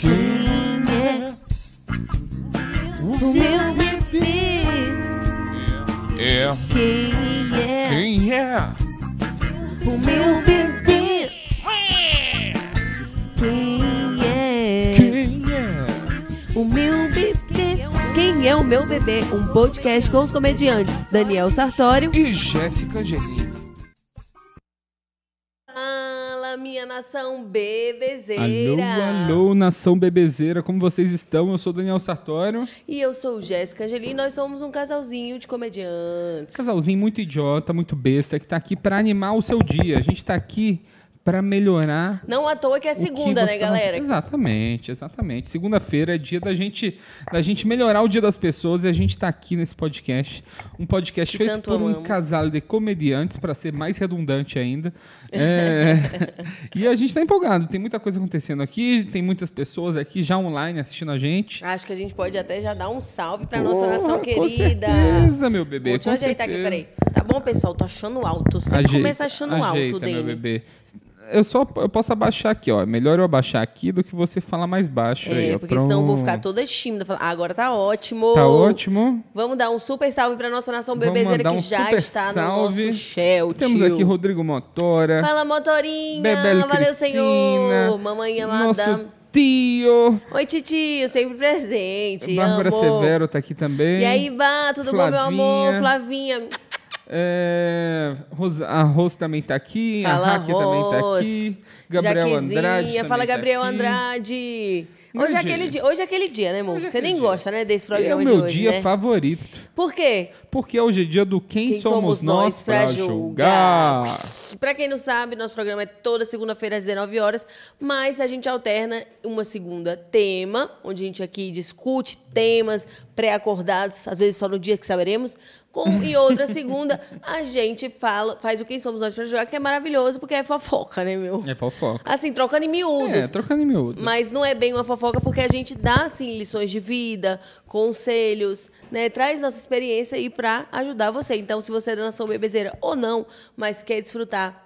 Quem é o meu bebê? É. Quem é Quem é? o meu bebê? Quem é? Quem é? O meu bebê. Quem é o meu bebê? Um podcast com os comediantes Daniel Sartório. E Jéssica Angelini. Fala, minha nação bebezeira. Alô, alô, nação bebezeira, como vocês estão? Eu sou Daniel Sartório, E eu sou Jéssica Angelini e nós somos um casalzinho de comediantes. casalzinho muito idiota, muito besta, que tá aqui pra animar o seu dia. A gente tá aqui pra melhorar. Não à toa que é o que segunda, né, você tá- galera? Exatamente, exatamente. Segunda-feira é dia da gente, da gente melhorar o dia das pessoas e a gente tá aqui nesse podcast. Um podcast Que feito tanto por um amamos. casal de comediantes, pra ser mais redundante ainda. É, e a gente tá empolgado, tem muita coisa acontecendo aqui, tem muitas pessoas aqui já online assistindo a gente. Acho que a gente pode até já dar um salve pra nossa Porra, nação querida. Com certeza, meu bebê. Deixa eu com ajeitar aqui, certeza. peraí. Tá bom, pessoal? Tô achando alto. Sempre Ajeita, começa achando ajeita, alto, meu Dani. bebê. Eu só eu posso abaixar aqui, ó. É Melhor eu abaixar aqui do que você falar mais baixo. É, aí, ó. porque senão eu vou ficar Pronto. toda tímida. falar, Ah, agora tá ótimo. Tá ótimo. Vamos dar um super salve pra nossa nação Vamos bebezeira mandar que um já super está no salve. nosso shell, Temos tio. aqui Rodrigo Motora. Fala, motorinha. Bebele Valeu, Cristina, senhor. Mamãe amada. Nosso tio. Oi, titio. Sempre presente. Bárbara amor. Severo tá aqui também. E aí, Bá, tudo bom, meu amor? Flavinha. É, Rosa- a Rose também tá aqui. Fala, a Raque também tá Rose. aqui. Gabriel Jaquezinha. Andrade. também Fala, tá Gabriel aqui. Andrade. Meu Hoje é, dia. aquele dia, hoje é aquele dia, né, amor? Hoje é Você aquele nem dia. gosta, né, desse É o programa de meu hoje, dia né? favorito. Por quê? Porque hoje é dia do Quem, somos, Nós pra julgar. Pra quem não sabe, nosso programa é toda segunda-feira às 19 horas, mas a gente alterna uma segunda tema, onde a gente aqui discute temas pré-acordados, às vezes só no dia que saberemos. Com, e outra segunda, a gente fala, faz o Quem Somos Nós pra julgar, que é maravilhoso, porque é fofoca, né, meu? É fofoca. Assim, trocando em É, miúdos. trocando em miúdos. Mas não é bem uma fofoca, porque a gente dá, assim, lições de vida, conselhos, né? Traz nossa experiência aí pra ajudar você. Então, se você é da nação bebezeira ou não, mas quer desfrutar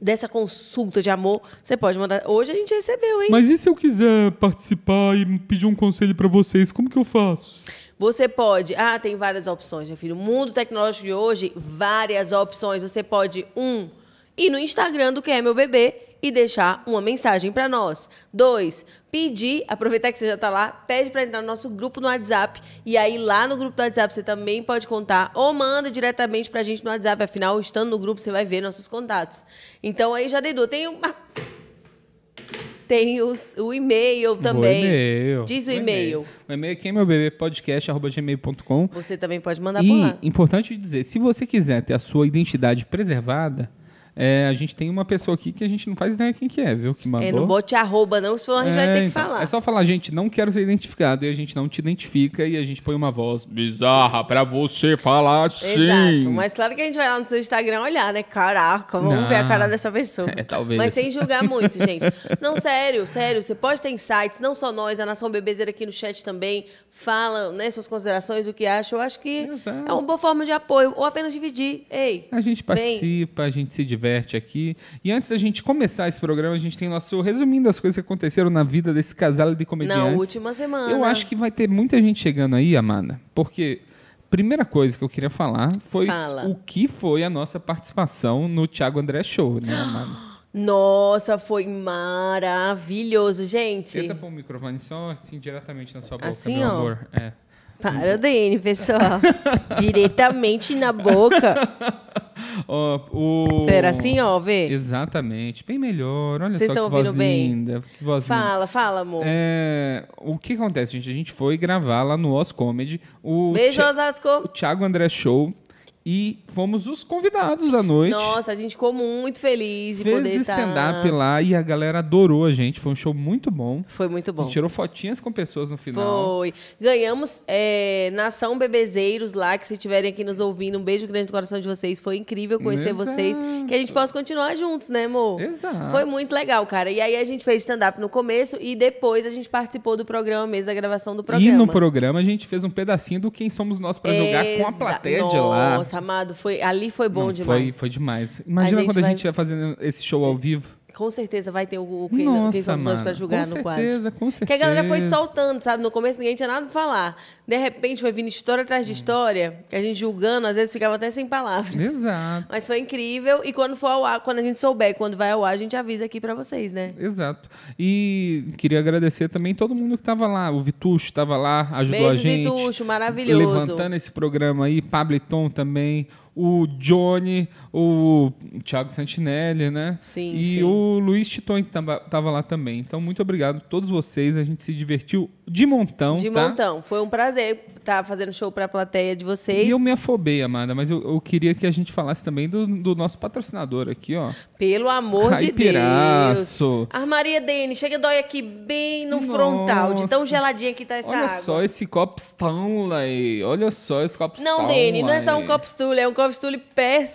dessa consulta de amor, você pode mandar. Hoje a gente recebeu, hein? Mas e se eu quiser participar e pedir um conselho pra vocês, como que eu faço? Você pode. Ah, tem várias opções, meu filho. O mundo tecnológico de hoje, várias opções. Você pode, um, ir no Instagram do que é meu bebê e deixar uma mensagem para nós. Dois, pedir, aproveitar que você já tá lá, pede para entrar no nosso grupo no WhatsApp. E aí, lá no grupo do WhatsApp, você também pode contar ou manda diretamente pra gente no WhatsApp. Afinal, estando no grupo, você vai ver nossos contatos. Então aí já dei dor. Tem uma. Tem os- o e-mail também. e-mail. Diz o e-mail. O e-mail é quem meu bebê podcast@gmail.com. Você também pode mandar por lá. E é importante dizer, se você quiser ter a sua identidade preservada, é, a gente tem uma pessoa aqui que a gente não faz ideia quem que é, viu? Que mandou. É, não bote arroba, não, senão a gente vai ter que então, falar. É só falar, gente, não quero ser identificado. E a gente não te identifica e a gente põe uma voz bizarra pra você falar assim. Exato. Mas claro que a gente vai lá no seu Instagram olhar, né? Caraca, vamos Não. ver a cara dessa pessoa. É, talvez. Mas sem julgar muito, gente. Não, sério, sério. Você pode ter insights, não só nós, a Nação Bebezeira aqui no chat também. Fala, né, suas considerações, o que acha. Eu acho que Exato. é uma boa forma de apoio. Ou apenas dividir. Ei, A gente vem. participa, a gente se diverte aqui. E antes da gente começar esse programa, a gente tem nosso resumindo as coisas que aconteceram na vida desse casal de comediantes. Na última semana. Eu acho que vai ter muita gente chegando aí, Amanda, porque primeira coisa que eu queria falar foi Fala. o que foi a nossa participação no Thiago André Show, né, Amanda? Nossa, foi maravilhoso, gente. Tenta pôr o microfone só assim diretamente na sua boca, Assim, meu ó. amor. É. Para, Dani, pessoal. Diretamente na boca. Ó, o... Era assim, ó, vê. Exatamente. Bem melhor. Olha Vocês só estão que voz ouvindo bem? linda. Que voz linda. Fala, fala, amor. É, o que acontece, gente? A gente foi gravar lá no Os Comedy o, Beijo, Thi- o Osasco. Thiago André Show e fomos os convidados da noite. Nossa, a gente ficou muito feliz de Fez poder tá- estar. stand-up lá e a galera adorou a gente. Foi um show muito bom. Foi muito A bom. gente tirou fotinhas com pessoas no final. Foi. Ganhamos é, Nação Bebezeiros lá, que se estiverem aqui nos ouvindo, um beijo grande no coração de vocês. Foi incrível conhecer Exato. vocês. Que a gente possa continuar juntos, né, amor? Exato. Foi muito legal, cara. E aí a gente fez stand-up no começo e depois a gente participou do programa mesmo, da gravação do programa. E no programa a gente fez um pedacinho do Quem Somos Nós pra jogar com a Exa- plateia Nossa, de lá. Nossa, amado, foi, ali foi bom Não, demais. Foi, foi demais. Imagina gente quando a vai- gente vai fazendo esse show ao vivo. Com certeza vai ter o, o quem, Nossa, quem somos nós mano. pra julgar com no quadro. certeza, com certeza. Porque a galera foi soltando, sabe? No começo ninguém tinha nada pra falar. De repente foi vindo história atrás É. de história, que a gente julgando, às vezes ficava até sem palavras. Exato. Mas foi incrível. E quando for ao ar, quando a gente souber, quando vai ao ar, a gente avisa aqui pra vocês, né? Exato. E queria agradecer também todo mundo que estava lá. O Vitucho estava lá, ajudou a Beijo, gente. Vitucho, maravilhoso. Levantando esse programa aí, Pabliton também, o Johnny, o Thiago Santinelli, né? Sim, E sim. o Luiz Titon estava lá também. Então, muito obrigado a todos vocês. A gente se divertiu de montão. de tá? montão. Foi um prazer estar fazendo show pra plateia de vocês. E eu me afobei, Amanda, mas eu, eu queria que a gente falasse também do, do nosso patrocinador aqui, ó. Pelo amor de Caipiraço. Deus. Armaria Dene, chega e dói aqui bem no Nossa. frontal, de tão geladinha que tá essa Olha água. só esse copo Stanley. Olha só esse copo Não, Stanley. Dene, não é só um copo stule, é um copo stule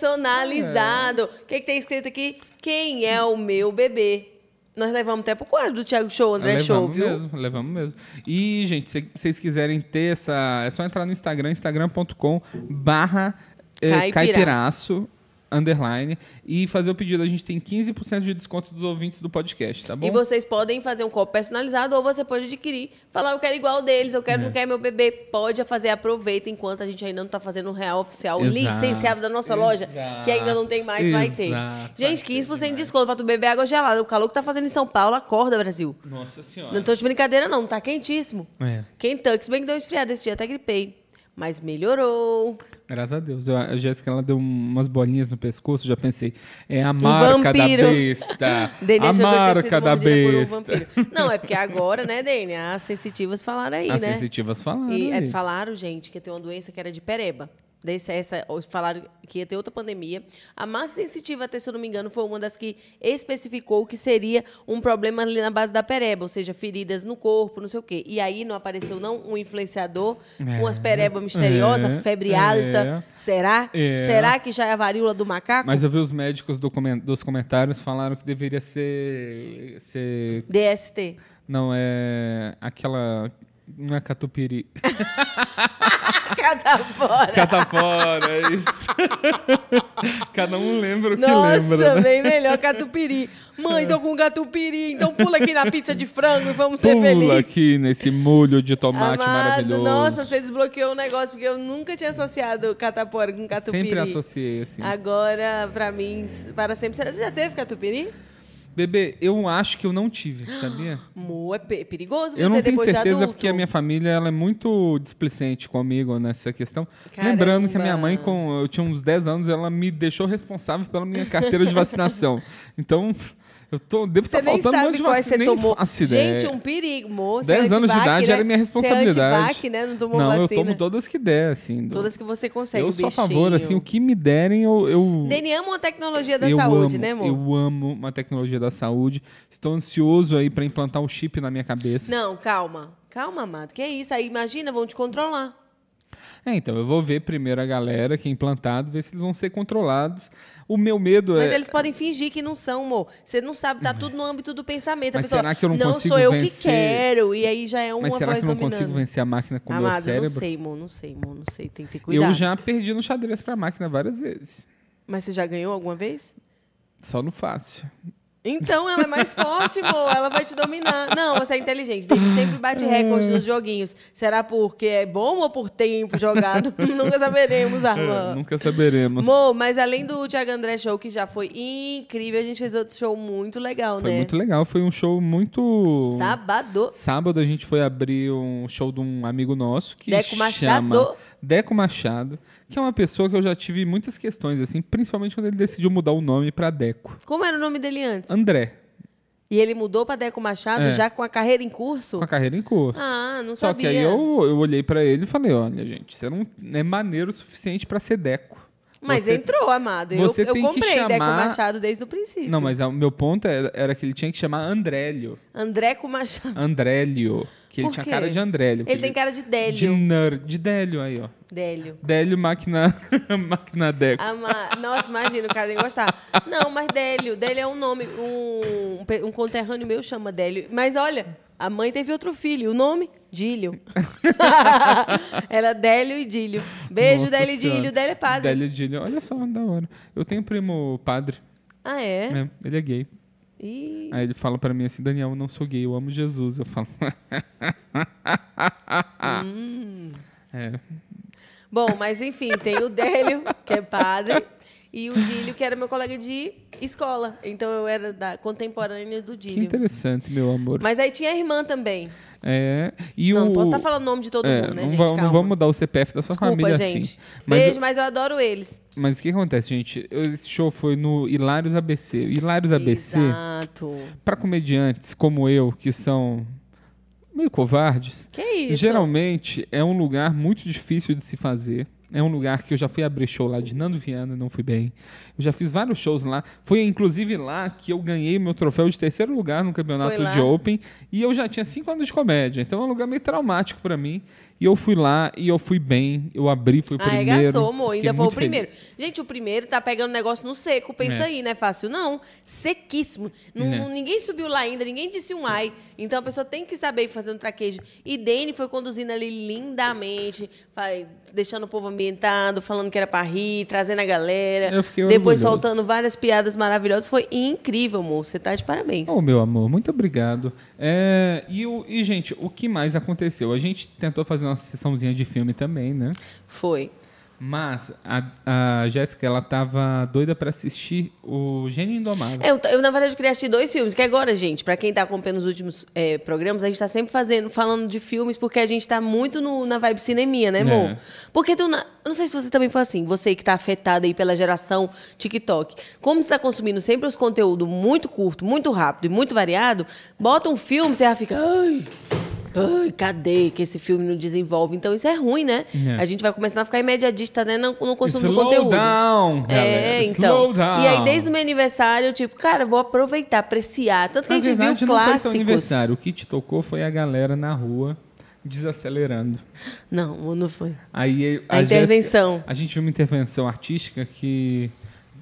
É. personalizado. O que, que tem escrito aqui? Quem é o meu bebê? Nós levamos até pro quadro do Thiago Show, André levamos Show, viu? mesmo, levamos mesmo. E, gente, se vocês quiserem ter essa... É só entrar no Instagram, instagram.com barra eh, Caipiraço. caipiraço, underline, e fazer o pedido. A gente tem 15% de desconto dos ouvintes do podcast, tá bom? E vocês podem fazer um copo personalizado ou você pode adquirir. Falar, eu quero igual deles, eu É. quero, não quero meu bebê. Pode fazer, aproveita enquanto a gente ainda não tá fazendo o real oficial, o Exato. licenciado da nossa loja, que ainda não tem mais, vai ter. Exato. Gente, 15% de desconto pra tu beber água gelada. O calor que tá fazendo em São Paulo, acorda, Brasil. Nossa senhora. Não tô de brincadeira, não, tá quentíssimo. É, Kentucky, se bem que deu esfriado esse dia, até gripei. Mas melhorou. graças a Deus. Eu- A Jéssica, ela deu umas bolinhas no pescoço, já pensei, é a marca da Um vampiro. besta. Dene a achou que eu tinha sido marca da mordida por um besta. vampiro. Não, é porque agora, né, Dene? As sensitivas falaram aí, As né? sensitivas falaram. E é, aí. falaram, gente, que ia ter uma doença que era de pereba. Desse, essa, ou falaram que ia ter outra pandemia. A mais sensitiva, até se eu não me engano, foi uma das que especificou que seria um problema ali na base da pereba, ou seja, feridas no corpo, não sei o quê. E aí não apareceu, não, um influenciador É. com as perebas misteriosas, É. febre É. alta. Será? É. Será que já é a varíola do macaco? Mas eu vi os médicos do comen- dos comentários falaram que deveria ser. ser DST. não, é. Aquela. Não é catupiry. Cada né? fora. Catapora, é isso. Cada um lembra o que lembra. Nossa, né? bem melhor catupiry. Mãe, tô com catupiry, então pula aqui na pizza de frango e vamos ser Pula felizes. aqui nesse molho de tomate maravilhoso. nossa, você desbloqueou um negócio, porque eu nunca tinha associado catapora com é catupiry. Ah. Sempre associei, assim. Agora, pra mim, para sempre. Você já teve catupiry? Bebê, eu acho que eu não tive, sabia? Mo, é pe- perigoso você Eu não ter tenho depois de certeza adulto. porque a minha família ela é muito displicente comigo nessa questão. Caramba. Lembrando que a minha mãe, com eu tinha uns 10 anos, ela me deixou responsável pela minha carteira de vacinação. então, eu tô, devo Você estar nem faltando um monte sabe de quais vacina. você nem tomou. faço ideia. Gente, um perigo, moço. 10 anos de idade era minha Você é responsabilidade. antivac, né? Não tomou Não, vacina. eu tomo todas que der, assim. do- Todas que você consegue, eu sou a favor, bichinho. assim, o que me derem, eu... eu... Dani ama a tecnologia da eu saúde, amo, né, amor? Eu amo uma tecnologia da saúde. Estou ansioso aí para implantar um chip na minha cabeça. Não, calma. Calma, amado. Que é isso? Aí imagina, vão te controlar. É, então, eu vou ver primeiro a galera que é implantado, ver se eles vão ser controlados. O meu medo Mas é. Uhum. eles podem fingir que não são, amor. Você não sabe, tá tudo no âmbito do pensamento. A Mas pessoa, será que eu não consigo sou eu que vencer?" quero. E aí já é uma Mas será voz que eu não dominando. consigo vencer a máquina com o meu Amado, cérebro? não sei, amor. Não sei, amor. Não sei. Tem que ter cuidado. eu já perdi no xadrez pra máquina várias vezes. Mas você já ganhou alguma vez? Só no fácil. Então ela é mais forte, amor. Ela vai te dominar. Não, você é inteligente. Ele sempre bate recorde nos joguinhos. Será porque é bom ou por tempo jogado? Nunca saberemos, Armand. É, nunca saberemos. Mo, mas além do Thiago André Show, que já foi incrível, a gente fez outro show muito legal, Foi né? muito legal, foi um show muito. Sábado. Sábado a gente foi abrir um show de um amigo nosso que Deco chama Machado. Deco Machado, que é uma pessoa que eu já tive muitas questões, assim, principalmente quando ele decidiu mudar o nome pra Deco. Como era o nome dele antes? André, E ele mudou pra Deco Machado É. já com a carreira em curso? com a carreira em curso. Ah, não Só sabia. que aí eu, eu olhei pra ele e falei, olha, gente, você não é maneiro o suficiente pra ser deco. Mas é Você- entrou, amado. Eu, você eu tem que comprei Deco chamar- Machado desde o princípio. Não, mas ah, o meu ponto era, era que ele tinha que chamar Andrélio. Andréco Machado. Andrélio. Que ele Por tinha quê? cara de Andrélio. é Ele tem cara de Délio. De nerd. De Délio aí, ó. Délio. Délio máquina, máquina deco. Ama- Nossa, imagina, o cara nem gostar. Não, mas Délio. Délio é um nome. Um, pe- um conterrâneo meu chama Délio. Mas olha, a mãe teve outro filho. O nome? Dílio. Era Délio e Dílio. Beijo, Nossa Délio e Senhora. Dílio. Délio é padre. Délio Dílio. Olha só, da hora. Eu tenho um primo padre. Ah, é? né? Ele é gay. Ih, Aí ele fala pra mim assim, Daniel, eu não sou gay, eu amo Jesus. Eu falo, Hum. é, Bom, mas enfim, tem o Délio, que é padre, e o Dílio, que era meu colega de escola. Então eu era da contemporânea do que Dílio. interessante, meu amor. Mas aí tinha a irmã também. É, e não, o... não posso estar falando o nome de todo É, mundo, né, não, gente? vamos- não Calma. vamos mudar o CPF da sua Desculpa, família gente. assim. Mas, Beijo, mas eu adoro eles. mas o que acontece, gente? Eu- Esse show foi no Hilários ABC. O Hilários ABC, Exato. pra comediantes como eu, que são meio covardes, Que isso? geralmente é um lugar muito difícil de se fazer. É um lugar que eu já fui abrir show lá de Nando Viana, não fui bem. Eu já fiz vários shows lá. Foi inclusive lá que eu ganhei meu troféu de terceiro lugar no campeonato Foi lá? de Open. E eu já tinha cinco anos de comédia. Então é um lugar meio traumático pra mim. E eu fui lá e eu fui bem. Eu abri, fui o primeiro. Arregaçou, amor. Fiquei Ainda foi o muito feliz. primeiro. Gente, o primeiro tá pegando negócio no seco. Pensa É. aí, não é fácil, não. Sequíssimo. Não- É. não- ninguém subiu lá ainda, ninguém disse um ai. Então a pessoa tem que saber ir fazendo traquejo. E Dene foi conduzindo ali lindamente, vai deixando o povo ambientado, falando que era pra rir, trazendo a galera. Eu fiquei Depois orgulhoso. soltando várias piadas maravilhosas. Foi incrível, amor. Você tá de parabéns. Oh, meu amor, muito obrigado. É, e, o- e, gente, o que mais aconteceu? A gente tentou fazer uma sessãozinha de filme também, né? Foi. Mas a, a Jéssica, ela tava doida pra assistir o Gênio Indomável. É, Eu, eu, na verdade, queria assistir dois filmes, que agora, gente, pra quem tá acompanhando os últimos é, programas, a gente tá sempre fazendo, falando de filmes, porque a gente tá muito no- na vibe cineminha, né, amor? É. Porque tu, na, eu não sei se você também foi assim, você que tá afetada aí pela geração TikTok. Como você tá consumindo sempre os conteúdos muito curto, muito rápido e muito variado, bota um filme, você já fica, ai, ai, cadê que esse filme não desenvolve? Então isso é ruim, né? É. A gente vai começando a ficar imediatista, né, no, no consumo do Slow conteúdo. down, galera. É, então. Slow down. E aí, desde o meu aniversário, eu, tipo, cara, vou aproveitar, apreciar. Tanto que É, Na a gente verdade, viu não foi seu clássicos. aniversário. O que te tocou foi a galera na rua desacelerando. Não, não foi. Aí A intervenção. Jéssica- a gente viu uma intervenção artística que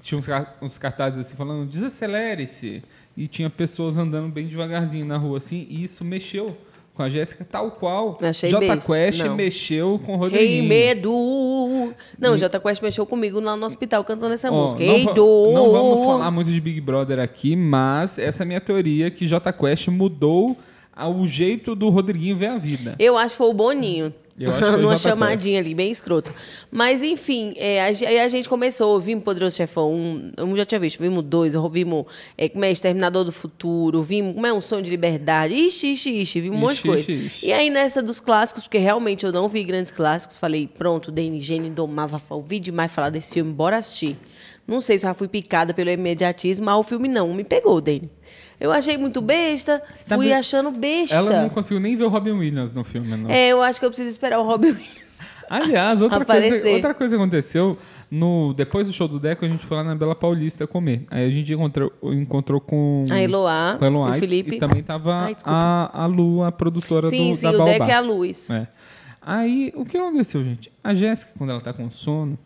tinha uns, car- uns cartazes assim falando desacelere-se e tinha pessoas andando bem devagarzinho na rua assim e isso mexeu com a Jéssica tal qual Achei Jota besta, Quest não. mexeu com o Ei, Rodriguinho. medo! Não, o Jota Quest mexeu comigo lá no hospital cantando essa Ó, música. não Ei, va- do! Não vamos falar muito de Big Brother aqui, mas essa é a minha teoria que Jota Quest mudou a- o jeito do Rodriguinho ver a vida. Eu acho que foi o Boninho. Eu acho que foi o Numa Jota chamadinha ali, bem escroto. Mas, enfim, é, a, ge- aí a gente começou, vimos Poderoso Chefão 1, um já tinha visto, vimos dois, vimos é, como é Exterminador do Futuro, vimos como é Um Sonho de Liberdade, ixi, ixi, ixi, vimos um monte de Ixi, coisa. ixi, ixi. E aí nessa dos clássicos, porque realmente eu não vi grandes clássicos, falei, pronto, DNG domava, ouvi demais falar desse filme, bora assistir. Não sei se eu já fui picada pelo imediatismo, mas o filme não me pegou, Dani. Eu achei muito besta, tá fui bem- achando besta. Ela não conseguiu nem ver o Robin Williams no filme, não. É, eu acho que eu preciso esperar o Robin Williams. Aliás, outra Aparecer. coisa, outra coisa que aconteceu, no, depois do show do Deco, a gente foi lá na Bela Paulista comer. Aí a gente encontrou, encontrou com, A Eloá, com a Eloá o Hum. e- Felipe. E também tava Ai, desculpa. a, a Lu, a produtora sim, do, sim, da o Baobá. deck é a luz. É. Aí, o que aconteceu, gente? A Jéssica, quando ela tá com sono,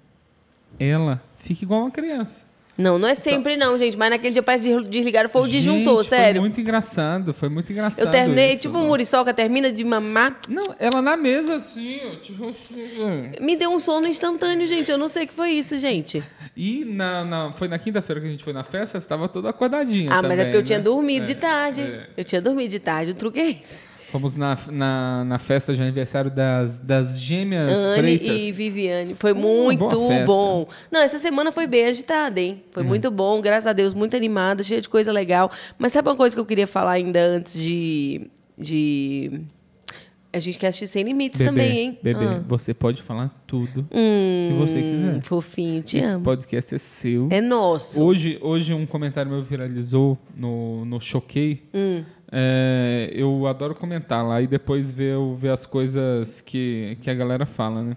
ela fica igual uma criança. Não, não é sempre não, gente. Mas naquele dia parece que desligaram, foi o disjuntor, Então. Gente, sério. Foi muito engraçado, foi muito engraçado Eu terminei, isso, tipo né? um muriçoca, termina de mamar. Não, ela na mesa, assim, ó, tipo assim... Me deu um sono instantâneo, gente. Eu não sei o que foi isso, gente. E na, na- foi na quinta-feira que a gente foi na festa, você estava toda acordadinha. ah, também, mas é porque eu né? tinha dormido de É, tarde. é. Eu tinha dormido de tarde, o truque é esse. Fomos na, na, na festa de aniversário das, das gêmeas Anne Freitas. e Viviane. Foi boa muito festa. Hum. bom. Não, essa semana foi bem agitada, hein? Foi muito bom, graças a Deus, muito animada, cheia de coisa legal. Mas sabe uma coisa que eu queria falar ainda antes de. de... A gente quer assistir Sem Limites Bebê, também, hein? Bebê, Ah. você pode falar tudo Hum, que você quiser. Fofinho, te Esse amo. podcast é seu. É nosso. Hoje, hoje um comentário meu viralizou no, no Choquei. É, eu adoro comentar lá e depois ver, o- ver as coisas que, que a galera fala, né?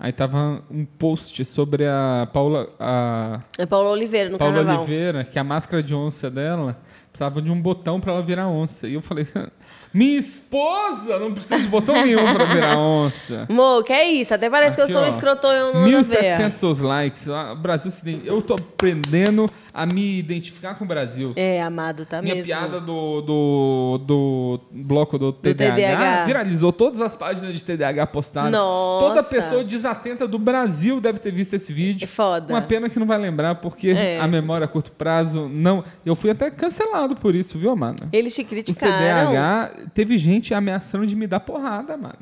Aí tava um post sobre a Paula... A, É Paula Oliveira no Paula carnaval. Oliveira, que é a máscara de onça dela precisava de um botão pra ela virar onça. E eu falei, minha esposa não precisa de botão nenhum pra virar onça. Amor, que é isso? Até parece que Aqui, eu sou um ó, escrotonho no na veia. 1.700 likes. Ah, o Brasil se ident- Eu tô aprendendo a me identificar com o Brasil. É, amado, tá Minha mesmo. piada do, do, do bloco do TDAH, TDAH. viralizou todas as páginas de TDAH postadas. Nossa. Toda pessoa desatenta do Brasil deve ter visto esse vídeo. É foda. Uma pena que não vai lembrar, porque É. a memória a curto prazo não. Eu fui até cancelado criticado por isso, viu, Amanda? Eles te Os criticaram. TDAH, teve gente ameaçando de me dar porrada, mano.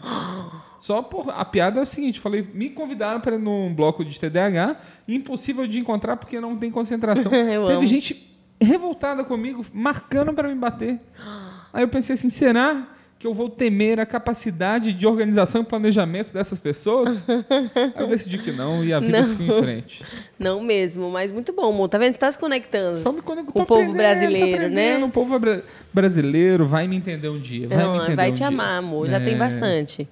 Só por. A piada é o seguinte: falei, me convidaram para ir num bloco de TDAH, impossível de encontrar porque não tem concentração. Eu teve amo. gente revoltada comigo, marcando para me bater. Aí eu pensei assim: será que eu vou temer a capacidade de organização e planejamento dessas pessoas? Aí eu decidi que não e a vida seguiu em frente. Não mesmo, mas muito bom, amor. Tá vendo? Você tá se conectando. Só me conecto Com o tô povo aprendendo, tô brasileiro, aprendendo, né? O povo bra- brasileiro vai me entender um dia. Vai, me Não, entender vai um te dia. amar, amor. Já É. tem bastante.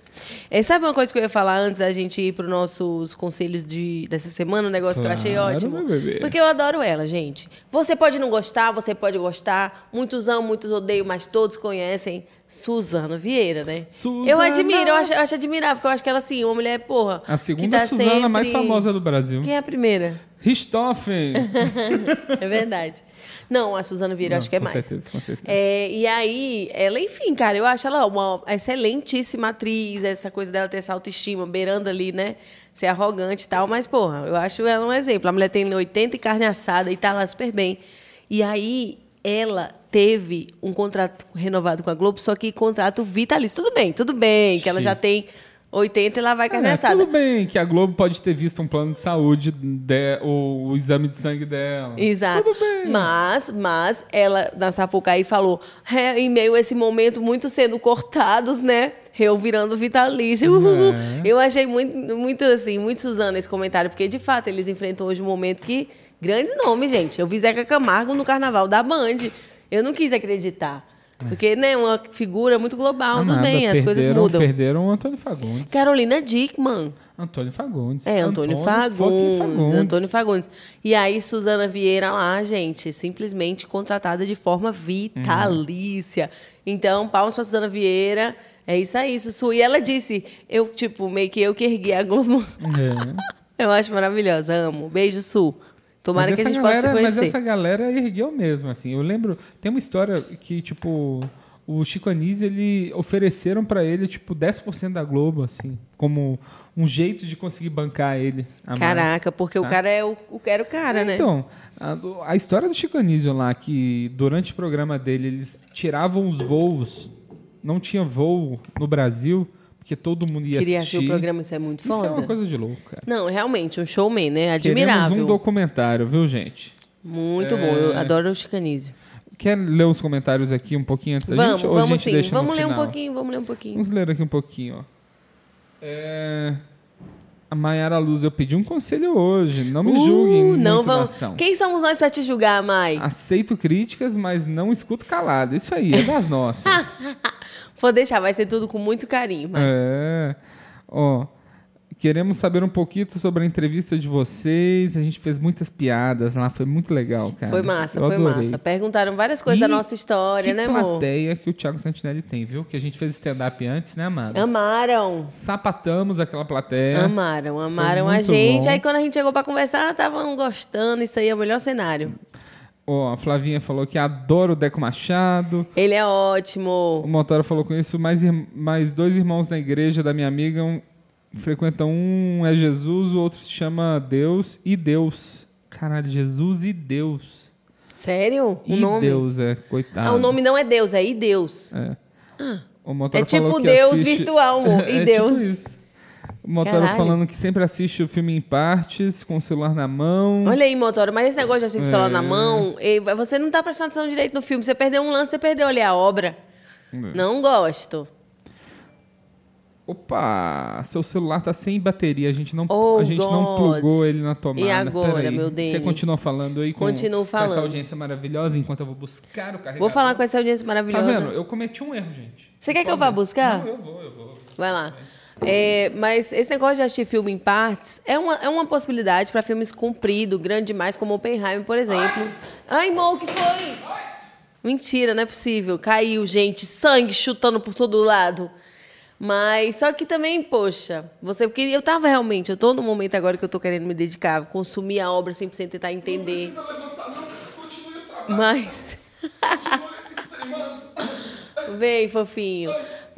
É, sabe uma coisa que eu ia falar antes da gente ir para os nossos conselhos de, dessa semana? Um negócio Claro, que eu achei ótimo. meu bebê. Porque eu adoro ela, gente. Você pode não gostar, você pode gostar. Muitos amam, muitos odeiam, mas todos conhecem Suzana Vieira, né? Suzana! Eu admiro, eu acho, eu acho admirável, porque eu acho que ela, assim, uma mulher, porra. A segunda que tá Suzana sempre- mais famosa do Brasil. Quem é a primeira? Richthofen! É verdade. Não, a Suzana Vieira, eu Não, acho que é com mais. certeza, com certeza. É, e aí, ela, enfim, cara, eu acho ela uma excelentíssima atriz, essa coisa dela ter essa autoestima, beirando ali, né? Ser arrogante e tal, mas, porra, eu acho ela um exemplo. A mulher tem 80 e carne assada e tá lá super bem. E aí, ela teve um contrato renovado com a Globo, só que contrato vitalício. Tudo bem, tudo bem, que ela já Chique. tem 80 e lá vai carne É, assada. tudo bem que a Globo pode ter visto um plano de saúde, de, o, o exame de sangue dela. Exato. Tudo bem. Mas, mas ela na Sapucaí falou, "É, em meio a esse momento muito sendo cortados, né? Eu virando vitalício. Uhul. É. Eu achei muito, muito assim, muito Suzana esse comentário, porque de fato eles enfrentam hoje um momento que grandes nomes, gente. Eu vi Zeca Camargo no carnaval da Band. Eu não quis acreditar. Porque, né, uma figura muito global, tudo Amada, bem, as coisas É. Ah, perderam- mudam. Perderam o Antônio Fagundes. Carolina Dickman. Antônio Fagundes. É, Antônio, fucking Fagundes, Antônio Fagundes. E aí, Suzana Vieira lá, gente, simplesmente contratada de forma vitalícia. Uhum. Então, palmas pra Suzana Vieira. É isso aí, Sussu. E ela disse, eu, tipo, meio que eu que ergui a Globo. É. eu acho maravilhosa, amo. Beijo, Su. Tomara Mas que a essa gente galera, possa se Mas conhecer. essa Ah, galera ergueu mesmo, assim. Eu lembro, tem uma história que, tipo, o Chico Anísio, ele ofereceram pra ele, tipo, 10% da Globo, assim, como um jeito de conseguir bancar ele. a mais. Caraca, porque o tá? cara é o, o cara, é o cara, né? Então, a, do- a história do Chico Anísio lá, que durante o programa dele eles tiravam os voos, não tinha voo no Brasil, porque todo mundo ia Queria assistir. assistir o programa, isso é muito Isso foda. é uma coisa de louco, cara. Não, realmente, um showman, né? Queremos Admirável. um documentário, viu, gente? Muito bom, É. eu adoro o chicanísio. Quer ler os comentários aqui um pouquinho antes da Vamos, gente? Ou a vamos gente sim. deixa no Vamos ler um final? pouquinho, vamos ler um pouquinho. Vamos ler aqui um pouquinho, ó. É, A Mayara Luz, eu pedi um conselho hoje. Não me Uh, julguem. Ah. não muito na vamos. ação. Quem somos nós pra te julgar, Mai? Aceito críticas, mas não escuto calado. Isso aí, é das Ah, nossas. Vou deixar, vai ser tudo com muito carinho, Mai. É. Ó, queremos saber um pouquinho sobre a entrevista de vocês. A gente fez muitas piadas lá, foi muito legal, Ah, cara. foi massa, Eu foi adorei. massa. Perguntaram várias coisas da E nossa história, que né, amor? plateia que o Thiago Santinelli tem, viu? Que a gente fez stand-up antes, né, Amanda? Amaram. Sapatamos aquela plateia. Amaram, amaram a É? muito gente. bom. Aí quando a gente chegou pra conversar, estavam gostando. Isso aí é o melhor cenário. Ó, a Flavinha falou que adora o Deco Machado. Ele é O ótimo. Motora falou com isso. Mais, ir- mais dois irmãos na igreja da minha amiga um, frequentam. Um é Jesus, o outro se chama Deus e Deus. Caralho, Jesus e Deus. Sério? O e nome? Deus, é, coitado. Ah, o nome não é Deus, é e Deus. O Motora É tipo falou que Deus assiste- virtual, amor, e tipo Deus. isso. O Motora Caralho. falando que sempre assiste o filme em partes, com o celular na mão. Olha aí, motora, mas esse negócio de assistir com o celular Hum. É. na mão, e você não tá prestando atenção direito no filme. Você perdeu um lance, você perdeu ali a obra. É. Não gosto. Opa, seu celular tá sem bateria, a gente não, Oh, a gente não God. plugou ele na tomada. E agora, Peraí, meu Deus? Você continua falando aí com, Continuo com falando. essa audiência maravilhosa enquanto eu vou buscar o carregador. Vou falar com essa audiência É. Tá maravilhosa. vendo? Eu cometi um erro, gente. Você quer que eu vá buscar? Não, eu vou, eu vou. Vai lá. É, mas esse negócio de assistir filme em partes é uma, é uma possibilidade para filmes compridos, grande demais, como Oppenheimer, por exemplo. Ai, Mo, o que foi? Mentira, não é possível. Caiu, gente, sangue chutando por todo lado. Mas só que também, poxa, você porque eu tava realmente, eu tô no momento agora que eu tô querendo me dedicar, consumir a obra 100% tentar entender. tá? Mas Vem, fofinho.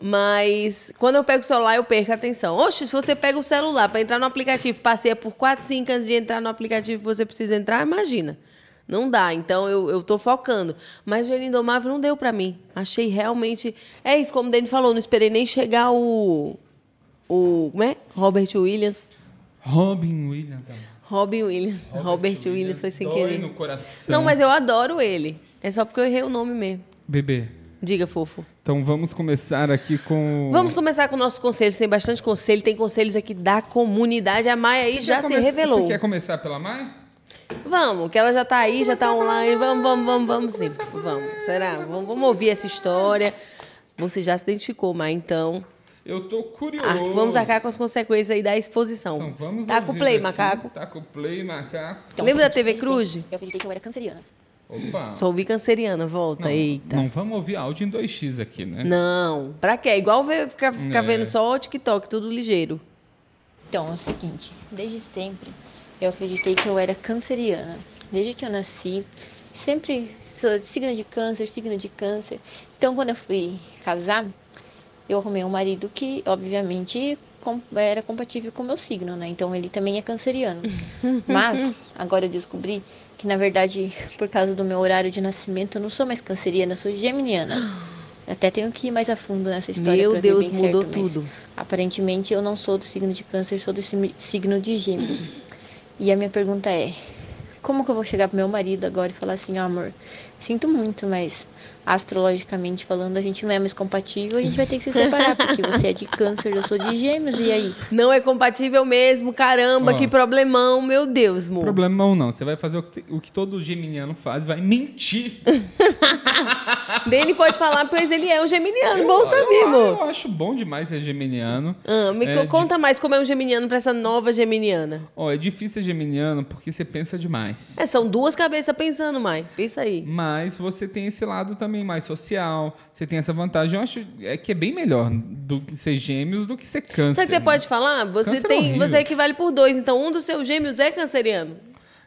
Mas quando eu pego o celular, eu perco a atenção. Oxe, se você pega o celular para entrar no aplicativo, passeia por 4, 5 antes de entrar no aplicativo, você precisa entrar, imagina. Não dá, então eu, eu tô focando. Mas o Joelho Indomável não deu pra mim. Achei realmente. É isso, como o Dani falou, não esperei nem chegar o. O. Como é? Robert Williams. Robin Williams. Robin Williams. Robert, Williams, foi sem dói querer. no coração. Não, mas eu adoro ele. É só porque eu errei o nome mesmo. Bebê, Diga, fofo. então vamos começar aqui com... Vamos começar com nossos conselhos. Tem bastante conselho, tem conselhos aqui da comunidade. A Maia aí Você já quer se come- revelou. Você quer começar pela Mai? Vamos, que ela já tá aí, já tá online. Vamos, vamos, vamos, vamos sim. Vamos. Será? Vamos, vamos ouvir essa história. Você já se identificou, mas então. Eu tô curioso. ar- Ah, Vamos arcar com as consequências aí da exposição. Oh. Então vamos tá com o ouvir play, aqui. macaco. Tá com o play, macaco. Lembra da Então, gente, TV sim, Cruz? Eu acreditei que eu era canceriana. Opa. Só ouvi canceriana, volta. Não, Eita. Não vamos ouvir áudio em 2x aqui, né? Não, pra quê? É igual ver, ficar, ficar É. vendo só o TikTok, tudo ligeiro. Então, é o seguinte, desde sempre eu acreditei que eu era canceriana. Desde que eu nasci, sempre sou de signo de câncer, signo de câncer. Então, quando eu fui casar, eu arrumei um marido que, obviamente, com- era compatível com o meu signo, né? Então, ele também é canceriano. Mas, agora eu descobri que, na verdade, por causa do meu horário de nascimento, eu não sou mais canceriana, eu sou geminiana. Até tenho que ir mais a fundo nessa história. Meu pra ver Deus, bem mudou certo, mas- tudo. Aparentemente eu não sou do signo de câncer, sou do simi- signo de gêmeos. E a minha pergunta é: como que eu vou chegar pro meu marido agora e falar assim, ó, amor, sinto muito, mas astrologicamente falando, a gente não é mais compatível, a gente vai ter que se separar, porque você é de câncer, eu sou de gêmeos, e aí? Não é compatível mesmo, caramba, Ó. que problemão, meu Deus, amor. Problema ou não, você vai fazer o que, o que todo geminiano faz, vai mentir. Dani pode falar, pois ele é um geminiano, bom saber, eu, amor. eu acho bom demais ser geminiano. Ah, me É, co- de- conta mais como é um geminiano pra essa nova geminiana. Ó, é difícil ser geminiano porque você pensa demais. É, são duas cabeças pensando, mãe. Pensa aí. Mas você tem esse lado também mais social, você tem essa vantagem. Eu acho é que é bem melhor do que ser gêmeos do que ser câncer. Sabe o que você né? pode falar? Você Câncer é tem, horrível. você equivale por dois, então um dos seus gêmeos é canceriano.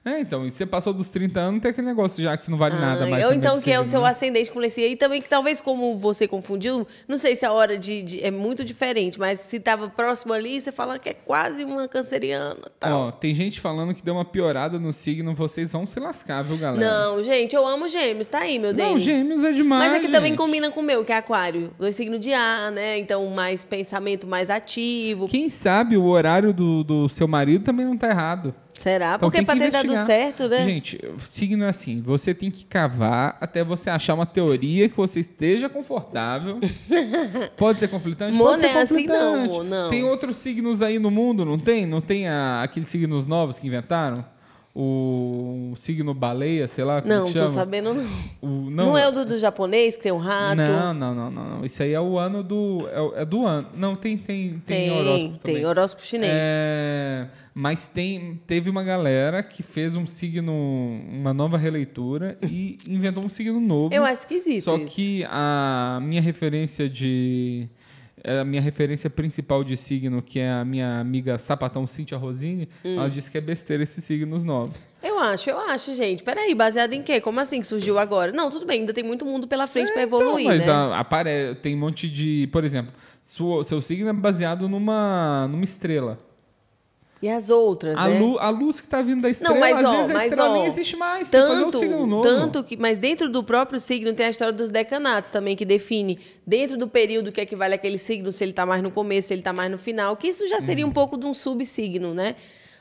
É, então, e você passou dos 30 anos, tem aquele negócio já que não vale nada Ah, mais. ou também então de que é o ser seu geminiano. ascendente com Lencia. E também que talvez como você confundiu, não sei se a hora de, de- é muito diferente, mas se tava próximo ali, você fala que é quase uma canceriana, tal. Ó, tem gente falando que deu uma piorada no signo, vocês vão se lascar, viu, galera? Não, gente, eu amo gêmeos, tá aí, meu Deus. Não, gêmeos é demais. Mas é que também gente. combina com o meu, que é aquário. Dois signos de ar, né? Então, mais pensamento, mais ativo. Quem sabe o horário do, do seu marido também não tá errado. Será? Então Ah, Porque tem pra que ter dado investigar. certo, né? Gente, signo é assim, você tem que cavar até você achar uma teoria que você esteja confortável. pode ser conflitante, Mô, pode ser não é assim não, conflitante. mô, não. Tem outros signos aí no mundo, não tem? Não tem a- aqueles signos novos que inventaram? O signo baleia, sei lá como não, que tô chama? sabendo não. O- Não, é o do, do japonês que tem um rato? Não, não, não, não, não. Isso aí é o ano do. É, o- é do ano. Não, tem, tem, tem, tem, horóscopo tem também. horóscopo chinês. É, mas tem, teve uma galera que fez um signo, uma nova releitura e inventou um signo novo. Eu acho esquisito. Só isso. que a minha referência de. é, A minha referência principal de signo, que é a minha amiga sapatão Cintia Rosini, Hum. ela disse que é besteira esses signos novos. Eu acho, eu acho, gente. Peraí, baseado em quê? Como assim que surgiu agora? Não, tudo bem, ainda tem muito mundo pela frente pra evoluir, Não, É, Então, mas né? a- apare- tem um monte de. Por exemplo, sua- seu signo é baseado numa, numa estrela. E as outras, A, né? lu- a luz que tá vindo da estrela, mas, às ó, vezes a mas, estrela ó, nem existe mais. tem que fazer tanto, um signo novo. tanto que, mas dentro do próprio signo tem a história dos decanatos também que define dentro do período que equivale aquele signo, se ele tá mais no começo, se ele tá mais no final, que isso já Uhum. seria um pouco de um subsigno, né?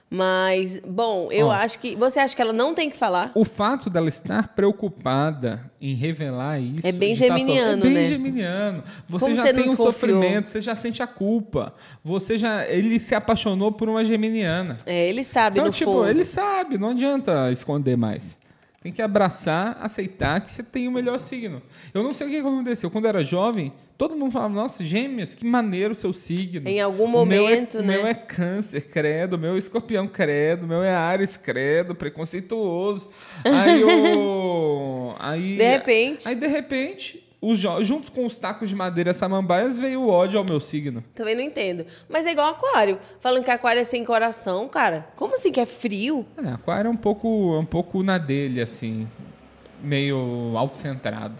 Mas bom, eu Ó. acho que você acha que ela não tem que falar? O fato dela estar preocupada em revelar isso. É bem de tá geminiano, sofrendo- é bem né? geminiano. Você Como já você não tem um desconfiou? sofrimento, você já sente a culpa. Você já. Ele se apaixonou por uma geminiana. É, ele sabe Então, no tipo, fundo. ele sabe, não adianta esconder mais. Tem que abraçar, aceitar que você tem o melhor signo. Eu não sei o que aconteceu. Quando eu era jovem, todo mundo falava, nossa, gêmeos, que maneiro o seu signo. Em algum O meu é- momento, o né? Meu é câncer, credo. o Meu é escorpião, credo. o Meu é Ares, credo. Preconceituoso. Aí o... Aí, De repente. Aí, de repente, o jo- junto com os tacos de madeira samambaias, veio o ódio ao meu signo. Também não entendo. Mas é igual aquário. Falando que aquário é sem coração, cara. Como assim que é frio? É, aquário é um pouco, é um pouco na dele, assim. Meio autocentrado.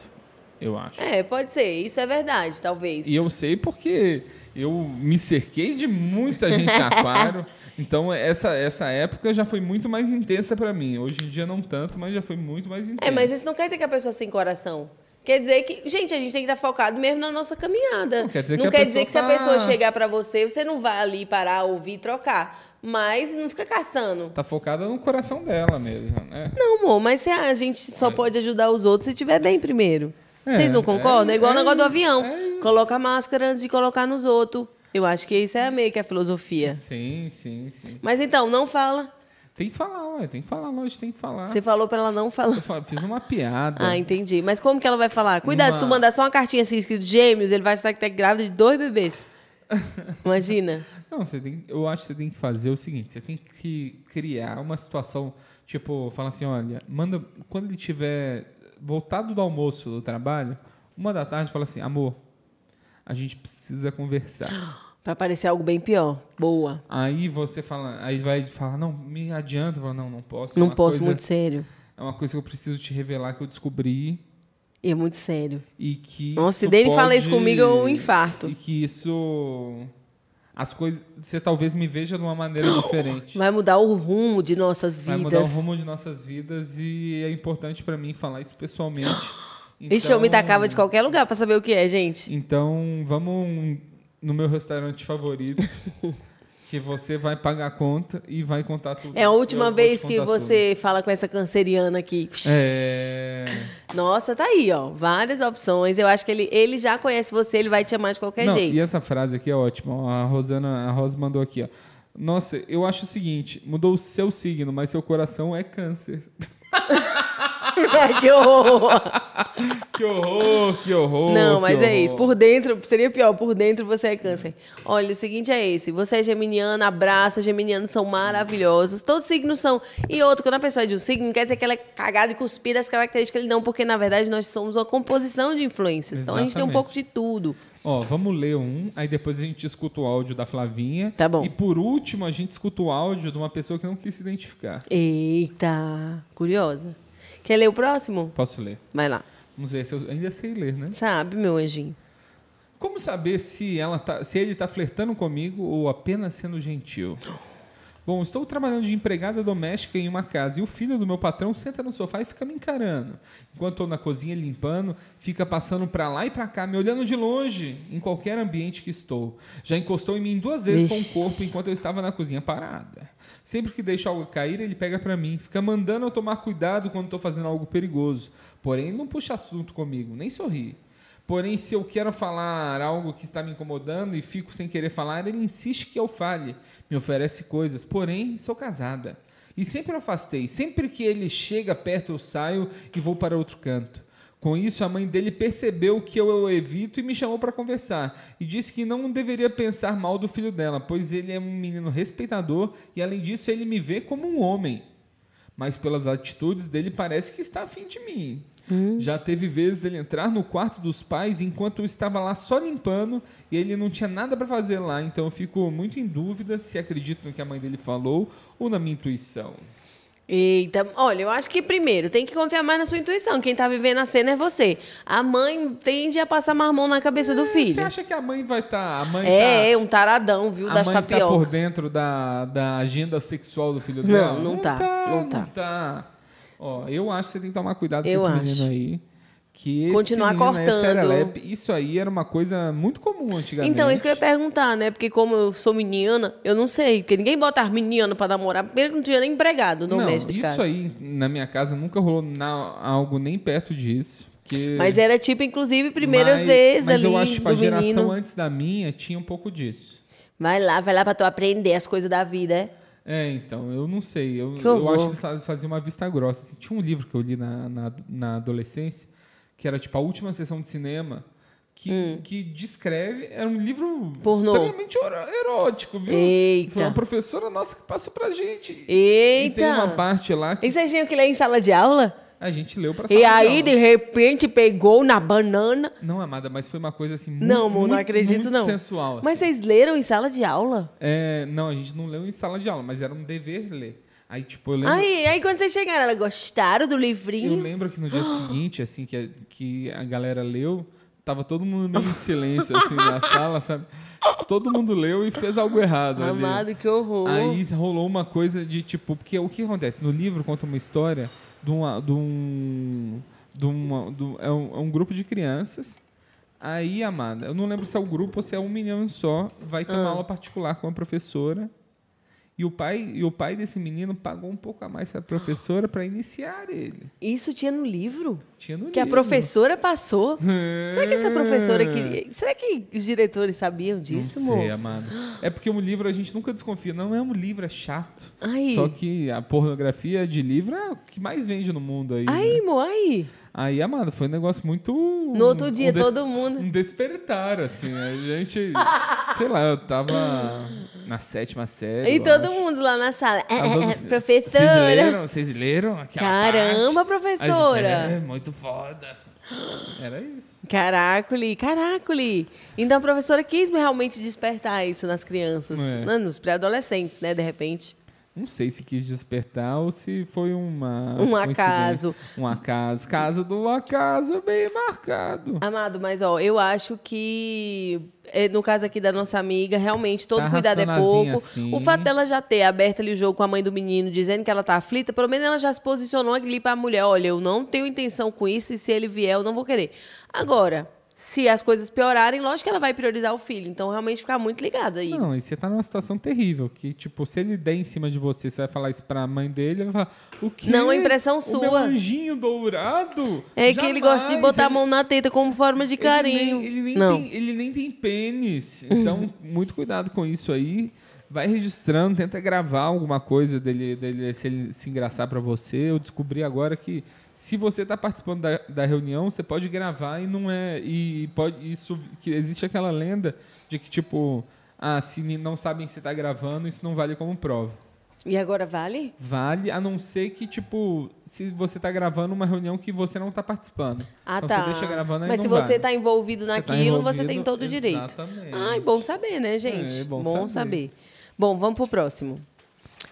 eu acho. É, pode ser. Isso é verdade, talvez. E eu sei porque eu me cerquei de muita gente aquário. Então essa, essa época já foi muito mais intensa pra mim. Hoje em dia não tanto, mas já foi muito mais intensa. É, mas isso não quer dizer que a pessoa sem coração. Quer dizer que, gente, a gente tem que estar focado mesmo na nossa caminhada. Não quer dizer não que a quer dizer pessoa que se a tá- pessoa chegar pra você, você não vai ali parar, ouvir e trocar. Mas não fica caçando. Tá focada no coração dela mesmo, né? Não, amor, mas se a gente só pode ajudar os outros se estiver bem primeiro. É, Vocês não concordam? É, é- igual o é negócio do isso, avião. é isso. Coloca a máscara antes de colocar nos outros. Eu acho que isso é meio que a filosofia. Sim, sim, sim. Mas então, não fala. Tem que falar, ué. Tem que falar, lógico, tem que falar. Você falou pra ela não falar. Eu fa- fiz uma piada. Ah, entendi. Mas como que ela vai falar? Cuidado, se tu É. Uma- mandar só uma cartinha assim escrito gêmeos, ele vai estar que tá grávida de dois bebês. Imagina. Não, você tem, eu acho que você tem que fazer o seguinte, você tem que criar uma situação, tipo, falar assim, olha, manda quando ele tiver voltado do almoço do trabalho, uma da tarde, fala assim, amor, a gente precisa conversar. Pra parecer algo bem pior. Boa. Aí você fala, aí vai falar, não, me adianta, fala, não, não posso. é Não uma posso, coisa- muito sério. É uma coisa que eu preciso te revelar que eu descobri E é muito sério. e que Nossa, se isso Dani fala pode- isso comigo, eu um infarto. E que isso as coisas, você talvez me veja de uma maneira diferente. Vai mudar o rumo de nossas Vai vidas. mudar o rumo de nossas vidas e é importante pra mim falar isso pessoalmente. Então, Ixi, eu me tacava de qualquer lugar pra saber o que é, gente. Então, vamos no meu restaurante favorito, que você vai pagar a conta e vai contar tudo. É a última Eu vou te vez que contar você fala com essa canceriana aqui. tudo. É... Nossa, tá aí, ó. Várias opções. Eu acho que ele, ele já conhece você, ele vai te amar de qualquer Não, jeito. E essa frase aqui é ótima. ó, A Rosana, a Rosa mandou aqui, ó. Nossa, eu acho o seguinte, mudou o seu signo, mas seu coração é câncer. Ai, que horror! Que horror, que horror. Não, que mas é horror. Hum. isso. Por dentro, seria pior, por dentro você é câncer. Olha, o seguinte é esse. Você é geminiana, abraça, geminianos são maravilhosos. Todos os signos são. E outro, quando a pessoa é de um signo, não quer dizer que ela é cagada e cuspira as características dele, não, porque na verdade nós somos uma composição de influências. Então a gente tem um Exatamente. pouco de tudo. Ó, vamos ler um, aí depois a gente escuta o áudio da Flavinha. Tá bom. E por último, a gente escuta o áudio de uma pessoa que não quis se identificar. Eita, curiosa. Quer ler o próximo? Posso ler? Vai lá. Vamos ver se eu ainda sei ler, né? Sabe, meu anjinho. Como saber se, ela tá, se ele tá flertando comigo ou apenas sendo gentil? Bom, estou trabalhando de empregada doméstica em uma casa e o filho do meu patrão senta no sofá e fica me encarando. Enquanto estou na cozinha limpando, fica passando para lá e para cá, me olhando de longe, em qualquer ambiente que estou. Já encostou em mim duas vezes Vixe. com um o corpo enquanto eu estava na cozinha parada. Sempre que deixo algo cair, ele pega para mim, fica mandando eu tomar cuidado quando estou fazendo algo perigoso. Porém, não puxa assunto comigo, nem sorri. Porém, se eu quero falar algo que está me incomodando e fico sem querer falar, ele insiste que eu fale, me oferece coisas. Porém, sou casada. E sempre eu afastei. Sempre que ele chega perto, eu saio e vou para outro canto. Com isso, a mãe dele percebeu que eu, eu evito e me chamou para conversar. E disse que não deveria pensar mal do filho dela, pois ele é um menino respeitador e, além disso, ele me vê como um homem mas pelas atitudes dele parece que está afim de mim. Já teve vezes ele entrar no quarto dos pais enquanto eu estava lá só limpando e ele não tinha nada para fazer lá, então eu fico muito em dúvida se acredito no que a mãe dele falou ou na minha intuição. Eita, olha, eu acho que primeiro tem que confiar mais na sua intuição. Quem tá vivendo a cena é você. A mãe tende a passar marmão na cabeça do Você filho. acha que a mãe vai estar. a mãe É, tá, é, um taradão, viu, a das mãe tá por tapioca. dentro da, da agenda sexual do filho Não, dela? não tá, não tá. tá. Ó, eu acho que você tem que tomar cuidado Eu com esse acho. menino aí. Que esse Continuar menino é cortando. serelepe. Isso aí era uma coisa muito comum antigamente. Então, isso que eu ia perguntar, né? Porque como eu sou menina, eu não sei. Porque ninguém bota as meninas pra namorar. Primeiro que não tinha nem empregado no não, mês de isso casa. aí na minha casa nunca rolou na- algo nem perto disso. Porque, Mas era tipo, inclusive, primeiras Mas- vezes mas ali eu acho que a do geração menino. antes da minha tinha um pouco disso. Vai lá, vai lá pra tu aprender as coisas da vida, é? É, então, eu não sei. Eu, Que eu horror. acho que eles faz- faziam uma vista grossa. assim. Tinha um livro que eu li na, na, na adolescência, que era tipo a última sessão de cinema, que, que descreve. Era um livro Hum. Pornô. extremamente ero- erótico, viu? Eita. Foi uma professora nossa que passou pra gente. E tem uma Eita! parte lá que E vocês tinham que ler em sala de aula? a gente leu pra E sala de aí, aula. de repente, pegou na banana. Não, amada, mas foi uma coisa assim muito Não, amor, muito, não acredito, muito não. sensual. assim. Mas vocês leram em sala de aula? É, não, a gente não leu em sala de aula, mas era um dever ler. Aí, tipo, eu lembro. Aí, aí quando vocês chegaram, ela gostaram do Eu livrinho? lembro que no dia seguinte, assim, que a, que a galera leu, tava todo mundo meio em silêncio, assim, na sala, sabe? Todo mundo leu e fez algo errado. ali. Amado, que horror. Aí rolou uma coisa de tipo, porque o que acontece? No livro conta uma história de, uma, de um. De uma, de um- é, um, é um grupo de crianças. Aí, amada, eu não lembro se é o grupo ou se é um menino só, vai ter Ah. uma aula particular com a professora. E o pai, e o pai desse menino pagou um pouco a mais para a professora para iniciar ele. Isso tinha no livro? Tinha no Que a livro. professora passou? É. Será que essa professora queria. Será que os diretores sabiam disso, Hum. Não sei, amor? amada. É porque o livro a gente nunca desconfia. Não é um livro, é chato. Aí. Só que né? a pornografia de livro é o que mais vende no mundo aí. né? Aí, amor, aí. Aí, amada, foi um negócio muito. No outro dia, des- todo mundo. Um despertar, assim. A gente. sei lá, eu tava na sétima série. E eu todo acho. mundo lá na sala. É, Tava é, todo- é, Vocês professora. leram? Vocês leram aquela Caramba, é parte? Aí a gente, É, professora. muito foda. Era isso. Caracule, caracule. Então a professora quis realmente despertar isso nas crianças, É. né, nos pré-adolescentes, né, de repente. Não sei se quis despertar ou se foi uma. Um coincidência. acaso. Um acaso. Caso do acaso bem marcado. Amado, mas ó, eu acho que é, no caso aqui da nossa amiga, realmente todo Tá cuidado é arrastonazinha pouco. assim. O fato dela já ter aberto ali o jogo com a mãe do menino, dizendo que ela tá aflita, pelo menos ela já se posicionou ali pra mulher, olha, eu não tenho intenção com isso e se ele vier, eu não vou querer. Agora, se as coisas piorarem, lógico que ela vai priorizar o filho, então realmente ficar muito ligada aí. Não, e você tá numa situação terrível. Que, tipo, se ele der em cima de você, você vai falar isso pra mãe dele, ele vai falar, o que? Não, é impressão O meu sua." anjinho dourado? É que ele gosta de Jamais. botar a Ele- mão na teta como forma de carinho. Ele nem, ele nem não. Uhum. Tem, ele nem tem pênis. Então, muito cuidado com isso aí. Vai registrando, tenta gravar alguma coisa dele, dele se ele se engraçar pra você. Eu descobri agora que se você tá participando da, da reunião, você pode gravar e não é. E pode. Isso. Que existe aquela lenda de que, tipo, ah, se ni- não sabem se tá gravando, isso não vale como prova. E agora vale? Vale, a não ser que, tipo, se você tá gravando uma reunião que você não tá participando. Ah, então tá. você deixa gravando aí Mas não se você vale. tá envolvido naquilo, você, tem envolvido, todo o direito. exatamente. Ai, bom saber, né, gente? É, bom bom saber. saber. Bom, vamos pro próximo.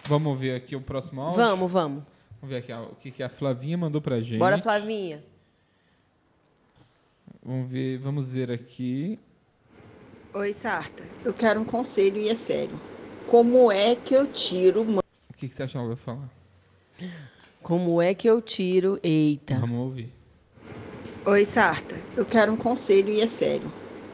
Vamos ver aqui o próximo áudio. Vamos, vamos. Vamos ver aqui ó, o que, que a Flavinha mandou pra gente. Bora, Flavinha. Vamos ver, vamos ver aqui. Oi, Sarta. Eu quero um conselho e é sério. Como é que eu tiro O que, que você acha que ela vai falar? Como é que eu tiro? Eita. Vamos ouvir. Oi, Sarta. Eu quero um conselho e é sério.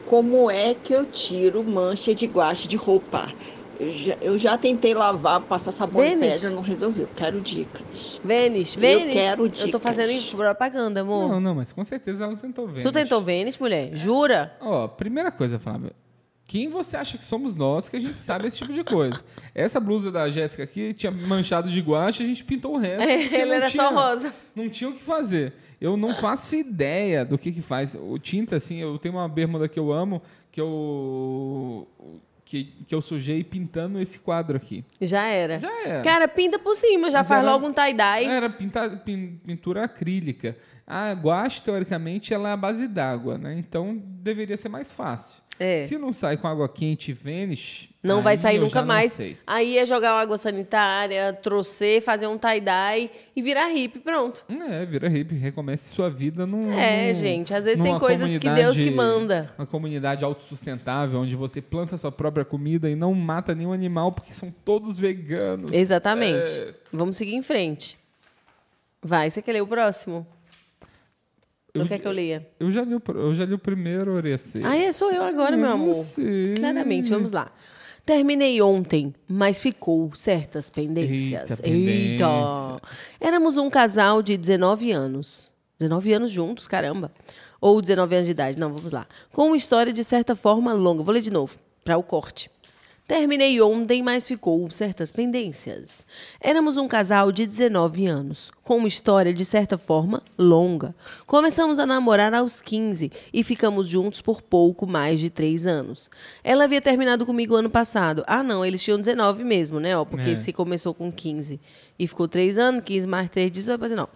Como é que eu tiro mancha de guache de roupa? Eu já, eu já tentei lavar, passar sabão em Denis. pedra, não resolveu. Quero dicas. Vênis, Eu Vênis. quero Eu tô dicas. fazendo isso propaganda, amor. Não, não, mas com certeza ela tentou ver. tu tentou Vênis, mulher? Jura? Ó, primeira coisa, Flávia. Quem você acha que somos nós que a gente sabe esse tipo de coisa? Essa blusa da Jéssica aqui tinha manchado de guache, a gente pintou o resto. porque É, Ela não era só tinha- rosa. Não tinha o que fazer. Eu não faço ideia do que que faz. O tinta, assim, eu tenho uma bermuda que eu amo, que eu... Que, que eu sujei pintando esse quadro aqui. Já era. Já era. É. Cara, pinta por cima, já Mas faz era- logo um tie-dye. Era pinta, pin- pintura acrílica. A guache, teoricamente, ela é a base d'água, né? Então, deveria ser mais fácil. É. Se não sai com água quente e vênis... Não vai aí sair eu nunca já não mais. sei. Aí é jogar água sanitária, trouxer, fazer um tie-dye e virar hippie, pronto. É, vira hippie, recomece sua vida num... É, num- gente, às vezes tem numa coisas que Deus que comunidade- manda. Uma comunidade autossustentável, onde você planta sua própria comida e não mata nenhum animal, porque são todos veganos. Exatamente. É. Vamos seguir em frente. Vai, você quer ler o próximo? Não Eu- quer que eu leia? Eu já li o, pr- eu já li o primeiro, Orecê. Ah, é, sou eu agora, meu amor. Sim. Claramente, vamos lá. Terminei ontem, mas ficou certas pendências. Eita, pendência. Éramos um casal de 19 anos. 19 anos juntos, caramba. Ou 19 anos de idade, não, vamos lá. Com uma história de certa forma longa. Vou ler de novo, para o corte. Terminei ontem, mas ficou certas pendências. Éramos um casal de 19 anos, com uma história de certa forma longa. Começamos a namorar aos 15 e ficamos juntos por pouco mais de 3 anos. Ela havia terminado comigo ano passado. Ah, não, eles tinham 19 mesmo, né? Ó, porque É. se começou com 15 e ficou 3 anos, 15 mais 3, 18, mas não.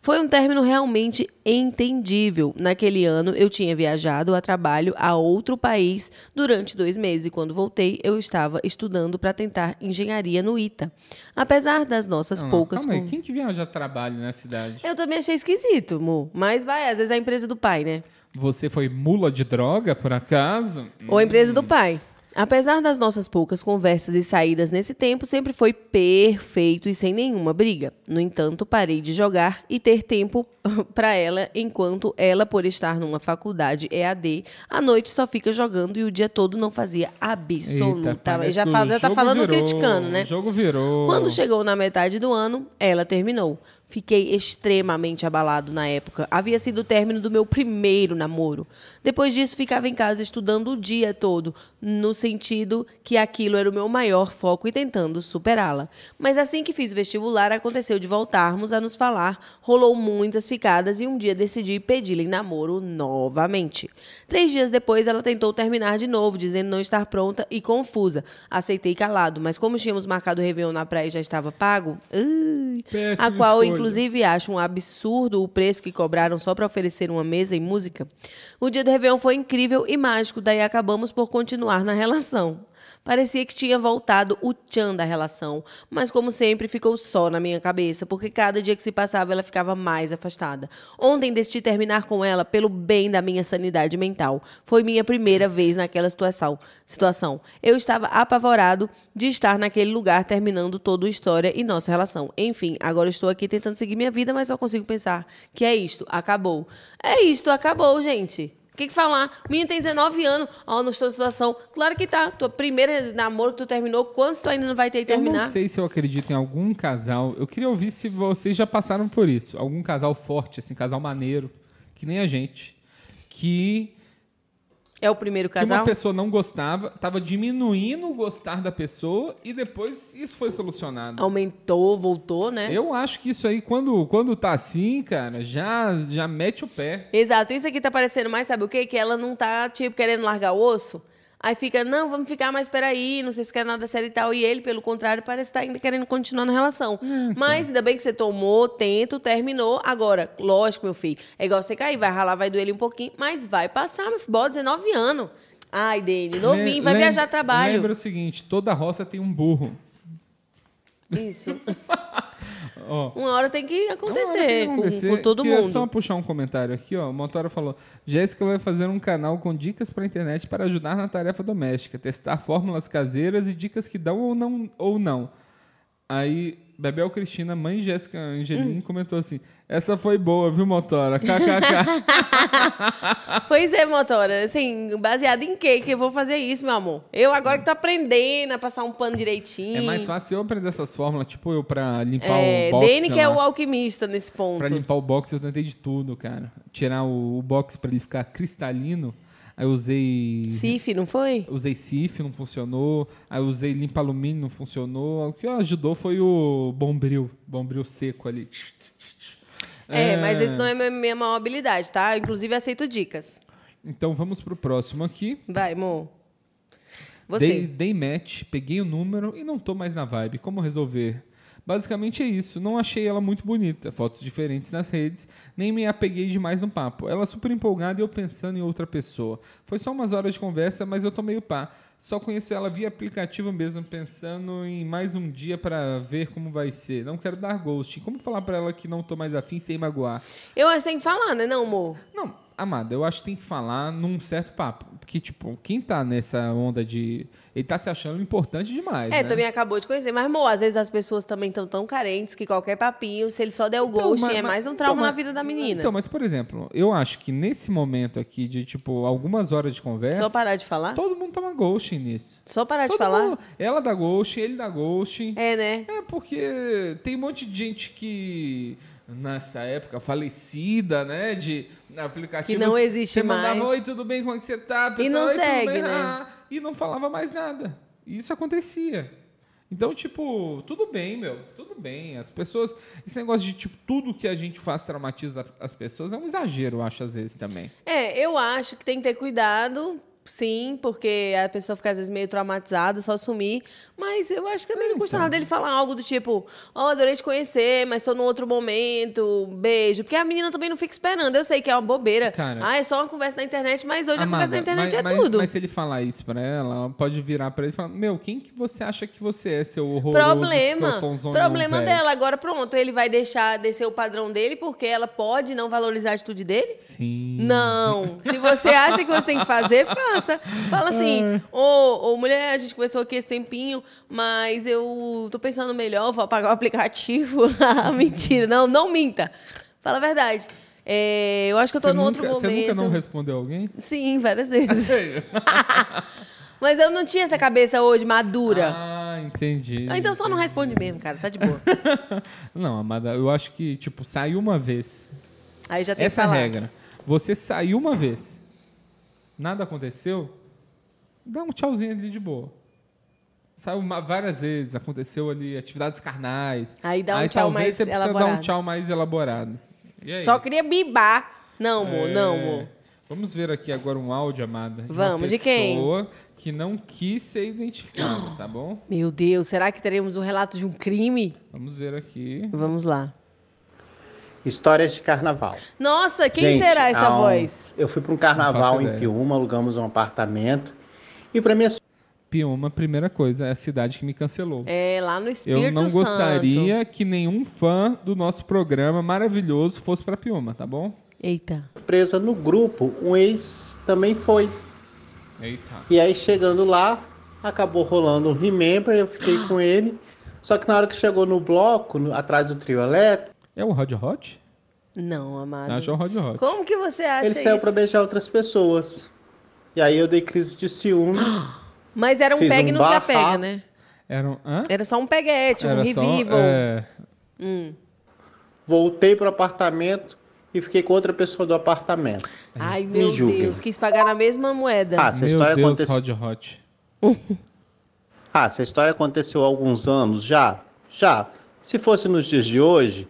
Foi um término realmente entendível. Naquele ano, eu tinha viajado a trabalho a outro país durante dois meses e, quando voltei, eu estava estudando para tentar engenharia no ITA. Apesar das nossas Não, não, poucas. Ah, calma aí, con- quem que viaja a trabalho na cidade? Eu também achei esquisito, Mu. Mas vai, às vezes é a empresa do pai, né? Você foi mula de droga, por acaso? Ou a empresa do pai. Apesar das nossas poucas conversas e saídas nesse tempo, sempre foi perfeito e sem nenhuma briga. No entanto, parei de jogar e ter tempo para ela, enquanto ela, por estar numa faculdade EAD, à noite só fica jogando e o dia todo não fazia absolutamente. parece Já, que o fala, já tá jogo falando virou, criticando, né? O jogo virou. Quando chegou na metade do ano, ela terminou. Fiquei extremamente abalado na época. Havia sido o término do meu primeiro namoro. Depois disso, ficava em casa estudando o dia todo, no sentido que aquilo era o meu maior foco e tentando superá-la. Mas assim que fiz vestibular, aconteceu de voltarmos a nos falar, rolou muitas ficadas e um dia decidi pedi-lhe em namoro novamente. Três dias depois, ela tentou terminar de novo, dizendo não estar pronta e confusa. Aceitei calado, mas como tínhamos marcado o Réveillon na praia e já estava pago, ai, Péssima a qual, é assim, escolha. inclusive, acho um absurdo o preço que cobraram só para oferecer uma mesa e música, o dia do Réveillon foi incrível e mágico, daí acabamos por continuar na relação. Parecia que tinha voltado o tchan da relação, mas como sempre ficou só na minha cabeça, porque cada dia que se passava ela ficava mais afastada. Ontem decidi terminar com ela pelo bem da minha sanidade mental. Foi minha primeira vez naquela situação. situação. Eu estava apavorado de estar naquele lugar terminando toda a história e nossa relação. Enfim, agora estou aqui tentando seguir minha vida, mas só consigo pensar que é isto, acabou. É isto, acabou, gente. O que, que falar? O menino tem 19 anos. Ó, não estou em situação. Claro que tá. Tua primeira namoro que tu terminou, quantos tu ainda não vai ter que Eu terminar? não sei se eu acredito em algum casal. Eu queria ouvir se vocês já passaram por isso. Algum casal forte, assim, casal maneiro, que nem a gente, que, É o primeiro que uma casal? pessoa não gostava, tava diminuindo o gostar da pessoa e depois isso foi solucionado. Aumentou, voltou, né? Eu acho que isso aí, quando, quando tá assim, cara, já, já mete o pé. Exato. Isso aqui tá parecendo mais, sabe o quê? Que ela não tá, tipo, querendo largar o osso. Aí fica, não, vamos ficar, mas peraí, não sei se quer nada sério e tal. E ele, pelo contrário, parece estar ainda querendo continuar na relação. Mas ainda bem que você tomou, tento, terminou. Agora, lógico, meu filho, é igual você cair, vai ralar, vai doer ele um pouquinho, mas vai passar, meu filho. Bota 19 anos. Ai, Dene, novinho, vai Lem- viajar a trabalho. Lembra o seguinte, toda roça tem um burro. Isso. Ó, Uma hora tem que Não, olha, acontecer, tem que com- acontecer. Com, todo Queria mundo. só puxar um comentário aqui, ó. O Motora falou: Jéssica vai fazer um canal com dicas para internet para ajudar na tarefa doméstica, testar fórmulas caseiras e dicas que dão ou não. Ou não. Aí, Bebel Cristina, mãe de Jéssica Angelim, Hum. comentou assim: Essa foi boa, viu, Motora? KKK. Pois é, motora. Assim, baseado em quê que eu vou fazer isso, meu amor? Eu agora que tô aprendendo a passar um pano direitinho. é mais fácil eu aprender essas fórmulas, tipo eu pra limpar É, o box. Dene sei que é lá. o alquimista nesse ponto. Pra limpar o box, eu tentei de tudo, cara. Tirar o, o box pra ele ficar cristalino. Aí eu usei. Sif, não foi? Usei Cif, não funcionou. Aí usei limpa alumínio, não funcionou. O que ajudou foi o bombril, bombril seco ali. É, mas isso não é minha- minha maior habilidade, tá? Eu, inclusive, aceito dicas. Então vamos pro próximo aqui. Vai, amor. Você. Dei, dei match, peguei o número e não tô mais na vibe. Como resolver? Basicamente é isso. Não achei ela muito bonita. Fotos diferentes nas redes. Nem me apeguei demais no papo. Ela super empolgada e eu pensando em outra pessoa. Foi só umas horas de conversa, mas eu tô meio pá. Só conheço ela via aplicativo mesmo, pensando em mais um dia pra ver como vai ser. Não quero dar ghost. Como falar pra ela que não tô mais afim sem magoar? Eu acho que tem que falar, né, não, amor? Não, amada, eu acho que tem que falar num certo papo. Porque, tipo, quem tá nessa onda de. Ele tá se achando importante demais. É, né? também acabou de conhecer. Mas, amor, às vezes as pessoas também estão tão carentes que qualquer papinho, se ele só der o Então, ghost, mas- é mas- mais um então, trauma mas- na vida da menina. Então, mas, por exemplo, eu acho que nesse momento aqui de, tipo, algumas horas de conversa. Só parar de falar? Todo mundo toma ghosting nisso. Só parar de Todo falar? mundo- ela dá ghosting, ele dá ghosting. É, né? É, porque tem um monte de gente que, nessa época, falecida, né? De aplicativo. Que não existe Você mandava, mais. oi, tudo bem? Como é que você tá? A pessoa, não "Oi, tudo segue, bem?" né? Ah, E não falava mais nada. E Isso acontecia. Então, tipo, tudo bem, meu. Tudo bem. As pessoas... Esse negócio de, tipo, tudo que a gente faz traumatiza as pessoas é um exagero, eu acho, às vezes, também. É, eu acho que tem que ter cuidado Sim, porque a pessoa fica às vezes meio traumatizada, só sumir. Mas eu acho que também não custa nada ele falar algo do tipo: Ó, adorei te conhecer, mas tô num outro momento, beijo. Porque a menina também não fica esperando. Eu sei que é uma bobeira. Cara. ah, é só uma conversa na internet, mas hoje a conversa Amada, na internet mas, é mas- tudo. Mas se ele falar isso pra ela, ela pode virar pra ele e falar: Meu, quem que você acha que você é, seu horroroso Problema. escrotonzonhão, Problema velho?" dela. Agora pronto, ele vai deixar descer o padrão dele porque ela pode não valorizar a atitude dele? Sim. Não. Se você acha que você tem que fazer, faça. Fala assim, ô, ô, mulher, a gente conversou aqui esse tempinho, mas eu tô pensando melhor, vou apagar o aplicativo. Ah, Mentira, não, não minta. Fala a verdade. É, eu acho que eu tô Você num nunca- outro momento. Você nunca não respondeu alguém? Sim, várias vezes. mas eu não tinha essa cabeça hoje madura. ah, entendi. Ah, Então só não responde mesmo, cara. Tá de boa. Não, Amada, eu acho que, tipo, saiu uma vez. Aí já tem Essa que é a falar. regra. Você saiu uma vez, nada aconteceu, dá um tchauzinho ali de boa. Saiu uma- várias vezes, aconteceu ali atividades carnais. Aí dá um tchau talvez mais você precisa dar um elaborado. tchau mais elaborado. E é Só isso. queria bibar. Não, amor, não, É, amor. Vamos ver aqui agora um áudio, amada. de uma Vamos, de quem? pessoa que não quis ser identificada, tá bom? Meu Deus, será que teremos um relato de um crime? Vamos ver aqui. Vamos lá. Histórias de carnaval. Nossa, quem Gente, será essa há um- voz? Eu fui para um Não carnaval faço em ideia. Piúma, alugamos um apartamento. E para minha Piuma, primeira coisa, é a cidade que me cancelou. É, lá no Espírito Eu não Santo. gostaria que nenhum fã do nosso programa maravilhoso fosse pra Piuma, tá bom? Eita. surpresa, no grupo, um ex também foi. Eita. E aí chegando lá, acabou rolando um remember, eu fiquei com ele. Só que na hora que chegou no bloco, no- atrás do trio elétrico, É o Rod Hot? Não, amado. Acho que é o Rod Hot. Como que você acha ele saiu isso? para beijar outras pessoas. E aí eu dei crise de ciúme. Mas era um Fiz pega e um não se bafafá. apega, né? Era um... Hã? Era só um peguete, um Era só- revival. é, Hum. Voltei pro apartamento e fiquei com outra pessoa do apartamento. Ai, Me meu julguem. Deus, quis pagar na mesma moeda. Ah, essa Meu história Deus, aconteceu. Rod Hot. Ah, essa história aconteceu há alguns anos já? Já. Se fosse nos dias de hoje,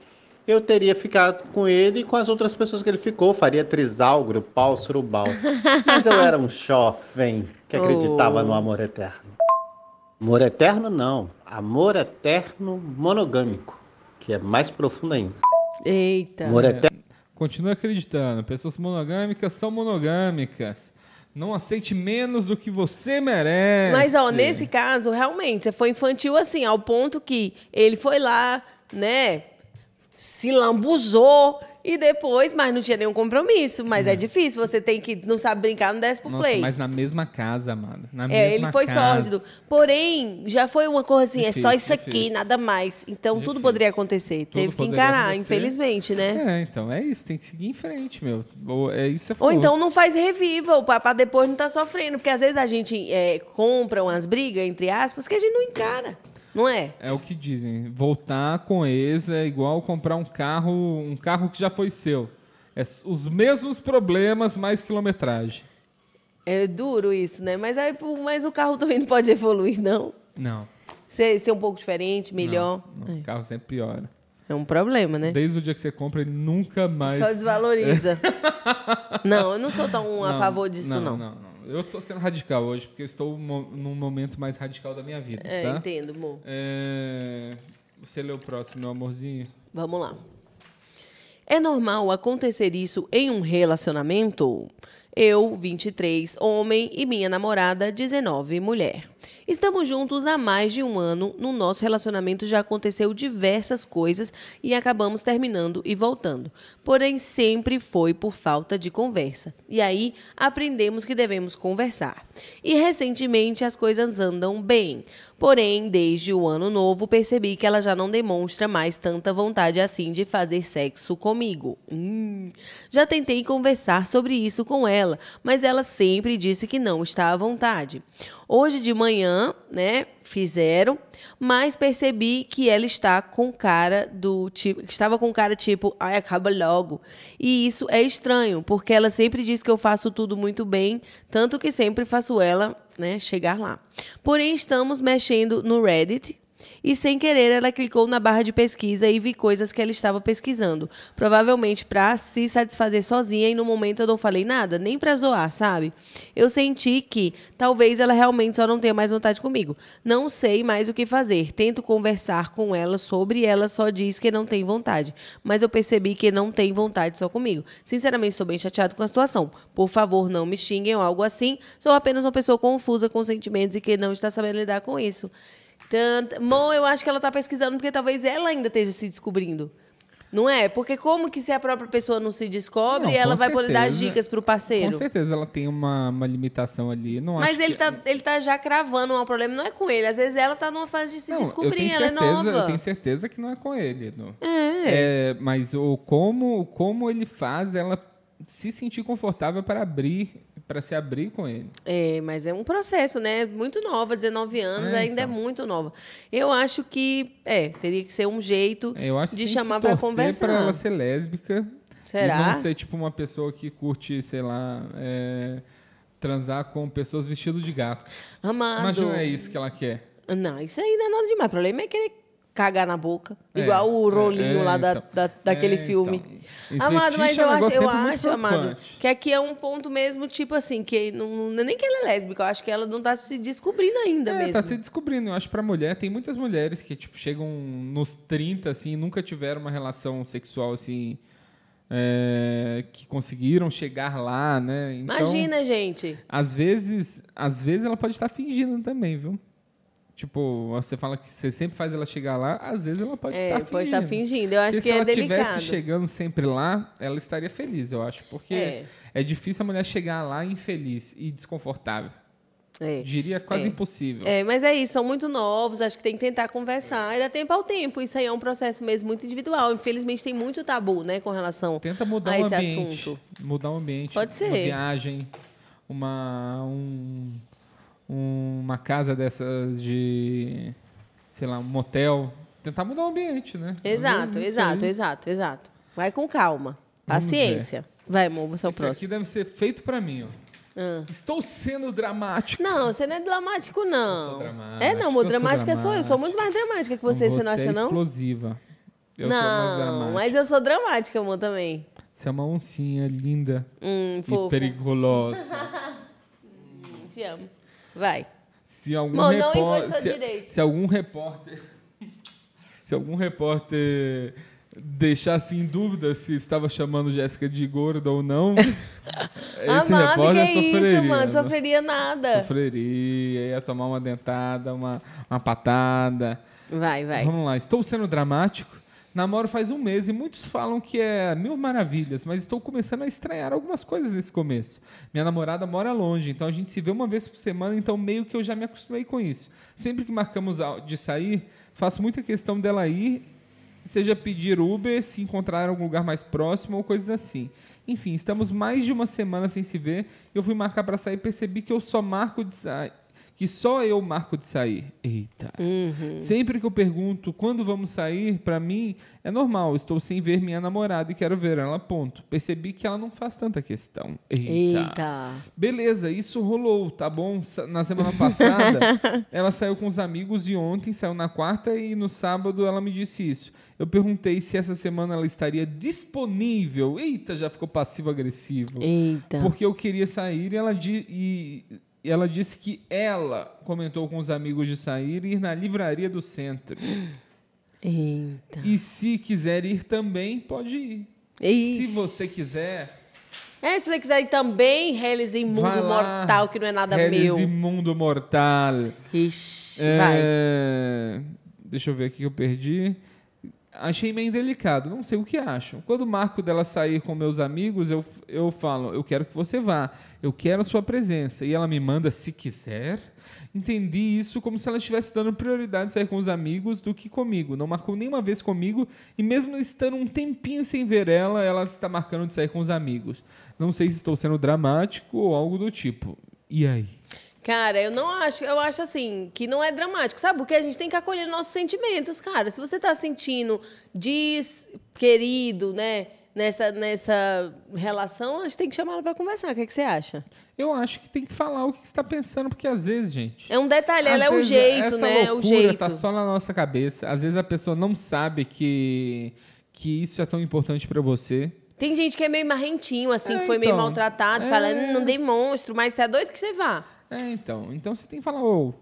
eu teria ficado com ele e com as outras pessoas que ele ficou. Faria trisal, grupal, surubal. Mas eu era um jovem que acreditava Oh. no amor eterno. Amor eterno não. Amor eterno monogâmico, que é mais profundo ainda. Eita. Amor eterno Continue acreditando. Pessoas monogâmicas são monogâmicas. Não aceite menos do que você merece. Mas, ó, nesse caso, realmente, você foi infantil assim, ao ponto que ele foi lá, né? Se lambuzou e depois, mas não tinha nenhum compromisso. Mas é difícil, você tem que. Não sabe brincar, não desce pro Hum. Nossa, play. mas na mesma casa, mano. Na É, mesma ele foi casa. sórdido. Porém, já foi uma coisa assim, é Difícil, só isso aqui, difícil. nada mais. Então, tudo Difícil. poderia acontecer. Tudo Teve que poderia encarar, acontecer. infelizmente, né? É, então é isso. Tem que seguir em frente, meu. Ou é isso que você Ou falou. então não faz revival, pra, pra depois não tá sofrendo. Porque às vezes a gente é, compra umas brigas, entre aspas, que a gente não encara. Não é? É o que dizem. Voltar com ex é igual comprar um carro, um carro que já foi seu. É s- os mesmos problemas, mais quilometragem. É duro isso, né? Mas, aí, pô, mas o carro também não pode evoluir, não. Não. Ser, ser um pouco diferente, melhor. não, O carro sempre piora. É um problema, né? Desde o dia que você compra, ele nunca mais. Só desvaloriza. não, eu não sou tão a favor disso, não. não, não. Eu tô sendo radical hoje, porque eu estou mo- num momento mais radical da minha vida. É, tá? entendo, amor. É, Você lê o próximo, meu amorzinho. Vamos lá. É normal acontecer isso em um relacionamento? Eu, 23, homem, e minha namorada, 19, mulher. Estamos juntos há mais de um ano. No nosso relacionamento já aconteceu diversas coisas e acabamos terminando e voltando. Porém, sempre foi por falta de conversa. E aí aprendemos que devemos conversar. E recentemente as coisas andam bem. Porém, desde o ano novo, percebi que ela já não demonstra mais tanta vontade assim de fazer sexo comigo. Hum. Já tentei conversar sobre isso com ela, mas ela sempre disse que não está à vontade. Hoje de manhã, né, fizeram, mas percebi que ela está com cara do tipo, estava com cara tipo, ai, acaba logo. E isso é estranho, porque ela sempre diz que eu faço tudo muito bem, tanto que sempre faço ela, né, chegar lá. Porém, estamos mexendo no Reddit E sem querer, ela clicou na barra de pesquisa e vi coisas que ela estava pesquisando. Provavelmente para se satisfazer sozinha e no momento eu não falei nada, nem para zoar, sabe? Eu senti que talvez ela realmente só não tenha mais vontade comigo. Não sei mais o que fazer. Tento conversar com ela sobre e ela só diz que não tem vontade. Mas eu percebi que não tem vontade só comigo. Sinceramente, estou bem chateado com a situação. Por favor, não me xinguem ou algo assim. Sou apenas uma pessoa confusa com sentimentos e que não está sabendo lidar com isso. Tanta... Mo, eu acho que ela está pesquisando porque talvez ela ainda esteja se descobrindo. Não é? Porque como que se a própria pessoa não se descobre, Não, ela com vai poder dar certeza. dicas para o Com parceiro? certeza ela tem uma, uma limitação ali. Não Mas acho ele que... é. tá, ele tá já cravando um problema, não é com ele. Às vezes ela tá numa fase de se Não, eu descobrir, tenho ela é certeza- Eu nova. tenho certeza que não é com ele. não. É. É, mas o como, o como ele faz ela se sentir confortável para abrir, para se abrir com ele. É, mas é um processo, né? Muito nova, 19 anos, É, ainda é então. muito nova. Eu acho que, é, teria que ser um jeito É, Eu acho de que chamar para pra conversar. Para ela ser lésbica. E Será? não ser tipo uma pessoa que curte, sei lá, é, transar com pessoas vestidas de gato. Amado. Imagina é isso que ela quer. Não, isso aí não é nada demais. O problema é querer cagar na boca. É, igual o é, rolinho é, lá da, então. da- daquele É, filme. então. E Amado, mas fetiche é eu um acho, negócio eu sempre muito acho, amado, preocupante. que aqui é um ponto mesmo, tipo assim, que não, não é nem que ela é lésbica, eu acho que ela não tá se descobrindo ainda é, mesmo. tá se descobrindo. Eu acho pra mulher, tem muitas mulheres que, tipo, chegam nos 30, assim, e nunca tiveram uma relação sexual, assim, é, que conseguiram chegar lá, né? Então, Imagina, gente. Às vezes, às vezes ela pode estar fingindo também, viu? Tipo, você fala que você sempre faz ela chegar lá, às vezes ela pode É, estar fingindo. pode estar fingindo. Eu acho Porque que se é ela delicado. tivesse chegando sempre lá, ela estaria feliz, eu acho. Porque é, É, difícil a mulher chegar lá infeliz e desconfortável. é. Diria quase impossível. É, mas é isso, são muito novos, acho que tem que tentar conversar. E dá tempo ao tempo. Isso aí é um processo mesmo muito individual. Infelizmente tem muito tabu, né, com relação. Tenta mudar Ah, o esse ambiente. assunto. Mudar o ambiente. Pode ser. Uma viagem, uma, um- uma casa dessas de, sei lá, um motel. Tentar mudar o ambiente, né? Às Exato, vezes isso exato, aí- exato, exato. Vai com calma. né? Vamos ver. Paciência. Vai, amor, você é o Isso próximo. aqui deve ser feito pra mim, ó. Ah. Estou sendo dramático. Não, você não é dramático, não. Eu sou dramático, É, não, amor, eu sou dramática sou, eu. Sou muito mais dramática que você, Então você não acha, é não? explosiva. Eu sou mais não, é dramático. mas eu sou dramática, amor, também. Você é uma oncinha linda Hum, e fofo. perigosa. Te amo. Vai. Se algum Mão, não repórter, encosta se, direito. se algum repórter, se algum repórter deixasse em dúvida se estava chamando Jéssica de gorda ou não, esse Amado, que repórter é sofreria. isso, mano? né? Sofreria nada. Sofreria, ia tomar uma dentada, uma, uma patada. Vai, vai. Vamos lá, estou sendo dramático. Namoro faz um mês e muitos falam que é mil maravilhas, mas estou começando a estranhar algumas coisas nesse começo. Minha namorada mora longe, então a gente se vê uma vez por semana, então meio que eu já me acostumei com isso. Sempre que marcamos a- de sair, faço muita questão dela ir, seja pedir Uber, se encontrar em algum lugar mais próximo ou coisas assim. Enfim, estamos mais de uma semana sem se ver. Eu fui marcar para sair e percebi que eu só marco de sair, que só eu marco de sair. Eita. Sempre que eu pergunto quando vamos sair, pra mim é normal. Estou sem ver minha namorada e quero ver ela, ponto. Percebi que ela não faz tanta questão. Eita. Beleza, isso rolou, tá bom? Sa- Na semana passada, ela saiu com os amigos e ontem saiu na quarta e no sábado ela me disse isso. Eu perguntei se essa semana ela estaria disponível. Eita, já ficou passivo-agressivo. Eita. Porque eu queria sair e ela, di- e- e ela disse que ela comentou com os amigos de sair e ir na livraria do centro. Eita. E se quiser ir também, pode ir. Ixi. Se você quiser, É, se você quiser ir também, Hellis Imundo Vai lá. Mortal, que não é nada Reles meu. Imundo Mortal. Ixi, vai. É, Deixa eu ver aqui que eu perdi. Achei meio delicado, não sei o que acham. Quando o marco dela sair com meus amigos, eu, eu falo, eu quero que você vá, eu quero a sua presença. E ela me manda, se quiser. Entendi isso como se ela estivesse dando prioridade de sair com os amigos do que comigo. Não marcou nenhuma vez comigo e mesmo estando um tempinho sem ver ela, ela está marcando de sair com os amigos. Não sei se estou sendo dramático ou algo do tipo. E aí? Cara, eu não acho, eu acho assim, que não é dramático, sabe? Porque a gente tem que acolher nossos sentimentos, cara. Se você tá sentindo desquerido, né? nessa, nessa relação, acho que tem que chamá-la para conversar. O que, é que você acha? Eu acho que tem que falar o que você tá pensando, porque às vezes, gente. É um detalhe, ela é às o vezes jeito, essa né? É o loucura jeito. tá só na nossa cabeça. Às vezes a pessoa não sabe que, que isso é tão importante pra você. Tem gente que é meio marrentinho, assim, É, que foi meio então. maltratado, É. fala, "Hum, não demonstro, mas tá doido que você vá. É, então. Então você tem que falar, ô.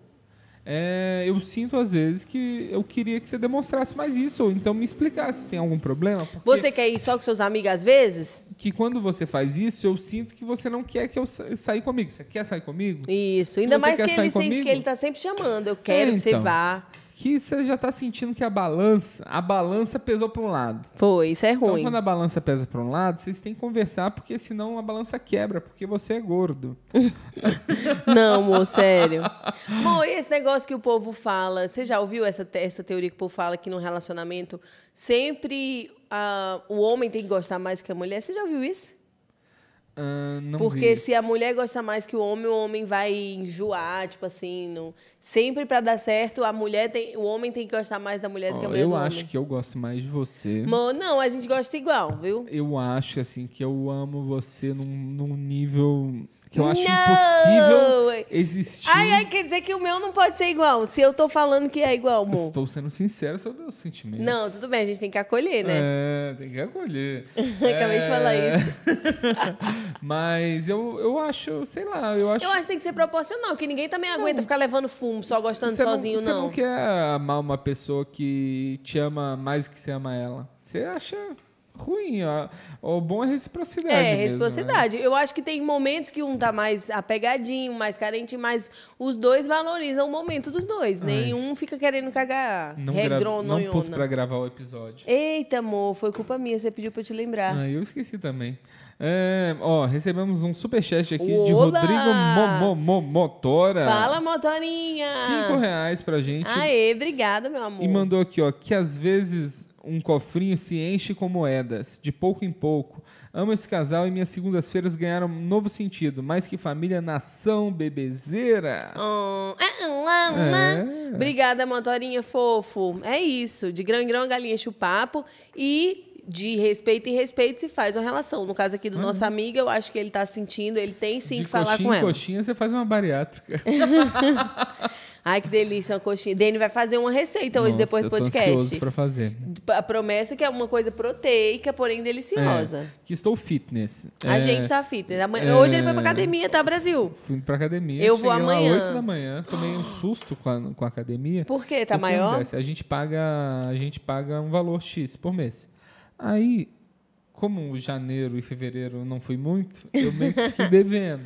é, eu sinto às vezes que eu queria que você demonstrasse mais isso, ou então me explicasse se tem algum problema. Porque Você quer ir só com seus amigos às vezes? que quando você faz isso, eu sinto que você não quer que eu sa sair comigo. Você quer sair comigo? Isso. Se Ainda você mais que quer ele sair sente que comigo? ele tá sempre chamando. Eu quero É, que você então. vá. Que você já tá sentindo que a balança, a balança pesou para um lado. Foi, isso é Então, ruim. quando a balança pesa para um lado, vocês têm que conversar, porque senão a balança quebra, porque você é gordo. Não, amor, sério. Amor, e esse negócio que o povo fala? Você já ouviu essa, te- essa teoria que o povo fala que no relacionamento sempre ah, o homem tem que gostar mais que a mulher? Você já ouviu isso? Ah, não Porque vi se isso. a mulher gosta mais que o homem, o homem vai enjoar, tipo assim, não... sempre pra dar certo, a mulher tem, o homem tem que gostar mais da mulher do que é né? a Ó, mulher eu do acho homem. que eu gosto mais de você. Amor, não, a gente gosta igual, viu? Eu acho, assim, que eu amo você num, num nível que eu acho impossível Não! existir. Ai, ai, quer dizer que o meu não pode ser igual. Se eu tô falando que é igual, Eu amor. Estou sendo sincero sobre os sentimentos. Não, tudo bem, a gente tem que acolher, né? É, tem que acolher. É. Acabei de falar isso. Mas eu, eu acho, sei lá, eu acho. Eu acho que tem que ser proporcional, que ninguém também aguenta ficar levando fumo só gostando Você sozinho, Você não. não quer amar uma pessoa que te ama mais do que você ama ela. Você acha ruim. ó. O bom é reciprocidade. É, mesmo, reciprocidade. Eu acho que tem momentos que um tá mais apegadinho, mais carente, mas os dois valorizam o momento dos dois. Nenhum fica querendo cagar Né? Não, gra... não pus regrononhona. pra gravar o episódio. Eita, amor, foi culpa minha, você pediu pra eu te lembrar. Ah, eu esqueci também. É, ó, recebemos um superchat aqui de Olá! Rodrigo Mo- Mo- Mo- Motora. Fala, motorinha! é. Cinco reais pra gente. Aê, obrigada, meu amor. E mandou aqui, ó, que às vezes um cofrinho se enche com moedas, de pouco em pouco. Amo esse casal e minhas segundas-feiras ganharam um novo sentido. Mais que família, nação, bebezeira. Ah, ah, ah, ah. Hum. É. Obrigada, motorinha fofo. É isso. De grão em grão, a galinha enche o papo. E de respeito em respeito se faz uma relação. No caso aqui do nosso amigo, eu acho que ele tá sentindo, ele tem sim Uhum. de que falar coxinha com em ela. coxinha, você faz uma bariátrica. Ai, que delícia, uma coxinha. Dani vai fazer uma receita Então, hoje Nossa, depois do eu tô ansioso podcast. pra fazer. A promessa é que é uma coisa proteica, porém deliciosa. Que estou fitness. A É, gente tá fitness. Amanhã- É. Hoje ele foi pra academia, tá, Brasil? Fui pra academia. Eu vou cheguei lá amanhã. 8 da manhã, tomei um susto com a, com a academia. Por quê? Tá O que maior? acontece? A gente paga, a gente paga um valor X por mês. Aí, como janeiro e fevereiro não foi muito, eu meio que fiquei devendo.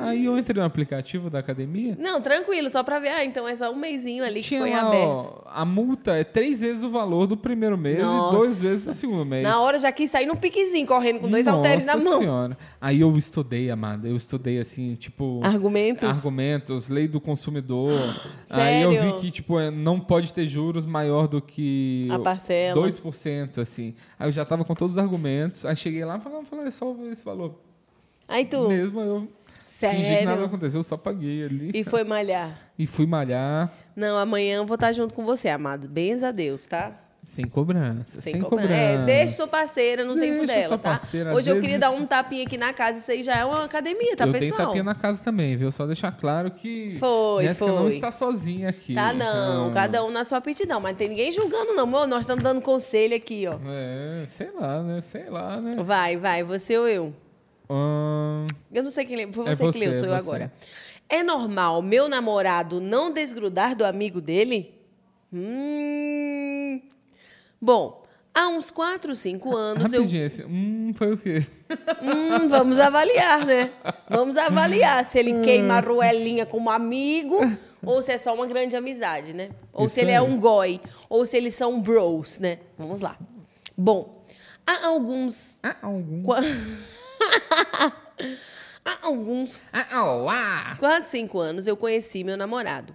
Aí eu entrei no aplicativo da academia. Não, tranquilo, só pra ver. Ah, então é só um mêsinho ali que Tinha foi lá, aberto. ó, a multa é três vezes o valor do primeiro mês Nossa. e duas vezes do segundo mês. Na hora já quis sair num piquezinho, correndo com dois É Nossa halteres na mão. Senhora. Aí eu estudei, amada. Eu estudei assim, tipo. Argumentos? argumentos, lei do consumidor. Aí eu Sério? vi que, tipo, é, não pode ter juros maior do que A parcela. 2%, assim. Aí eu já tava com todos os argumentos. Aí cheguei lá e falei, não, falei, é só esse valor. Aí tu, Mesmo eu fingi que nada sério? aconteceu, eu só paguei ali. E foi malhar. E fui malhar Não, amanhã eu vou estar junto com você, amado. Benza a Deus, tá? sem cobrança. Sem, cobrança. É, deixa sua parceira no tempo Deixa dela, sua tá? parceira, às Hoje eu queria vezes- dar um tapinha aqui na casa, isso aí já é uma academia, tá, eu tenho pessoal? tapinha na casa também, viu? Só deixar claro que Foi, Jéssica não foi. está sozinha aqui. então. Tá não, cada um na sua aptidão, mas não tem ninguém julgando não, amor. Nós estamos dando conselho aqui, ó. É, sei lá, né? Sei lá, né? Vai, vai, você ou eu? Ahn, Eu não sei quem leu. Foi É você, que leu, você, sou é eu você. agora. É normal meu namorado não desgrudar do amigo dele? Hum. Bom, há uns 4, 5 anos eu. Ah, rapidinho, esse. Hum, foi o quê? Hum, vamos avaliar, né? Vamos avaliar se Hum. ele queima a roelinha como amigo ou se é só uma grande amizade, né? Ou Isso se ele é aí. um goi, ou se eles são bros, né? Vamos lá. Bom, há alguns. Ah, algum. qua- há alguns Ah, olá! Ah, Tá. quase cinco anos eu conheci meu namorado.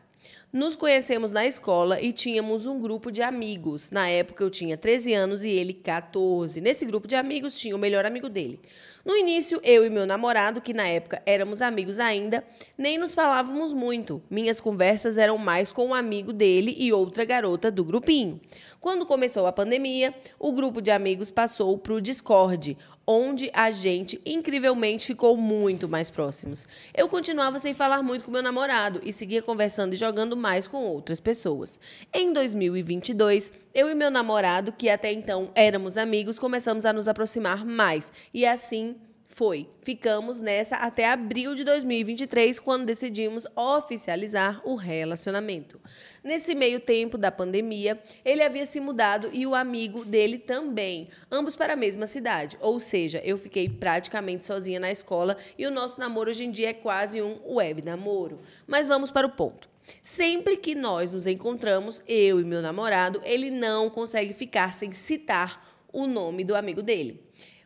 Nos conhecemos na escola e tínhamos um grupo de amigos. Na época eu tinha 13 anos e ele 14. Nesse grupo de amigos tinha o melhor amigo dele. No início, eu e meu namorado, que na época éramos amigos ainda, nem nos falávamos muito. Minhas conversas eram mais com um amigo dele e outra garota do grupinho. Quando começou a pandemia, o grupo de amigos passou para o Discord, onde a gente incrivelmente ficou muito mais próximos. Eu continuava sem falar muito com meu namorado e seguia conversando e jogando mais com outras pessoas. Em 2022, eu e meu namorado, que até então éramos amigos, começamos a nos aproximar mais e assim foi. Ficamos nessa até abril de 2023, quando decidimos oficializar o relacionamento. Nesse meio tempo da pandemia, ele havia se mudado e o amigo dele também, ambos para a mesma cidade. Ou seja, eu fiquei praticamente sozinha na escola e o nosso namoro hoje em dia é quase um web namoro. Mas vamos para o ponto. Sempre que nós nos encontramos, eu e meu namorado, ele não consegue ficar sem citar o nome do amigo dele.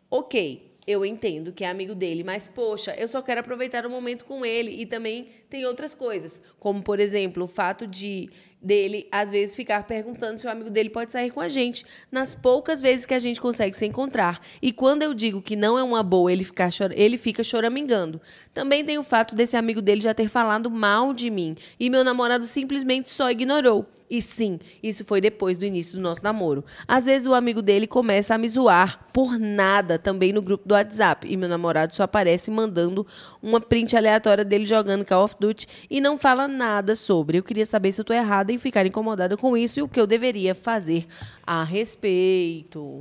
Ok, eu entendo que é amigo dele, mas poxa, eu só quero aproveitar o momento com ele e também tem outras coisas, como por exemplo, o fato de dele às vezes ficar perguntando se o amigo dele pode sair com a gente nas poucas vezes que a gente consegue se encontrar. E quando eu digo que não é uma boa ele ficar chor- ele fica choramingando. Também tem o fato desse amigo dele já ter falado mal de mim e meu namorado simplesmente só ignorou. E sim, isso foi depois do início do nosso namoro. Às vezes o amigo dele começa a me zoar por nada também no grupo do WhatsApp. E meu namorado só aparece mandando uma print aleatória dele jogando Call of Duty e não fala nada sobre. Eu queria saber se eu tô errada em ficar incomodada com isso e o que eu deveria fazer a respeito.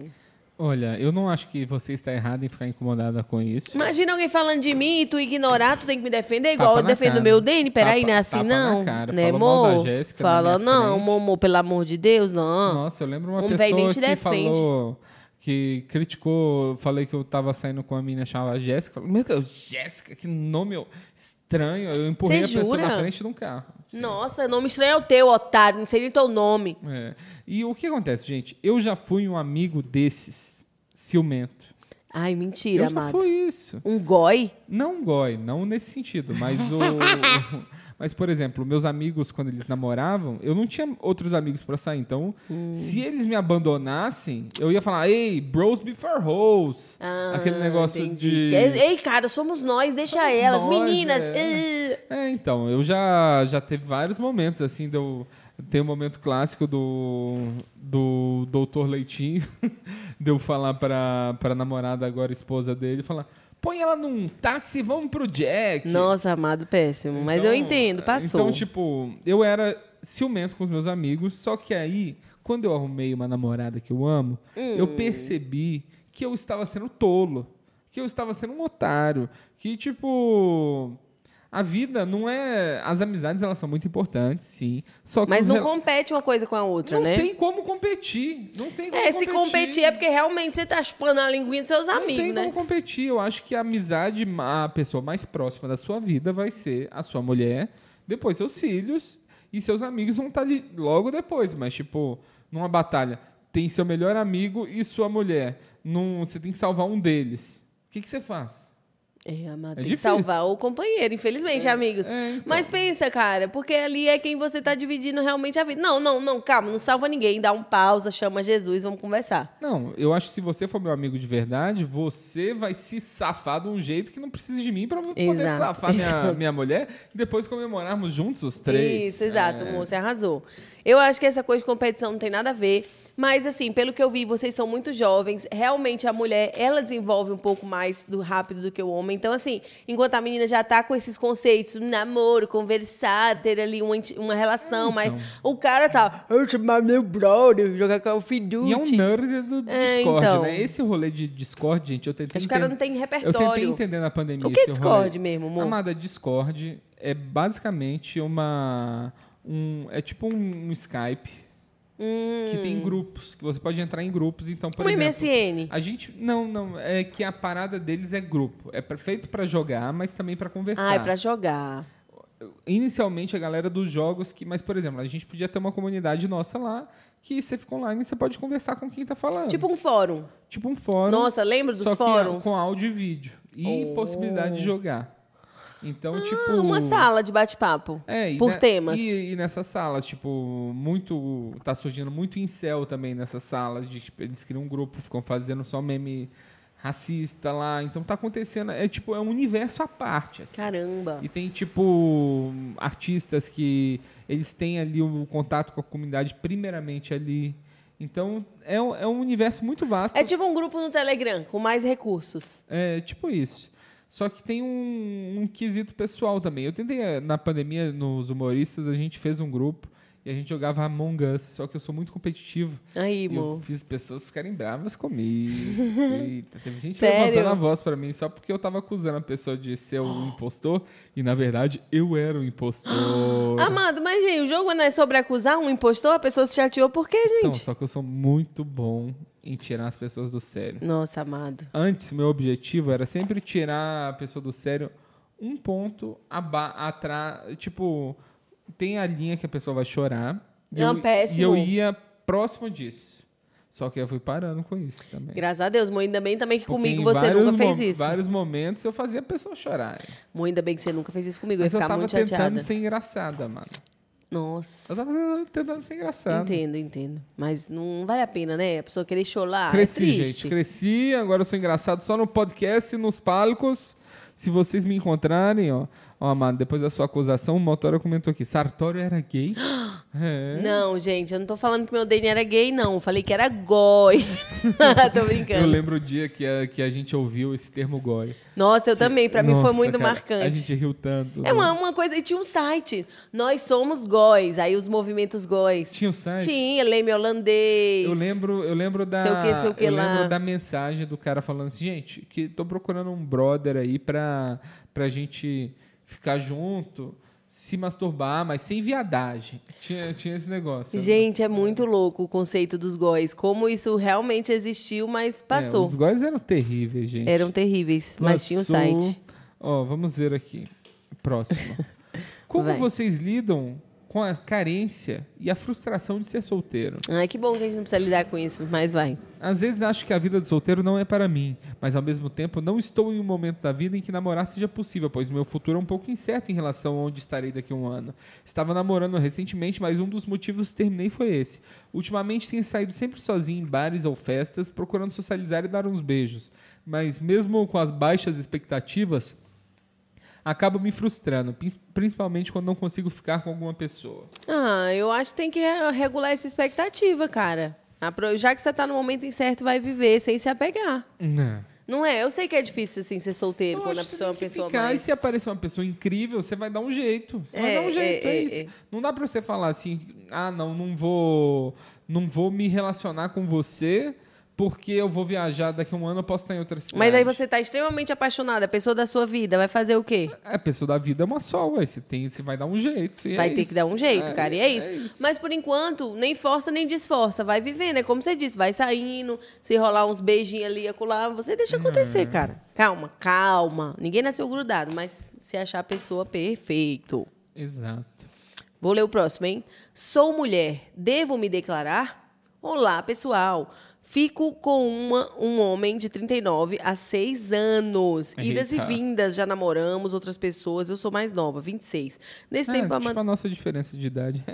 Olha, eu não acho que você está errado em ficar incomodada com isso. Imagina alguém falando de mim e tu ignorar, tu tem que me defender igual Tapa eu na defendo cara. o meu Dene. Peraí, não é Tapa- assim tapa na não. cara. Né, Fala mal da amor? Jéssica na Fala, minha não, frente. amor, pelo amor de Deus, não. Nossa, eu lembro uma Homem Ah. Um velho nem pessoa te que defende. falou que criticou, falei que eu tava saindo com a menina chamada Jéssica. Meu Deus, Jéssica, que nome eu- estranho. Eu empurrei Cê a pessoa jura? na frente de um carro. Nossa, nome estranho é o teu, otário. Não sei nem teu nome. É. E o que acontece, gente? Eu já fui um amigo desses, ciumento. Ai, mentira, eu já amado. fui isso. Um goi? Não goi, não nesse sentido, mas o. mas, por exemplo, meus amigos, quando eles namoravam, eu não tinha outros amigos pra sair. Então, Hum. se eles me abandonassem, eu ia falar, ei, bros before hoes. Ah, Aquele negócio entendi. é- de. Ei, ei, cara, somos nós, deixa Somos elas. nós, Meninas. é. ah. É, então, eu já, já teve vários momentos, assim, deu. Tem um momento clássico do, do Doutor Leitinho, de eu falar pra, pra namorada, agora esposa dele, falar, põe ela num táxi e vamos pro Jack. Nossa, amado, péssimo. Mas eu Então, entendo, passou. Então, tipo, eu era ciumento com os meus amigos, só que aí, quando eu arrumei uma namorada que eu amo, eu Hum. percebi que eu estava sendo tolo, que eu estava sendo um otário, que, tipo. A vida não é. As amizades, elas são muito importantes, sim. Só que Mas o não rela- compete uma coisa com a outra, não né? tem como competir. Não tem como É, se competir é porque realmente você tá chupando a linguinha dos seus não amigos, tem né? como competir. Eu acho que a amizade, ma- a pessoa mais próxima da sua vida vai ser a sua mulher, depois seus filhos e seus amigos vão estar ali logo depois. Mas, tipo, numa batalha, tem seu melhor amigo e sua mulher. Num, você tem que salvar um deles. O que, que você faz? É, amado, tem É que difícil. salvar o companheiro, infelizmente, amigos. é, então. Mas pensa, cara, porque ali é quem você tá dividindo realmente a vida. Não, não, não, calma, não salva ninguém. Dá um pausa, chama Jesus, vamos conversar. Não, eu acho que se você for meu amigo de verdade, você vai se safar de um jeito que não precisa de mim pra eu poder Exato, safar minha, exato. minha mulher e depois comemorarmos juntos os três. Isso, exato, É. amor, você arrasou. Eu acho que essa coisa de competição não tem nada a ver. Mas, assim, pelo que eu vi, vocês são muito jovens. Realmente, a mulher, ela desenvolve um pouco mais do rápido do que o homem. Então, assim, enquanto a menina já tá com esses conceitos, namoro, conversar, ter ali uma, inti- uma relação, mas Então. o cara tá, eu chamar meu brother, jogar com o Fiduci. E é um nerd do É, Discord, então. né? Esse rolê de Discord, gente, eu tentei Os caras não entender- têm Eu tentei repertório. entender na pandemia. O que é esse Discord rolê. mesmo, amor? Amada, Discord é basicamente uma... Um, é tipo um, Skype que tem Hum. grupos, que você pode entrar em grupos. Então, por Uma exemplo... MSN. A gente... Não, não. É que a parada deles é grupo. É pra- feito pra jogar, mas também pra conversar Ah, é pra jogar. inicialmente a galera dos jogos que, mas por exemplo, a gente podia ter uma comunidade nossa lá que você fica online e você pode conversar com quem tá falando. Tipo um fórum. Tipo um fórum. Nossa, lembra dos só que fóruns? Oh. com áudio e vídeo e possibilidade de jogar. Então, Ah, tipo. uma sala de bate-papo. É, e por ne- temas. E, e nessas salas, tipo, muito. Tá surgindo muito incel também nessas salas. De, tipo, eles criam um grupo, ficam fazendo só meme racista lá. Então tá acontecendo. É tipo, é um universo à parte. assim. Caramba. E tem, tipo, artistas que eles têm ali o contato com a comunidade primeiramente ali. Então, é, um- é um universo muito vasto. É tipo um grupo no Telegram, com mais recursos. É tipo isso. Só que tem um, um quesito pessoal também. Eu tentei, eh, na pandemia, nos humoristas, a gente fez um grupo e a gente jogava Among Us, só que eu sou muito competitivo. Aí, E eu amor. fiz pessoas ficarem bravas comigo. Eita, teve gente Sério? levantando a voz pra mim só porque eu tava acusando a pessoa de ser o impostor e, na verdade, eu era o impostor. Amado, Ah, mas gente, o jogo não é sobre acusar um impostor? A pessoa se chateou por quê, Então, gente? só que eu sou muito bom em tirar as pessoas do sério. Nossa, amado. Antes, meu objetivo era sempre tirar a pessoa do sério um ponto atrás. Tipo, tem a linha que a pessoa vai chorar. e Não, eu, péssimo. E eu ia próximo disso. Só que eu fui parando com isso também. Graças a Deus, Mo, ainda bem também que Porque comigo em você vários nunca fez mo- isso. vários momentos eu fazia a pessoa chorar. Mo, ainda bem que você nunca fez isso comigo. Eu ia Mas eu ficar tava muito tentando chateada. ser engraçada, mano. Eu Nossa. tava tentando ser engraçada. Entendo, entendo. Mas não vale a pena, né? A pessoa querer chorar. é Cresci, triste. gente. Cresci, agora eu sou engraçado só no podcast e nos palcos. Se vocês me encontrarem, ó, ó, mano, depois da sua acusação, o Motora comentou aqui, Sartório era gay? é. Não, gente, eu não tô falando que meu Dane era gay, não. Eu falei que era goi. tô brincando. Eu lembro o dia que a, que a gente ouviu esse termo goi. Nossa, eu também. Pra mim foi Nossa, muito cara, A marcante. gente riu tanto. É uma, uma coisa. E tinha um site. Nós somos góis. Aí os movimentos góis. Tinha o site? Tinha, leme holandês. Eu lembro, eu lembro da. Sei o que, sei o que eu lá. lembro da mensagem do cara falando assim, gente, que tô procurando um brother aí pra, pra gente ficar junto, se masturbar, mas sem viadagem. Tinha, tinha esse negócio. Gente, é muito louco o conceito dos góis. Como isso realmente existiu, mas É, passou. os góis eram terríveis, gente. Eram terríveis, mas tinha o Lançou- site. Ó, vamos ver aqui. Próximo. Como Vai. vocês lidam com a carência e a frustração de ser solteiro? Ai, que bom que a gente não precisa lidar com isso, mas vai. Às vezes acho que a vida do solteiro não é para mim, mas ao mesmo tempo não estou em um momento da vida em que namorar seja possível, pois meu futuro é um pouco incerto em relação a onde estarei daqui a um ano. Estava namorando recentemente, mas um dos motivos que terminei foi esse. Ultimamente tenho saído sempre sozinho em bares ou festas, procurando socializar e dar uns beijos. Mas mesmo com as baixas expectativas, acabo me frustrando, prin- principalmente quando não consigo ficar com alguma pessoa. Ah, eu acho que tem que re- regular essa expectativa, cara. Apro- Já que você tá no momento incerto, vai viver sem se apegar. Não é? Eu sei que é difícil, assim, ser solteiro Eu quando a acho que pessoa é uma tem que pessoa ficar, mais... E se aparecer uma pessoa incrível, você vai dar um jeito. Você vai É, dar um jeito, é, é, é, isso. é. Não dá pra você falar assim, ah, não, não vou, não vou me relacionar com você porque eu vou viajar daqui a um ano, eu posso estar em outra cidade. Mas aí você tá extremamente apaixonada, a pessoa da sua vida vai fazer o quê? A pessoa da vida é uma só, ué. Você, tem, você vai dar um jeito. e vai é ter isso. que dar um jeito, É, cara, e é isso. Mas por enquanto, nem força nem desforça, vai vivendo, é como você disse, vai saindo, se rolar uns beijinhos ali, acolá, você deixa acontecer, cara. Calma, calma. Ninguém nasceu grudado, mas se achar a pessoa, perfeito. Exato. Vou ler o próximo, hein? Sou mulher, devo me declarar? Olá, pessoal. Fico com uma- um homem de 39 há 6 anos. Idas e Eita. vindas, já namoramos outras pessoas. Eu sou mais nova, 26. Nesse É, tempo, a tipo man- a nossa diferença de idade.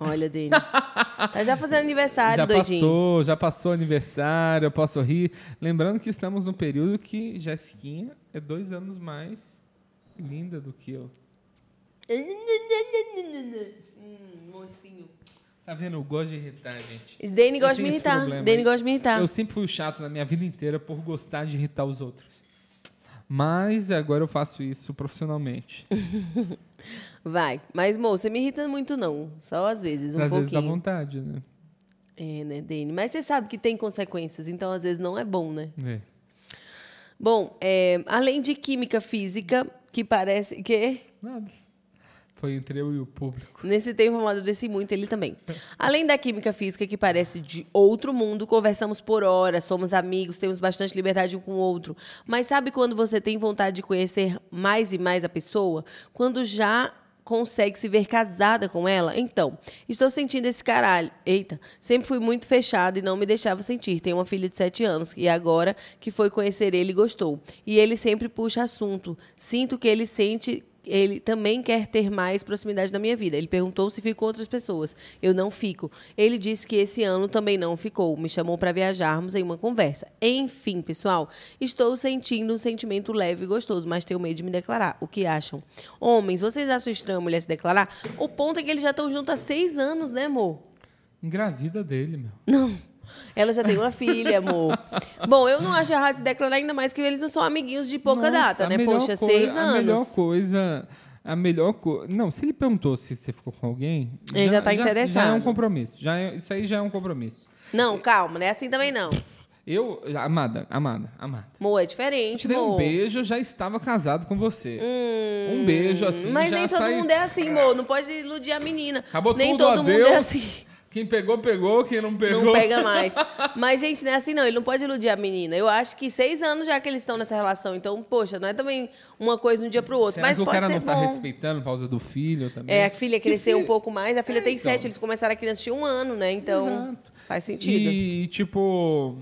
Olha, Dani. tá já fazendo aniversário, já doidinho. passou, já passou aniversário, eu posso rir. Lembrando que estamos num período que Jessiquinha é dois anos mais linda do que eu. Hum, mocinho. Tá vendo? Eu gosto de irritar, gente. Dani Eu gosta de tenho me esse irritar. problema Dani aí. gosta de me irritar. Eu sempre fui o chato na minha vida inteira por gostar de irritar os outros. Mas agora eu faço isso profissionalmente. Um Vai. Mas, moça, você me irrita muito, não. Só às vezes, um Às pouquinho. vezes dá vontade, né? É, né, Dani? Mas você sabe que tem consequências, então às vezes não é bom, né? É. Bom, é, além de química física, que parece que Nada. Foi entre eu e o público. nesse tempo eu amadureci muito, ele também. Além da química física, que parece de outro mundo, conversamos por horas, somos amigos, temos bastante liberdade um com o outro. Mas sabe quando você tem vontade de conhecer mais e mais a pessoa? Quando já consegue se ver casada com ela? Então, estou sentindo esse caralho. Eita, sempre fui muito fechada e não me deixava sentir. Tenho uma filha de 7 anos e agora que foi conhecer ele gostou. E ele sempre puxa assunto. Sinto que ele sente ele também quer ter mais proximidade da minha vida. Ele perguntou se fico com outras pessoas. Eu não fico. Ele disse que esse ano também não ficou. Me chamou para viajarmos em uma conversa. Enfim, pessoal, estou sentindo um sentimento leve e gostoso, mas tenho medo de me declarar. O que acham? Homens, vocês acham estranho a mulher se declarar? O ponto é que eles já estão juntos há seis anos, né, amor? Engravida dele, meu. Não. Ela já tem uma filha, amor. Bom, eu não acho errado se declarar, ainda mais que eles não são amiguinhos de pouca Nossa, data, a né? melhor Poxa, coisa- seis A melhor anos. coisa. A melhor coisa. Não, se ele perguntou se você ficou com alguém. Ele já tá interessado. Já é um compromisso. Já é- isso aí já é um compromisso. Não, calma, não é assim também não. Eu, amada, amada, amada. Amor, é Eu te diferente, dei um amor. beijo, eu já estava casado com você. Hum, um beijo assim, Mas já nem todo sai- mundo é assim, amor. Não pode iludir a menina. Acabou nem tudo, todo adeus. mundo é assim. Quem pegou, pegou. Quem não pegou. Não pega mais. Mas, gente, não é assim, não. Ele não pode iludir a menina. Eu acho que seis anos já que eles estão nessa relação. Então, poxa, não é também uma coisa de um dia pro outro. Será mas que o pode cara ser não tá bom. respeitando por causa do filho também? É, a filha cresceu um pouco mais. A filha É, tem então. sete. Eles começaram a criança tinha um ano, né? Então, Exato. faz sentido. E, tipo,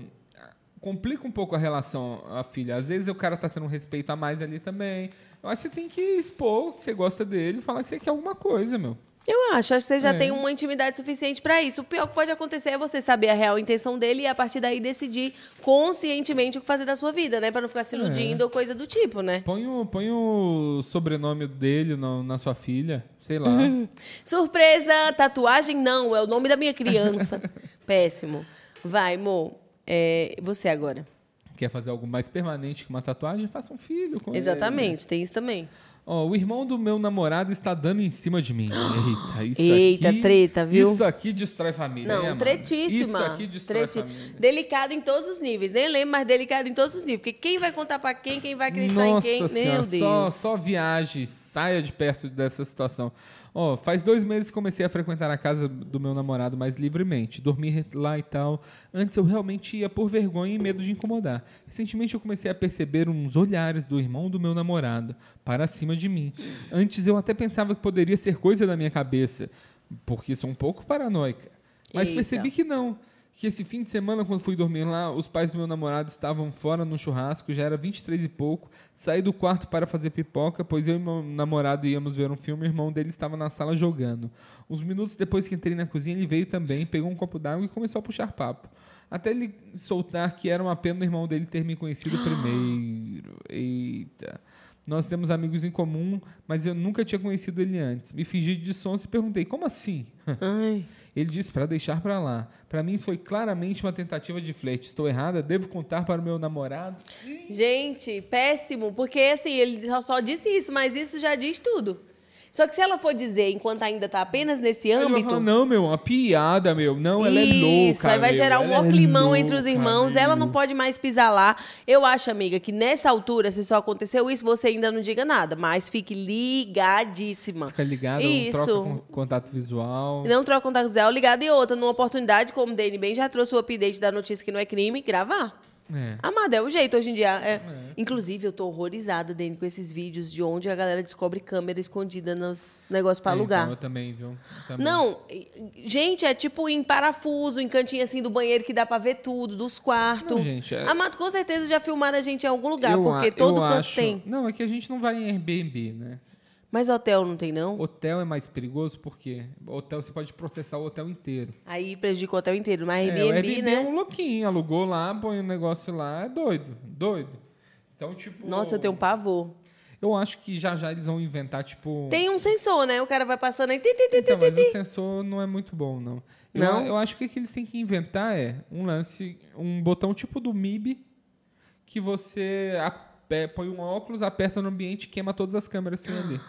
complica um pouco a relação à filha. Às vezes o cara tá tendo um respeito a mais ali também. Eu acho que você tem que expor que você gosta dele, falar que você quer alguma coisa, meu. Eu acho, acho que você já É. tem uma intimidade suficiente pra isso. O pior que pode acontecer é você saber a real intenção dele e a partir daí decidir conscientemente o que fazer da sua vida, né? Pra não ficar se É. iludindo ou coisa do tipo, né? Põe o, põe o sobrenome dele no- na sua filha, sei lá. Surpresa, tatuagem não, é o nome da minha criança. Péssimo. Vai, Mo. É, você agora. Quer fazer algo mais permanente que uma tatuagem? Faça um filho com ele. né? Exatamente, tem isso também. Ó, o irmão do meu namorado está dando em cima de mim. Eita, isso Eita, aqui... treta, viu? Isso aqui destrói família, Não, né, amada? tretíssima. Isso aqui destrói Treti- família. Delicado em todos os níveis. Nem lembro, mas delicado em todos os níveis. Porque quem vai contar pra quem, quem vai acreditar Nossa em quem? Senhora, Meu Só, Deus. só viaje, saia de perto dessa situação. Ó, faz dois meses que comecei a frequentar a casa do meu namorado mais livremente. Dormir lá e tal. Antes eu realmente ia por vergonha e medo de incomodar. Recentemente eu comecei a perceber uns olhares do irmão do meu namorado para cima de mim. Antes eu até pensava que poderia ser coisa da minha cabeça, porque sou um pouco paranoica. Mas Eita. percebi que não. Que esse fim de semana, quando fui dormir lá, os pais do meu namorado estavam fora no churrasco, já era 23 e pouco. Saí do quarto para fazer pipoca, pois eu e meu namorado íamos ver um filme, o irmão dele estava na sala jogando. Uns minutos depois que entrei na cozinha, ele veio também, pegou um copo d'água e começou a puxar papo. Até ele soltar que era uma pena o irmão dele ter me conhecido primeiro. Eita. Nós temos amigos em comum, mas eu nunca tinha conhecido ele antes. Me fingi de sonso e perguntei: como assim? Ai. Ele disse pra deixar pra lá. Pra mim isso foi claramente uma tentativa de flerte. Estou errada, devo contar para o meu namorado. Gente, péssimo, porque assim, ele só- só disse isso, mas isso já diz tudo. Só que se ela for dizer enquanto ainda tá apenas nesse Ele vai âmbito. falar, não, meu, uma piada, meu. Não, ela é louca. Isso, aí vai meu, gerar um ela maior é climão entre os louca, irmãos, meu." ela não pode mais pisar lá. Eu acho, amiga, que nessa altura, se só aconteceu isso, você ainda não diga nada, mas fique ligadíssima. Fica ligado, Isso. troca com- contato visual. Não troca um é contato zero ligado e outra, numa oportunidade, como o Dani bem já trouxe o update da notícia que não é crime, gravar. É. Amada, é o jeito hoje em dia. é. Inclusive, eu tô horrorizada, Dani, com esses vídeos de onde a galera descobre câmera escondida nos negócios pra É, alugar. então, eu também, viu? Eu também. Não, gente, é tipo em parafuso, em cantinho assim do banheiro que dá pra ver tudo, dos quartos. Não, gente, é- Amado, com certeza já filmaram a gente em algum lugar, Eu porque a- todo eu canto acho- tem. Não, é que a gente não vai em Airbnb, né? Mas hotel não tem, não? Hotel é mais perigoso porque hotel você pode processar o hotel inteiro. Aí prejudica o hotel inteiro. Mas é, o Airbnb, Airbnb é né? um louquinho, alugou lá, põe um negócio lá, é doido, doido. Então, tipo. Nossa, eu tenho um pavor. Eu acho que já já eles vão inventar, tipo. Tem um sensor, né? O cara vai passando aí. ti, ti, ti, Então, ti, mas ti. o sensor não é muito bom, não. Eu, Não? eu acho que o que eles têm que inventar é um lance, um botão tipo do MIB, que você ape- põe um óculos, aperta no ambiente e queima todas as câmeras que tem ali.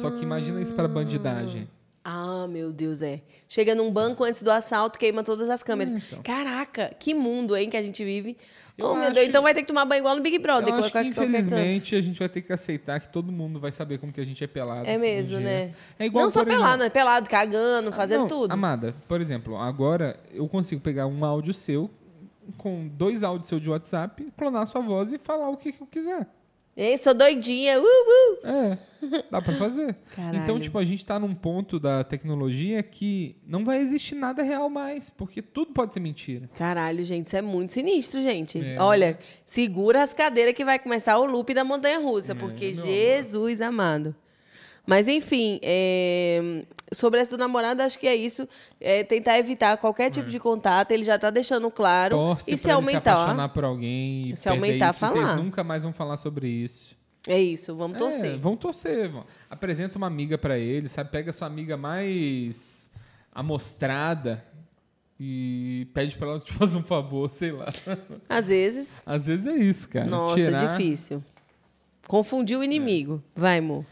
Só que imagina isso pra bandidagem. Ah, meu Deus, é. Chega num banco antes do assalto, queima todas as câmeras. Caraca, que mundo, hein, que a gente vive. Hum, então. Eu oh, meu acho- Deus, então vai ter que tomar banho igual no Big Eu Brother. acho qualquer- que, qualquer canto. infelizmente, a gente vai ter que aceitar que todo mundo vai saber como que a gente é pelado. É um mesmo, dia. né? É igual, não só por exemplo- pelado, né? Pelado, cagando, fazendo Não, tudo. Amada, por exemplo, agora eu consigo pegar um áudio seu com dois áudios seu de WhatsApp, clonar sua voz e falar o que, que eu quiser. Ei, sou doidinha. Uh, uh. É, dá pra fazer. Caralho. Então, tipo, a gente tá num ponto da tecnologia que não vai existir nada real mais, porque tudo pode ser mentira. Caralho, gente, isso é muito sinistro, gente. É. Olha, segura as cadeiras que vai começar o loop da montanha russa, porque É, meu amor. Jesus amado. Mas enfim, é, sobre essa do namorado, acho que é isso. É tentar evitar qualquer tipo de contato, ele já tá deixando claro. É. Torce e pra se ele se aumentar, apaixonar por alguém e Se perder aumentar, isso, vocês falar. nunca mais vão falar sobre isso. ó, é isso, vamos torcer. É, vão torcer. Vão. Apresenta uma amiga pra ele, sabe? Pega sua amiga mais amostrada e pede pra ela te fazer um favor, sei lá. Às vezes, Às vezes é isso, cara. nossa, Tirar- É. difícil. Confundir o inimigo. Vai, amor.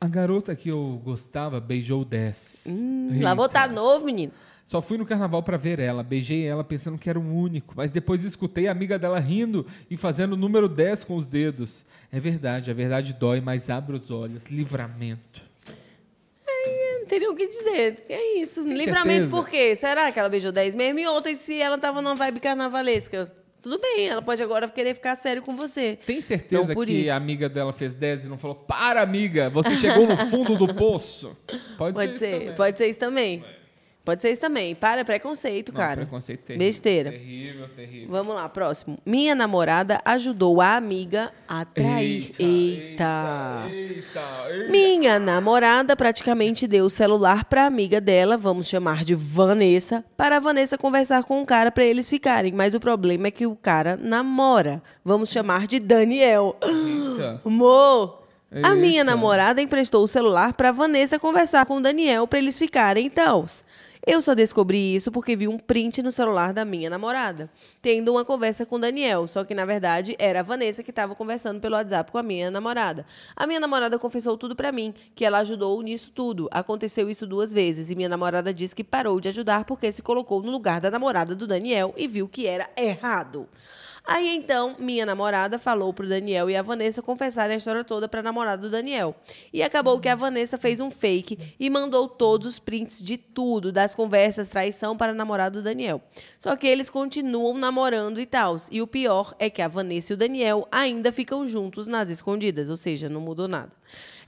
A garota que eu gostava beijou 10. Hum, lá vou tá novo, menino. Só fui no carnaval pra ver ela, beijei ela pensando que era o único, mas depois escutei a amiga dela rindo e fazendo o número 10 com os dedos. É verdade, a verdade dói, mas abre os olhos, livramento. Não tem nem o que dizer. É isso. Livramento certeza? por quê? Será que ela beijou 10 mesmo? E ontem, se ela tava numa vibe carnavalesca? Tudo bem, ela pode agora querer ficar sério com você. Tem certeza Não por que isso. a amiga dela fez 10 e não falou: "Para, amiga, você chegou no fundo do poço"? Pode, Pode ser. isso ser, também. pode ser isso também. Pode ser isso também. Para, é preconceito, Não, cara. preconceito terrível, Besteira. Terrível, terrível. Vamos lá, próximo. Minha namorada ajudou a amiga a trair. Eita. Eita! eita, eita. Minha namorada praticamente deu o celular pra amiga dela, vamos chamar de Vanessa, para a Vanessa conversar com o cara pra eles ficarem. Mas o problema é que o cara namora. Vamos chamar de Daniel. Eita. Amor! A minha Eita. namorada emprestou o celular pra Vanessa conversar com o Daniel pra eles ficarem tals. Eu só descobri isso porque vi um print no celular da minha namorada, tendo uma conversa com o Daniel, só que na verdade era a Vanessa que estava conversando pelo WhatsApp com a minha namorada. A minha namorada confessou tudo pra mim, que ela ajudou nisso tudo. Aconteceu isso duas vezes e minha namorada disse que parou de ajudar porque se colocou no lugar da namorada do Daniel e viu que era errado. Aí então, minha namorada falou pro Daniel e a Vanessa confessarem a história toda pra namorada do Daniel. E acabou que a Vanessa fez um fake e mandou todos os prints de tudo, das conversas, traição para a namorada do Daniel. Só que eles continuam namorando e tals. E o pior é que a Vanessa e o Daniel ainda ficam juntos nas escondidas, ou seja, não mudou nada.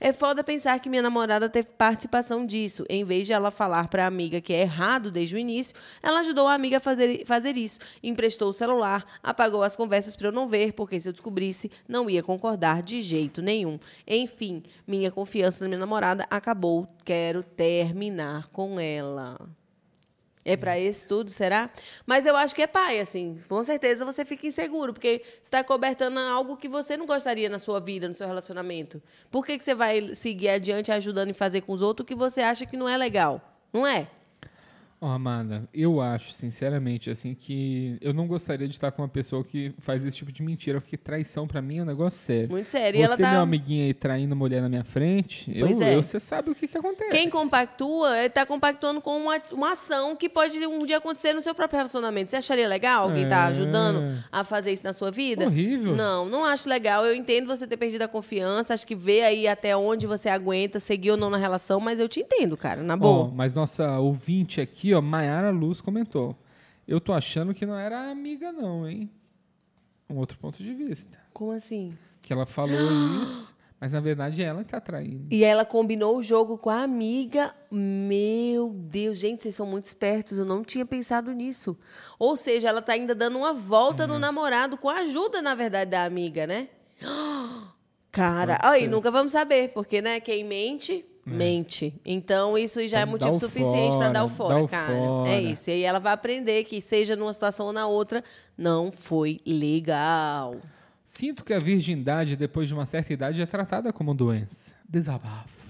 É foda pensar que minha namorada teve participação disso. Em vez de ela falar pra amiga que é errado desde o início, ela ajudou a amiga a fazer, fazer isso. Emprestou o celular, apagou as conversas pra eu não ver, porque se eu descobrisse, não ia concordar de jeito nenhum. Enfim, minha confiança na minha namorada acabou. Quero terminar com ela. É pra esse tudo, será? Mas eu acho que é pai, assim. Com certeza você fica inseguro, porque você está cobertando algo que você não gostaria na sua vida, no seu relacionamento. Por que, que você vai seguir adiante ajudando em fazer com os outros o que você acha que não é legal? Não é? Ó, Amanda, eu acho, sinceramente, assim, que eu não gostaria de estar com uma pessoa que faz esse tipo de mentira, porque traição pra mim é um negócio sério. Muito sério. e ela Você, tá. meu amiguinho aí, traindo mulher na minha frente, eu, Pois é. eu- você sabe o que, que acontece. Quem compactua, está compactuando com uma, uma ação que pode um dia acontecer no seu próprio relacionamento. Você acharia legal alguém estar É. ajudando a fazer isso na sua vida? Horrível. Não, não acho legal. Eu entendo você ter perdido a confiança. Acho que vê aí até onde você aguenta, seguir ou não na relação, mas eu te entendo, cara, na Ó, boa. mas nossa ouvinte aqui, ó, Maiara Luz comentou. Eu tô achando que não era amiga, não, hein? Um outro ponto de vista. Como assim? Que ela falou isso, mas na verdade é ela que tá traindo. E ela combinou o jogo com a amiga. Meu Deus, gente, vocês são muito espertos. Eu não tinha pensado nisso. Ou seja, ela tá ainda dando uma volta Uhum. no namorado com a ajuda, na verdade, da amiga, né? Cara, Pode aí ser. nunca vamos saber, porque, né, quem mente, mente. Então, isso já é Então, dá motivo o suficiente pra dar o fora, fora, dá o cara. fora. É isso. E aí ela vai aprender que, seja numa situação ou na outra, não foi legal. Sinto que a virgindade, depois de uma certa idade, é tratada como doença. Desabafo.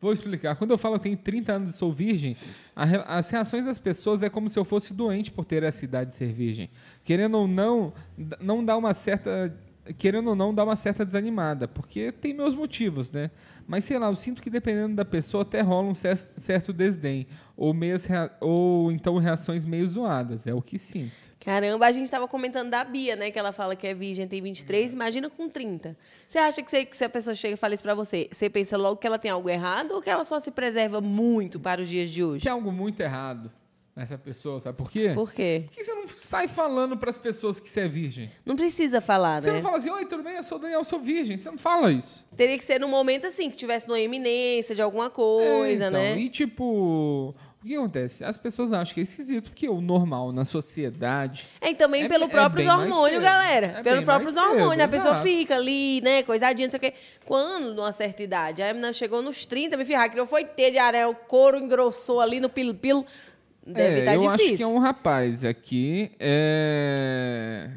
Vou explicar. Quando eu falo que tenho 30 anos e sou virgem, a re- as reações das pessoas é como se eu fosse doente por ter essa idade de ser virgem. Querendo ou não, d- não dá uma certa. Querendo ou não, dá uma certa desanimada, porque tem meus motivos, né? Mas sei lá, eu sinto que dependendo da pessoa até rola um cer- certo desdém, ou, meias rea- ou então reações meio zoadas, é o que sinto. Caramba, a gente tava comentando da Bia, né? Que ela fala que é virgem, tem 23, imagina com 30. Você acha que, você- que se a pessoa chega e fala isso pra você, você pensa logo que ela tem algo errado ou que ela só se preserva muito para os dias de hoje? Tem algo muito errado. nessa pessoa, sabe por quê? Por quê? Por que é. você não sai falando pras pessoas que você é virgem? Não precisa falar, Você né? não fala assim, oi, tudo bem? Eu sou o Daniel, eu sou virgem. Você não fala isso. Teria que ser num momento assim, que tivesse numa eminência de alguma É, coisa, então, né? E tipo, o que acontece? As pessoas acham que é esquisito, porque o normal na sociedade É, e também É- pelo é próprio bem mais hormônio, cedo. galera. É pelo bem próprio mais cedo, hormônio. a pessoa exato. fica ali, né? Coisadinha, não sei o quê. Quando, numa certa idade, a menina chegou nos 30, me ferrar, criou foi ter de areia, o couro engrossou ali no pilo-pilo. Deve é, estar eu acho que é difícil. um rapaz aqui. É.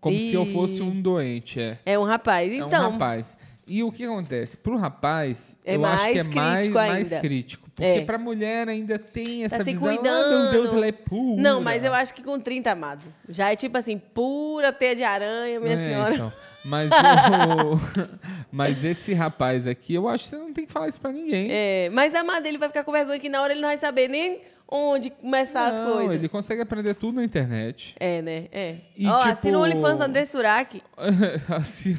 Como se eu Ih. fosse um doente, é. é um rapaz. É um Então, rapaz. E o que acontece? Pro rapaz, É eu acho que é mais mais, crítico mais ainda. crítico. Porque É. Tá pra mulher ainda tem essa se visão. "Ah, cuidando." meu Deus, ela é pura. Não, mas eu acho que com 30, amado. Já é tipo assim, pura teia de aranha, minha É, senhora. então. Mas, o- mas esse rapaz aqui, eu acho que você não tem que falar isso pra ninguém. É, mas amado, ele vai ficar com vergonha que na hora ele não vai saber nem onde começar as Não, coisas. Ele consegue aprender tudo na internet. É, né? É. E, Ó, tipo- assina o OnlyFans da André Surak. assim,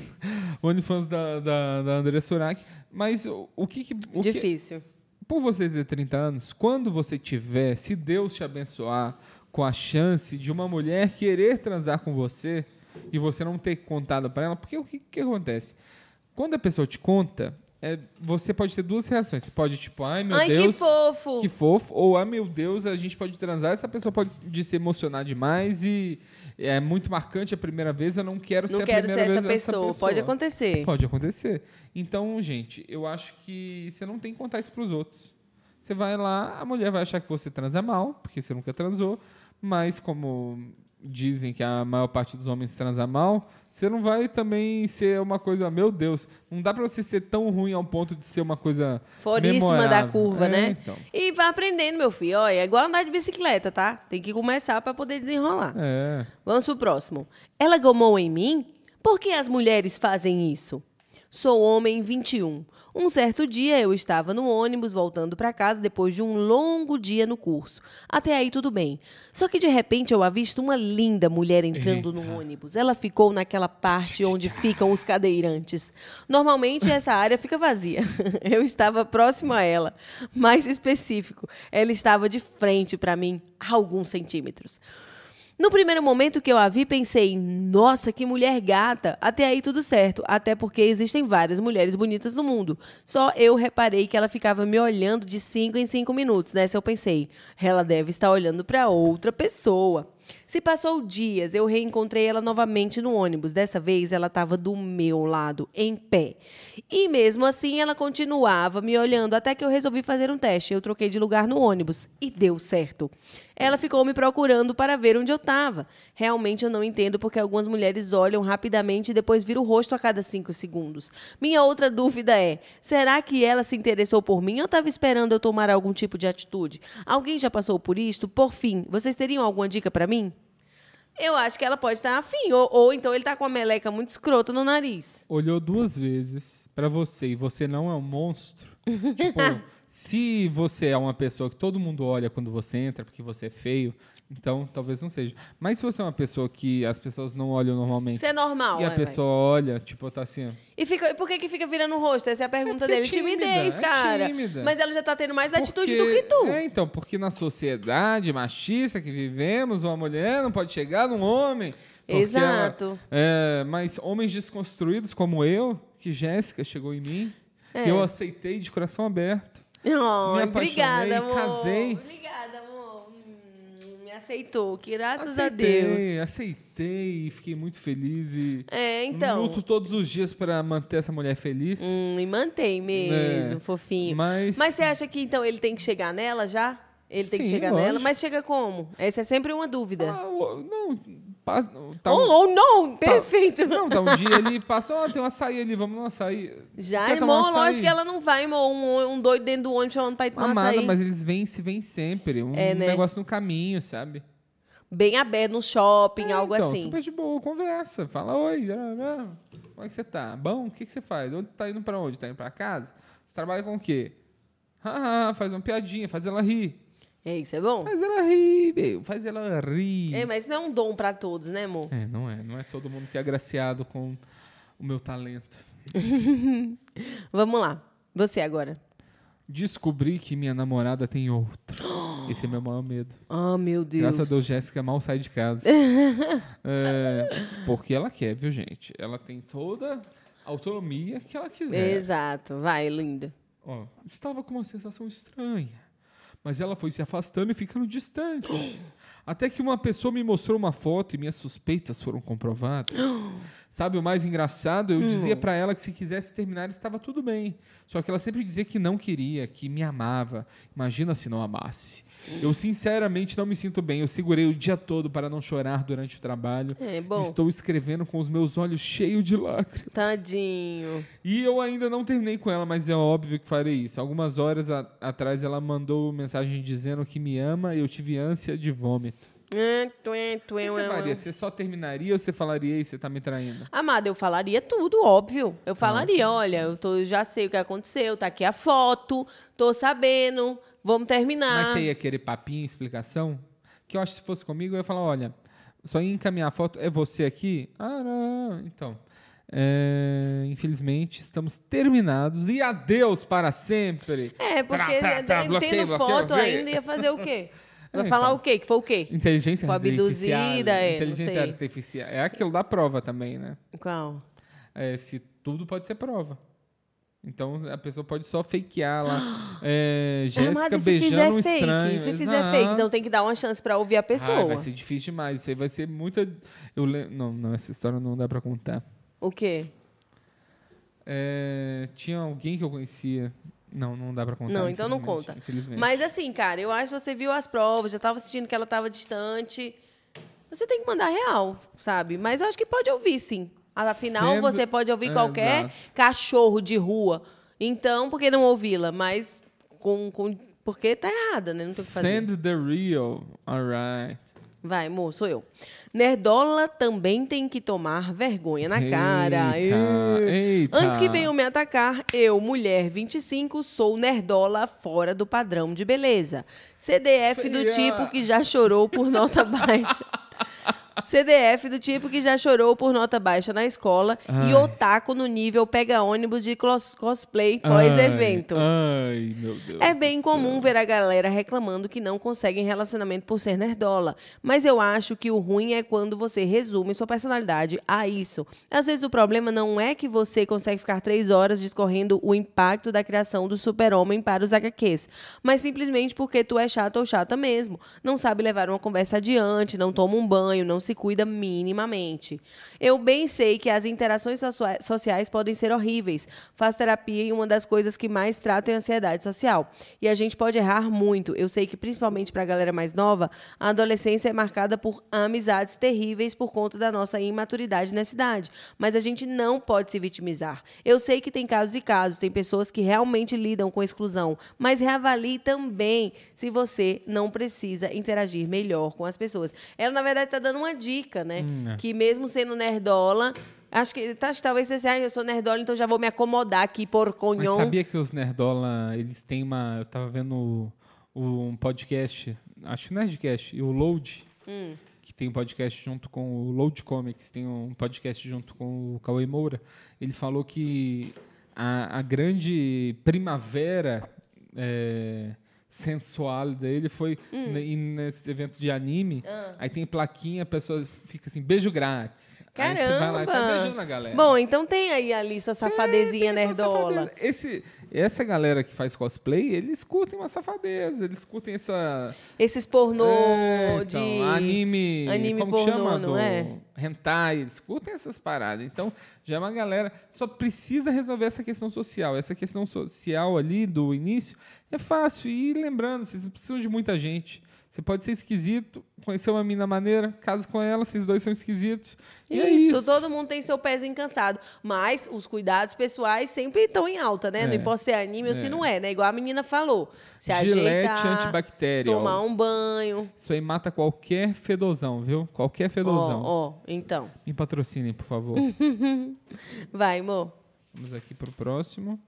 o OnlyFans da, da, da André Surak. Mas o, o que que... o que- Difícil. por você ter 30 anos, quando você tiver, se Deus te abençoar, com a chance de uma mulher querer transar com você e você não ter contado pra ela, porque o que, que acontece? Quando a pessoa te conta, é, você pode ter duas reações. Você pode, tipo, ai meu Ai, que Deus... fofo. Que fofo. Ou, ah, meu Deus, a gente pode transar. Essa pessoa pode de se emocionar demais e é muito marcante a primeira vez. Eu não quero Não ser a quero ser primeira essa vez dessa pessoa. Pode acontecer. Pode acontecer. Então, gente, eu acho que você não tem que contar isso pros outros. Você vai lá, a mulher vai achar que você transa mal, porque você nunca transou, mas como dizem que a maior parte dos homens transa mal, você não vai também ser uma coisa, meu Deus, não dá pra você ser tão ruim ao ponto de ser uma coisa Foríssima da memorável. curva, É, né? Então. E vai aprendendo, meu filho. Olha, é igual andar de bicicleta, tá? Tem que começar pra poder desenrolar. É. Vamos pro próximo. Ela gomou em mim? Por que as mulheres fazem isso? Sou homem 21. Um certo dia eu estava no ônibus voltando para casa depois de um longo dia no curso. Até aí tudo bem. Só que de repente eu avisto uma linda mulher entrando no ônibus. Ela ficou naquela parte onde ficam os cadeirantes. Normalmente essa área fica vazia. Eu estava próximo a ela. Mais específico, ela estava de frente para mim, a alguns centímetros. No primeiro momento que eu a vi, pensei, nossa, que mulher gata. Até aí tudo certo, até porque existem várias mulheres bonitas no mundo. Só eu reparei que ela ficava me olhando de 5 em 5 minutos. Nessa eu pensei, ela deve estar olhando para outra pessoa. Se passou dias, eu reencontrei ela novamente no ônibus. Dessa vez ela estava do meu lado, em pé. E mesmo assim ela continuava me olhando até que eu resolvi fazer um teste. Eu troquei de lugar no ônibus e deu certo. Ela ficou me procurando para ver onde eu estava. Realmente eu não entendo porque algumas mulheres olham rapidamente e depois viram o rosto a cada cinco segundos. Minha outra dúvida é: será que ela se interessou por mim ou estava esperando eu tomar algum tipo de atitude? Alguém já passou por isto? Por fim, vocês teriam alguma dica para mim? Eu acho que ela pode estar afim, ou, ou então ele tá com uma meleca muito escrota no nariz. olhou duas vezes pra você e você não é um monstro. tipo, se você é uma pessoa que todo mundo olha quando você entra porque você é feio, então talvez não seja. Mas se você é uma pessoa que as pessoas não olham normalmente Isso é normal, e a né, pessoa olha, tipo, tá assim, ó, E, fica, e por que, que fica virando o rosto? Essa é a pergunta É porque é dele. tímida, Timidez, é cara. tímida. Mas ela já tá tendo mais atitude do porque- que tu. É, então, porque na sociedade machista que vivemos, uma mulher não pode chegar num homem. porque Exato. ela- é, mas homens desconstruídos como eu, que Jéssica chegou em mim, É. eu aceitei de coração aberto. Oh, Me apaixonei, obrigada, amor. casei. Obrigada, amor. Hum, Me aceitou. Que graças a aceitei, Deus. aceitei e fiquei muito feliz e É, então. luto todos os dias pra manter essa mulher feliz. Hum, e mantém mesmo, É, fofinho. Mas, Mas você acha que então ele tem que chegar nela já? Ele tem que Sim, chegar nela? lógico. Mas chega como? Essa é sempre uma dúvida. Ah, o- não, pa- tá ou, um- ou não! Perfeito! não, tá um dia ele passa, ó, tem um açaí ali, vamos no açaí. Já, Quer tomar irmão, açaí? lógico que ela não vai, irmão, um, um doido dentro do ônibus chamando pra ir tomar Amada, Um açaí. mas eles vêm se vêm sempre. Um É, né? negócio no caminho, sabe? Bem aberto, no shopping, É, algo então, assim. Super de boa, conversa. Fala, oi, blá, blá, blá. como é que você tá? Bom, o que, que você faz? Onde tá indo pra onde? Tá indo pra casa? Você trabalha com o quê? Ah, ah, faz uma piadinha, faz ela rir. É, isso é bom? Faz ela rir, meu. Faz ela rir. É, mas isso não é um dom pra todos, né, amor? É, não é. Não é todo mundo que é agraciado com o meu talento. Vamos lá. Você agora. Descobri que minha namorada tem outro. Esse é meu maior medo. Ah, meu Deus. Graças a Deus, Jéssica mal sai de casa. É, porque ela quer, viu, gente? Ela tem toda a autonomia que ela quiser. É. Exato. Vai, linda. Ó, estava com uma sensação estranha, mas ela foi se afastando e ficando distante. Até que uma pessoa me mostrou uma foto e minhas suspeitas foram comprovadas. Sabe o mais engraçado? Eu dizia pra ela que se quisesse terminar estava tudo bem. Só que ela sempre dizia que não queria, que me amava. Imagina se não amasse. Eu sinceramente não me sinto bem. Eu segurei o dia todo para não chorar durante o trabalho. É, bom. Estou escrevendo com os meus olhos cheios de lágrimas. Tadinho. E eu ainda não terminei com ela, mas é óbvio que farei isso. Algumas horas a- atrás ela mandou mensagem dizendo que me ama e eu tive ânsia de vômito. É, tué, tué, O que ué, você ué. faria? assim? Você só terminaria ou você falaria e você tá me traindo? Amada, eu falaria tudo, óbvio. Ah, Eu tá. falaria, olha, eu tô, eu já sei o que aconteceu, tá aqui a foto, tô sabendo, vamos terminar. Mas você ia querer papinho, explicação? Que eu acho que se fosse comigo, eu ia falar, olha, só ia encaminhar a foto, é você aqui? Ah, não, não, não. então. é, infelizmente, estamos terminados e adeus para sempre. É, porque Tá, tá, tá, tendo bloqueio, bloqueio, foto bloqueio. ainda ia fazer o quê? É, Vai falar então. o quê? Que foi o quê? Inteligência Foi abduzida, artificial. é, não Inteligência sei. artificial. É aquilo da prova também, né? Qual? É, se tudo pode ser prova. Então a pessoa pode só fakear lá. É, Jéssica Amada, e se beijando um fizer estranho. fake, se fizer fake, então tem que dar uma chance pra ouvir a pessoa. Ai, vai ser difícil demais. Isso aí vai ser muita. Eu le- Não, não, essa história não dá pra contar. O quê? É, Tinha alguém que eu conhecia. Não, não dá pra contar. Não, então não infelizmente, conta. Infelizmente. Mas assim, cara, eu acho que você viu as provas, já tava sentindo que ela tava distante. Você tem que mandar real, sabe? Mas eu acho que pode ouvir, sim. Afinal, Sendo- você pode ouvir É, qualquer exato. cachorro de rua. Então, por que não ouvi-la? Mas com, com... porque tá errada, né? Não tem o que fazer. Send the real. Alright. Vai, amor, sou eu. Nerdola também tem que tomar vergonha É na cara. Eita, Ih. eita. Antes que venham me atacar, eu, mulher 25, sou nerdola fora do padrão de beleza. CDF do Feia. tipo que já chorou por nota baixa. CDF do tipo que já chorou por nota baixa na escola Ai. e otaku no nível pega ônibus de cos- cosplay pós-evento. Ai, ai, meu Deus. É do bem céu. comum ver a galera reclamando que não conseguem relacionamento por ser nerdola. Mas eu acho que o ruim é quando você resume sua personalidade a isso. Às vezes o problema não é que você consegue ficar três horas discorrendo o impacto da criação do super-homem para os HQs, mas simplesmente porque tu é chato ou chata mesmo. Não sabe levar uma conversa adiante, não toma um banho, não se cuida minimamente. Eu bem sei que as interações socia- sociais podem ser horríveis. Faz terapia e uma das coisas que mais trato é a ansiedade social. E a gente pode errar muito. Eu sei que, principalmente para a galera mais nova, a adolescência é marcada por amizades terríveis por conta da nossa imaturidade nessa idade. Mas a gente não pode se vitimizar. Eu sei que tem casos e casos, tem pessoas que realmente lidam com exclusão, mas reavalie também se você não precisa interagir melhor com as pessoas. Ela, na verdade, está dando uma dica, né? Hum, é. Que mesmo sendo nerdola. Acho que, tá, acho que talvez você seja, ah, eu sou nerdola, então já vou me acomodar aqui por Mas conhão. sabia que os Nerdola, eles têm uma. Eu tava vendo o- um podcast, acho que é Nerdcast, e o Load, Hum. que tem um podcast junto com o Load Comics, tem um podcast junto com o Cauê Moura. Ele falou que a, a grande primavera é, sensual dele foi Hum. ne- nesse evento de anime. Ah. Aí tem plaquinha, a pessoa fica assim, beijo grátis. Aí você vai lá e Caramba! sai beijando a galera. Bom, então tem aí ali sua safadezinha É. Tem essa nerdola. safadeza. Esse, essa galera que faz cosplay, eles curtem uma safadeza, eles curtem essa. Esses pornô É, de. então, anime. anime como pornô, que chama? não Do- é? Hentai, eles curtem essas paradas. Então, já é uma galera. Só precisa resolver essa questão social. Essa questão social ali do início é fácil. E lembrando, vocês não precisam de muita gente. Você pode ser esquisito, conhecer uma mina maneira, casa com ela, vocês dois são esquisitos. E é Isso, isso. todo mundo tem seu pezinho cansado. Mas os cuidados pessoais sempre estão em alta, né? Não É. importa se é anime ou se não é, né? Igual a menina falou. Se Gilete ajeitar, antibactéria. tomar um banho. Isso aí mata qualquer fedozão, viu? Qualquer fedozão. Ó, ó, então. Me patrocinem, por favor. Vai, amor. Vamos aqui pro próximo.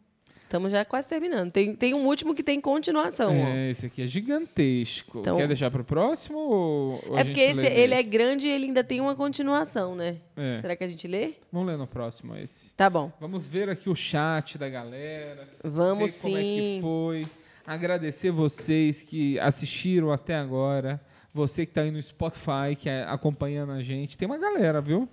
estamos já quase terminando. Tem, tem um último que tem continuação. Então, ó. É, esse aqui é gigantesco. Então- Quer deixar pro próximo ou, ou a É porque gente esse, lê ele é nesse? grande e ele ainda tem uma continuação, né? É. Será que a gente lê? Vamos ler no próximo esse. Tá bom. Vamos ver aqui o chat da galera. Vamos ver como é que sim. foi. Agradecer vocês que assistiram até agora. Você que tá aí no Spotify, que é acompanhando a gente. Tem uma galera, viu?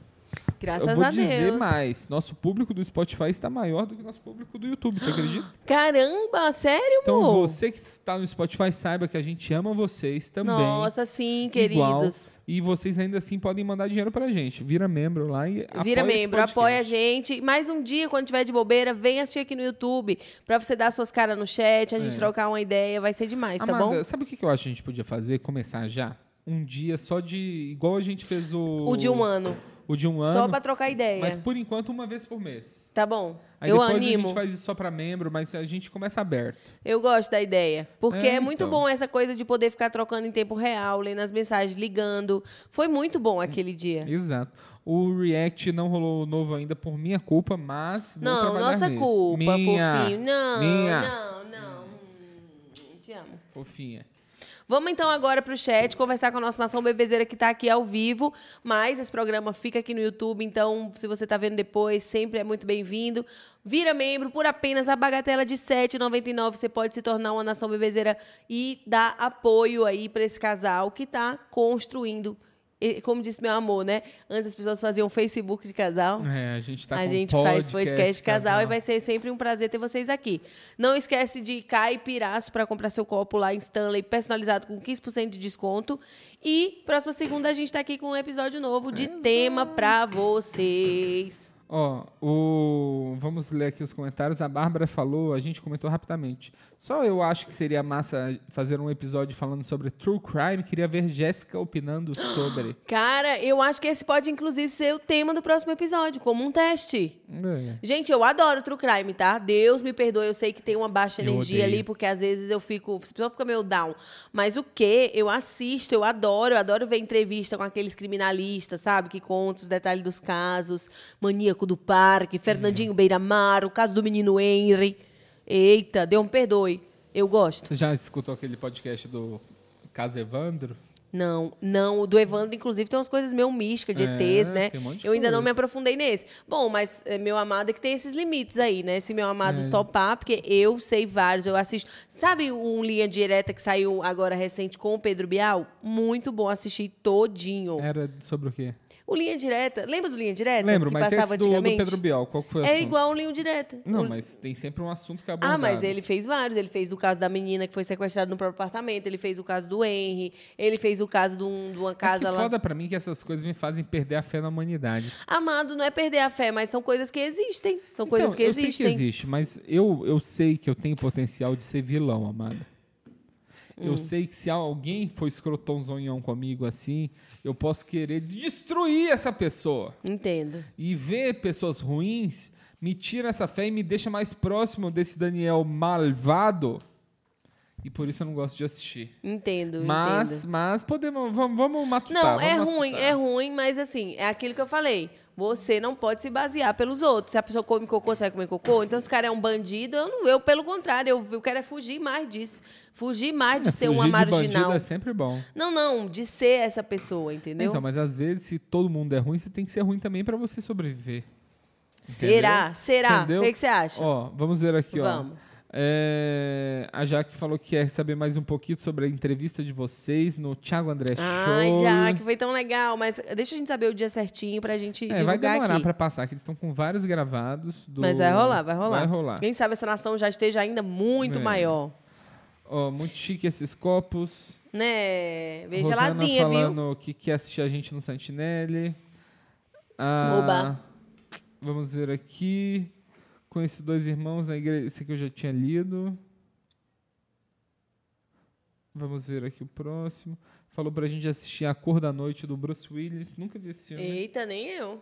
Graças Eu vou a Deus. dizer mais. Nosso público do Spotify está maior do que nosso público do YouTube, você acredita? Caramba, sério, Então amor? você que está no Spotify saiba que a gente ama vocês também. Nossa, sim, igual. queridos. E vocês ainda assim podem mandar dinheiro pra gente. Vira membro lá e Vira apoia esse membro, podcast. apoia a gente. Mais um dia, quando tiver de bobeira, vem assistir aqui no YouTube pra você dar suas caras no chat, a gente É. trocar uma ideia, vai ser demais, tá Amanda, bom? sabe o que que eu acho que a gente podia fazer? Começar já? Um dia só de. Igual a gente fez o. O de um ano. O de um Só ano. pra trocar ideia. Mas por enquanto, uma vez por mês. Tá bom. Aí eu depois a animo. gente faz isso só pra membro, mas a gente começa aberto. Eu gosto da ideia. Porque É, é, muito então. bom essa coisa de poder ficar trocando em tempo real, lendo as mensagens, ligando. Foi muito bom aquele dia. Exato. O React não rolou novo ainda por minha culpa, mas. vou Não, trabalhar nossa nesse. culpa, minha, fofinho. Não, Minha. não, não. Hum, Te amo. Fofinha. Vamos então agora pro chat conversar com a nossa nação bebezeira que tá aqui ao vivo, mas esse programa fica aqui no YouTube, então se você tá vendo depois, sempre é muito bem-vindo. Vira membro por apenas a bagatela de R$ 7,99, você pode se tornar uma nação bebezeira e dar apoio aí para esse casal que tá construindo, e, como disse meu amor, né? Antes as pessoas faziam Facebook de casal É, a gente tá a com gente faz podcast, podcast casal, e vai ser sempre um prazer ter vocês aqui. Não esquece de caipiraço para comprar seu copo lá em Stanley, personalizado com 15% de desconto. E próxima segunda a gente tá aqui com um episódio novo de tema pra vocês. Ó, o... vamos ler aqui os comentários. A Bárbara falou, a gente comentou rapidamente. Só eu acho que seria massa fazer um episódio falando sobre true crime. Queria ver Jéssica opinando sobre. Cara, eu acho que esse pode inclusive ser o tema do próximo episódio, como um teste. É. Gente, eu adoro true crime, tá? Deus me perdoe, eu sei que tem uma baixa Eu energia odeio. ali, porque às vezes eu fico, a pessoa fica meio down. Mas o quê? Eu assisto, eu adoro, eu adoro ver entrevista com aqueles criminalistas, sabe? Que conta os detalhes dos casos, Maníaco do Parque, É. Fernandinho Beiramar, o caso do menino Henry. Eita, Deus me perdoe. Eu gosto. Você já escutou aquele podcast do Caso Evandro? Não, não. O do Evandro, inclusive, tem umas coisas meio místicas de É, ETs, né? tem um monte de eu ainda não coisa. me aprofundei nesse. Bom, mas é, meu amado é que tem esses limites aí, né? Se meu amado É. topar, porque eu sei vários, eu assisto. Sabe um Linha Direta que saiu agora recente com o Pedro Bial? Muito bom assistir todinho. Era sobre o quê? O Linha Direta, lembra Oh. É, do Linha Direta? Lembro, que mas passava esse do, do antigamente? Pedro Bial, qual que foi o É assunto? igual o Linha Direta. Não, O- mas tem sempre um assunto que é abordado. ah, mas ele fez vários. Ele fez o caso da menina que foi sequestrada no próprio apartamento. Ele fez o caso do Henry. Ele fez o caso de, um- de uma casa é que lá. foda pra mim que essas coisas me fazem perder a fé na humanidade. Amado não é perder a fé, mas são coisas que existem. São coisas Então, que eu existem. sei que existe, mas eu, eu sei que eu tenho potencial de ser vilão, amada. Hum. Eu sei que se alguém for escrotonzonhão comigo assim, eu posso querer destruir essa pessoa. Entendo. E ver pessoas ruins me tira essa fé e me deixa mais próximo desse Daniel malvado. E por isso eu não gosto de assistir. Entendo. Mas, entendo. mas podemos, vamos, vamos matutar. Não, vamos tá. é ruim, matutar. é ruim, mas assim, é aquilo que eu falei. Você não pode se basear pelos outros. Se a pessoa come cocô, você vai comer cocô. Então, se o cara é um bandido, eu, não, eu pelo contrário, eu, eu quero é fugir mais disso. Fugir mais de É, ser fugir uma de bandido marginal. é sempre bom. Não, não, de ser essa pessoa, entendeu? Então, mas às vezes, se todo mundo é ruim, você tem que ser ruim também pra você sobreviver. Será? Entendeu? Será? Entendeu? O que, que você acha? Ó, vamos ver aqui, Vamos. ó. É, a Jaque falou que quer saber mais um pouquinho sobre a entrevista de vocês no Thiago André É Show. Ai, já, que foi tão legal. Mas deixa a gente saber o dia certinho pra gente É, vai divulgar demorar aqui. pra passar, que eles estão com vários gravados. do- Mas vai rolar, vai rolar. Vai rolar. Quem sabe essa nação já esteja ainda muito É. maior. Ó, muito chique esses copos. Né? Bem Rosana geladinha, viu? falando que quer assistir a gente no Santinelli. Ah, Oba. Vamos ver aqui. Conheci dois irmãos na igreja. Esse aqui eu já tinha lido. Vamos ver aqui o próximo. Falou pra gente assistir A Cor da Noite do Bruce Willis. Nunca vi esse filme. Eita, nem eu.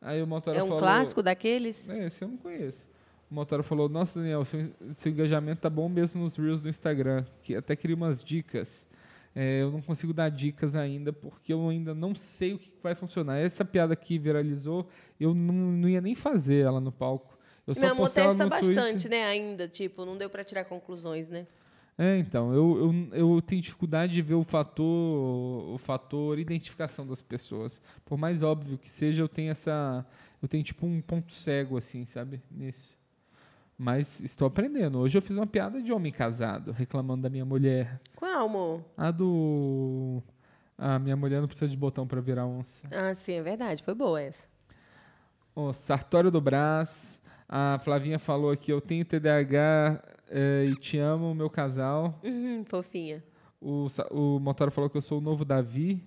Aí o Motora É um né? falou. clássico daqueles? É, esse eu não conheço. O Motora falou: Nossa, Daniel, seu, seu engajamento tá bom mesmo nos Reels do Instagram. Que até queria umas dicas. É, eu não consigo dar dicas ainda, porque eu ainda não sei o que vai funcionar. Essa piada que viralizou, eu não, não ia nem fazer ela no palco. Eu só Meu amor postei ela testa no Twitter. bastante, né? Ainda, tipo, não deu pra tirar conclusões, né? É, então, eu, eu, eu tenho dificuldade de ver o fator, o fator identificação das pessoas. Por mais óbvio que seja, eu tenho essa. Eu tenho tipo um ponto cego, assim, sabe? Nisso. Mas estou aprendendo. Hoje eu fiz uma piada de homem casado, reclamando da minha mulher. Qual, amor? A do. A minha mulher não precisa de botão para virar onça. Ah, sim, é verdade. Foi boa essa. Ó, Sartório do Brás. A Flavinha falou aqui: eu tenho TDAH eh, e te amo, meu casal. Uhum, fofinha. O, Sa- o Motora falou que eu sou o novo Davi.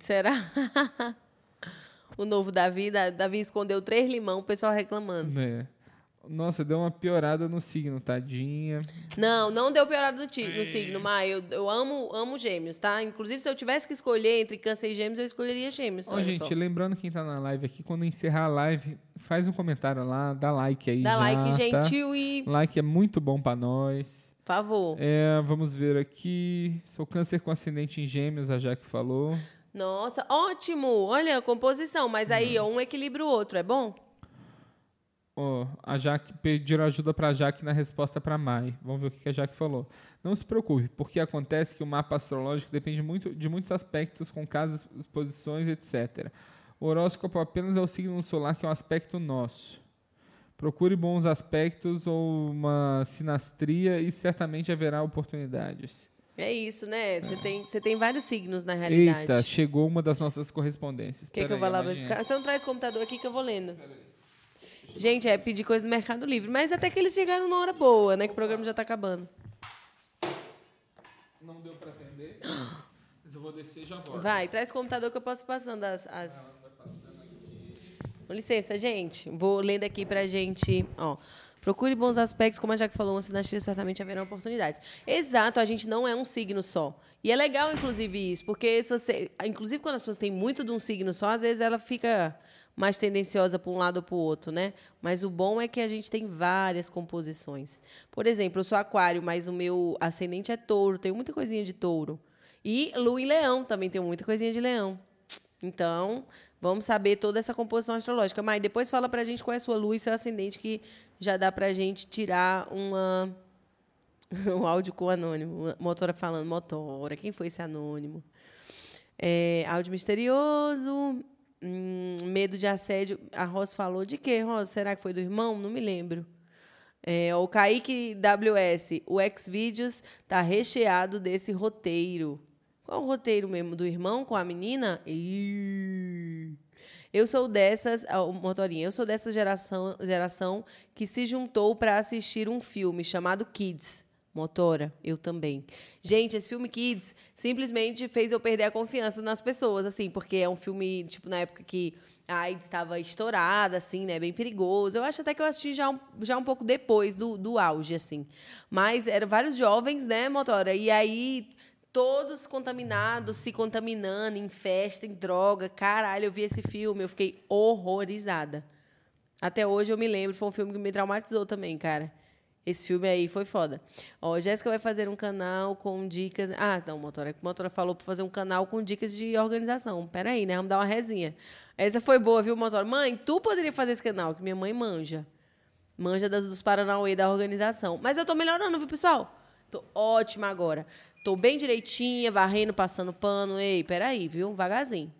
Será? o novo Davi, Da- Davi escondeu três limão, o pessoal reclamando. né? Nossa, deu uma piorada no signo, tadinha. Não, não deu piorada no, É. ti- no signo, mas eu, eu amo, amo gêmeos, tá? Inclusive, se eu tivesse que escolher entre câncer e gêmeos, eu escolheria gêmeos. Ó, olha gente, só. lembrando quem tá na live aqui, quando encerrar a live, faz um comentário lá, dá like aí. Dá já, like tá? gentil e... Like é muito bom pra nós. Favor. É, vamos ver aqui. Sou câncer com ascendente em gêmeos, a Jaque falou. Nossa, ótimo! Olha a composição, mas aí ó, um equilibra o outro, é bom? Ó, a Jaque pediram ajuda pra Jaque na resposta pra Mai. Vamos ver o que que a Jaque falou. Não se preocupe, porque acontece que o mapa astrológico depende muito de muitos aspectos, com casas, posições, etc. O horóscopo apenas é o signo solar que é um aspecto nosso. Procure bons aspectos ou uma sinastria e certamente haverá oportunidades. É isso, né? Você tem, você tem vários signos na realidade. Eita, chegou uma das nossas correspondências. Quer que eu Pera vá aí, lá Amadinha. buscar? Então traz o computador aqui que eu vou lendo. Gente, é pedir coisa no Mercado Livre. Mas até que eles chegaram numa hora boa, né? Que o programa já tá acabando. Não deu pra atender, mas eu vou descer e já volto. Vai, traz o computador que eu posso ir passando as. as- Com licença, gente. Vou lendo aqui pra gente. Ó. Procure bons aspectos, como a Jaque falou, uma sinastria certamente haverá oportunidades. Exato, a gente não é um signo só. E é legal, inclusive, isso, porque se você. Inclusive, quando as pessoas têm muito de um signo só, às vezes ela fica mais tendenciosa para um lado ou para o outro, né? Mas o bom é que a gente tem várias composições. Por exemplo, eu sou aquário, mas o meu ascendente é touro, tenho muita coisinha de touro. E lua em leão, também tenho muita coisinha de leão. Então, vamos saber toda essa composição astrológica. Mas depois fala pra gente qual é a sua lua e seu ascendente, que já dá pra gente tirar uma... um áudio com o anônimo. Uma Motora falando, motora, quem foi esse anônimo? É, áudio misterioso, hum, medo de assédio. A Rosa falou de quê, Rosa? Será que foi do irmão? Não me lembro. É, o Kaique WS, o Xvideos tá recheado desse roteiro. Qual o roteiro mesmo? Do irmão com a menina? Ih. Eu sou dessas, ah, o Motorinha, eu sou dessa geração, geração que se juntou para assistir um filme chamado Kids. Motora, eu também. Gente, esse filme Kids simplesmente fez eu perder a confiança nas pessoas, assim, porque é um filme, tipo, na época que a AIDS estava estourada, assim, né? Bem perigoso. Eu acho até que eu assisti já um, já um pouco depois do, do auge, assim. Mas eram vários jovens, né, Motora? E aí todos contaminados, se contaminando em festa, em droga. Caralho, eu vi esse filme, eu fiquei horrorizada. Até hoje eu me lembro, foi um filme que me traumatizou também, cara. Esse filme aí foi foda. Ó, Jéssica vai fazer um canal com dicas. Ah, não, motora. que Motora falou pra fazer um canal com dicas de organização. Peraí, né? Vamos dar uma resinha. Essa foi boa, viu, motora? Mãe, tu poderia fazer esse canal, que minha mãe manja. Manja das, dos Paranauê da organização. Mas eu tô melhorando, viu, pessoal? Tô ótima agora. Tô bem direitinha, varrendo, passando pano. Ei, peraí, viu? Vagazinho.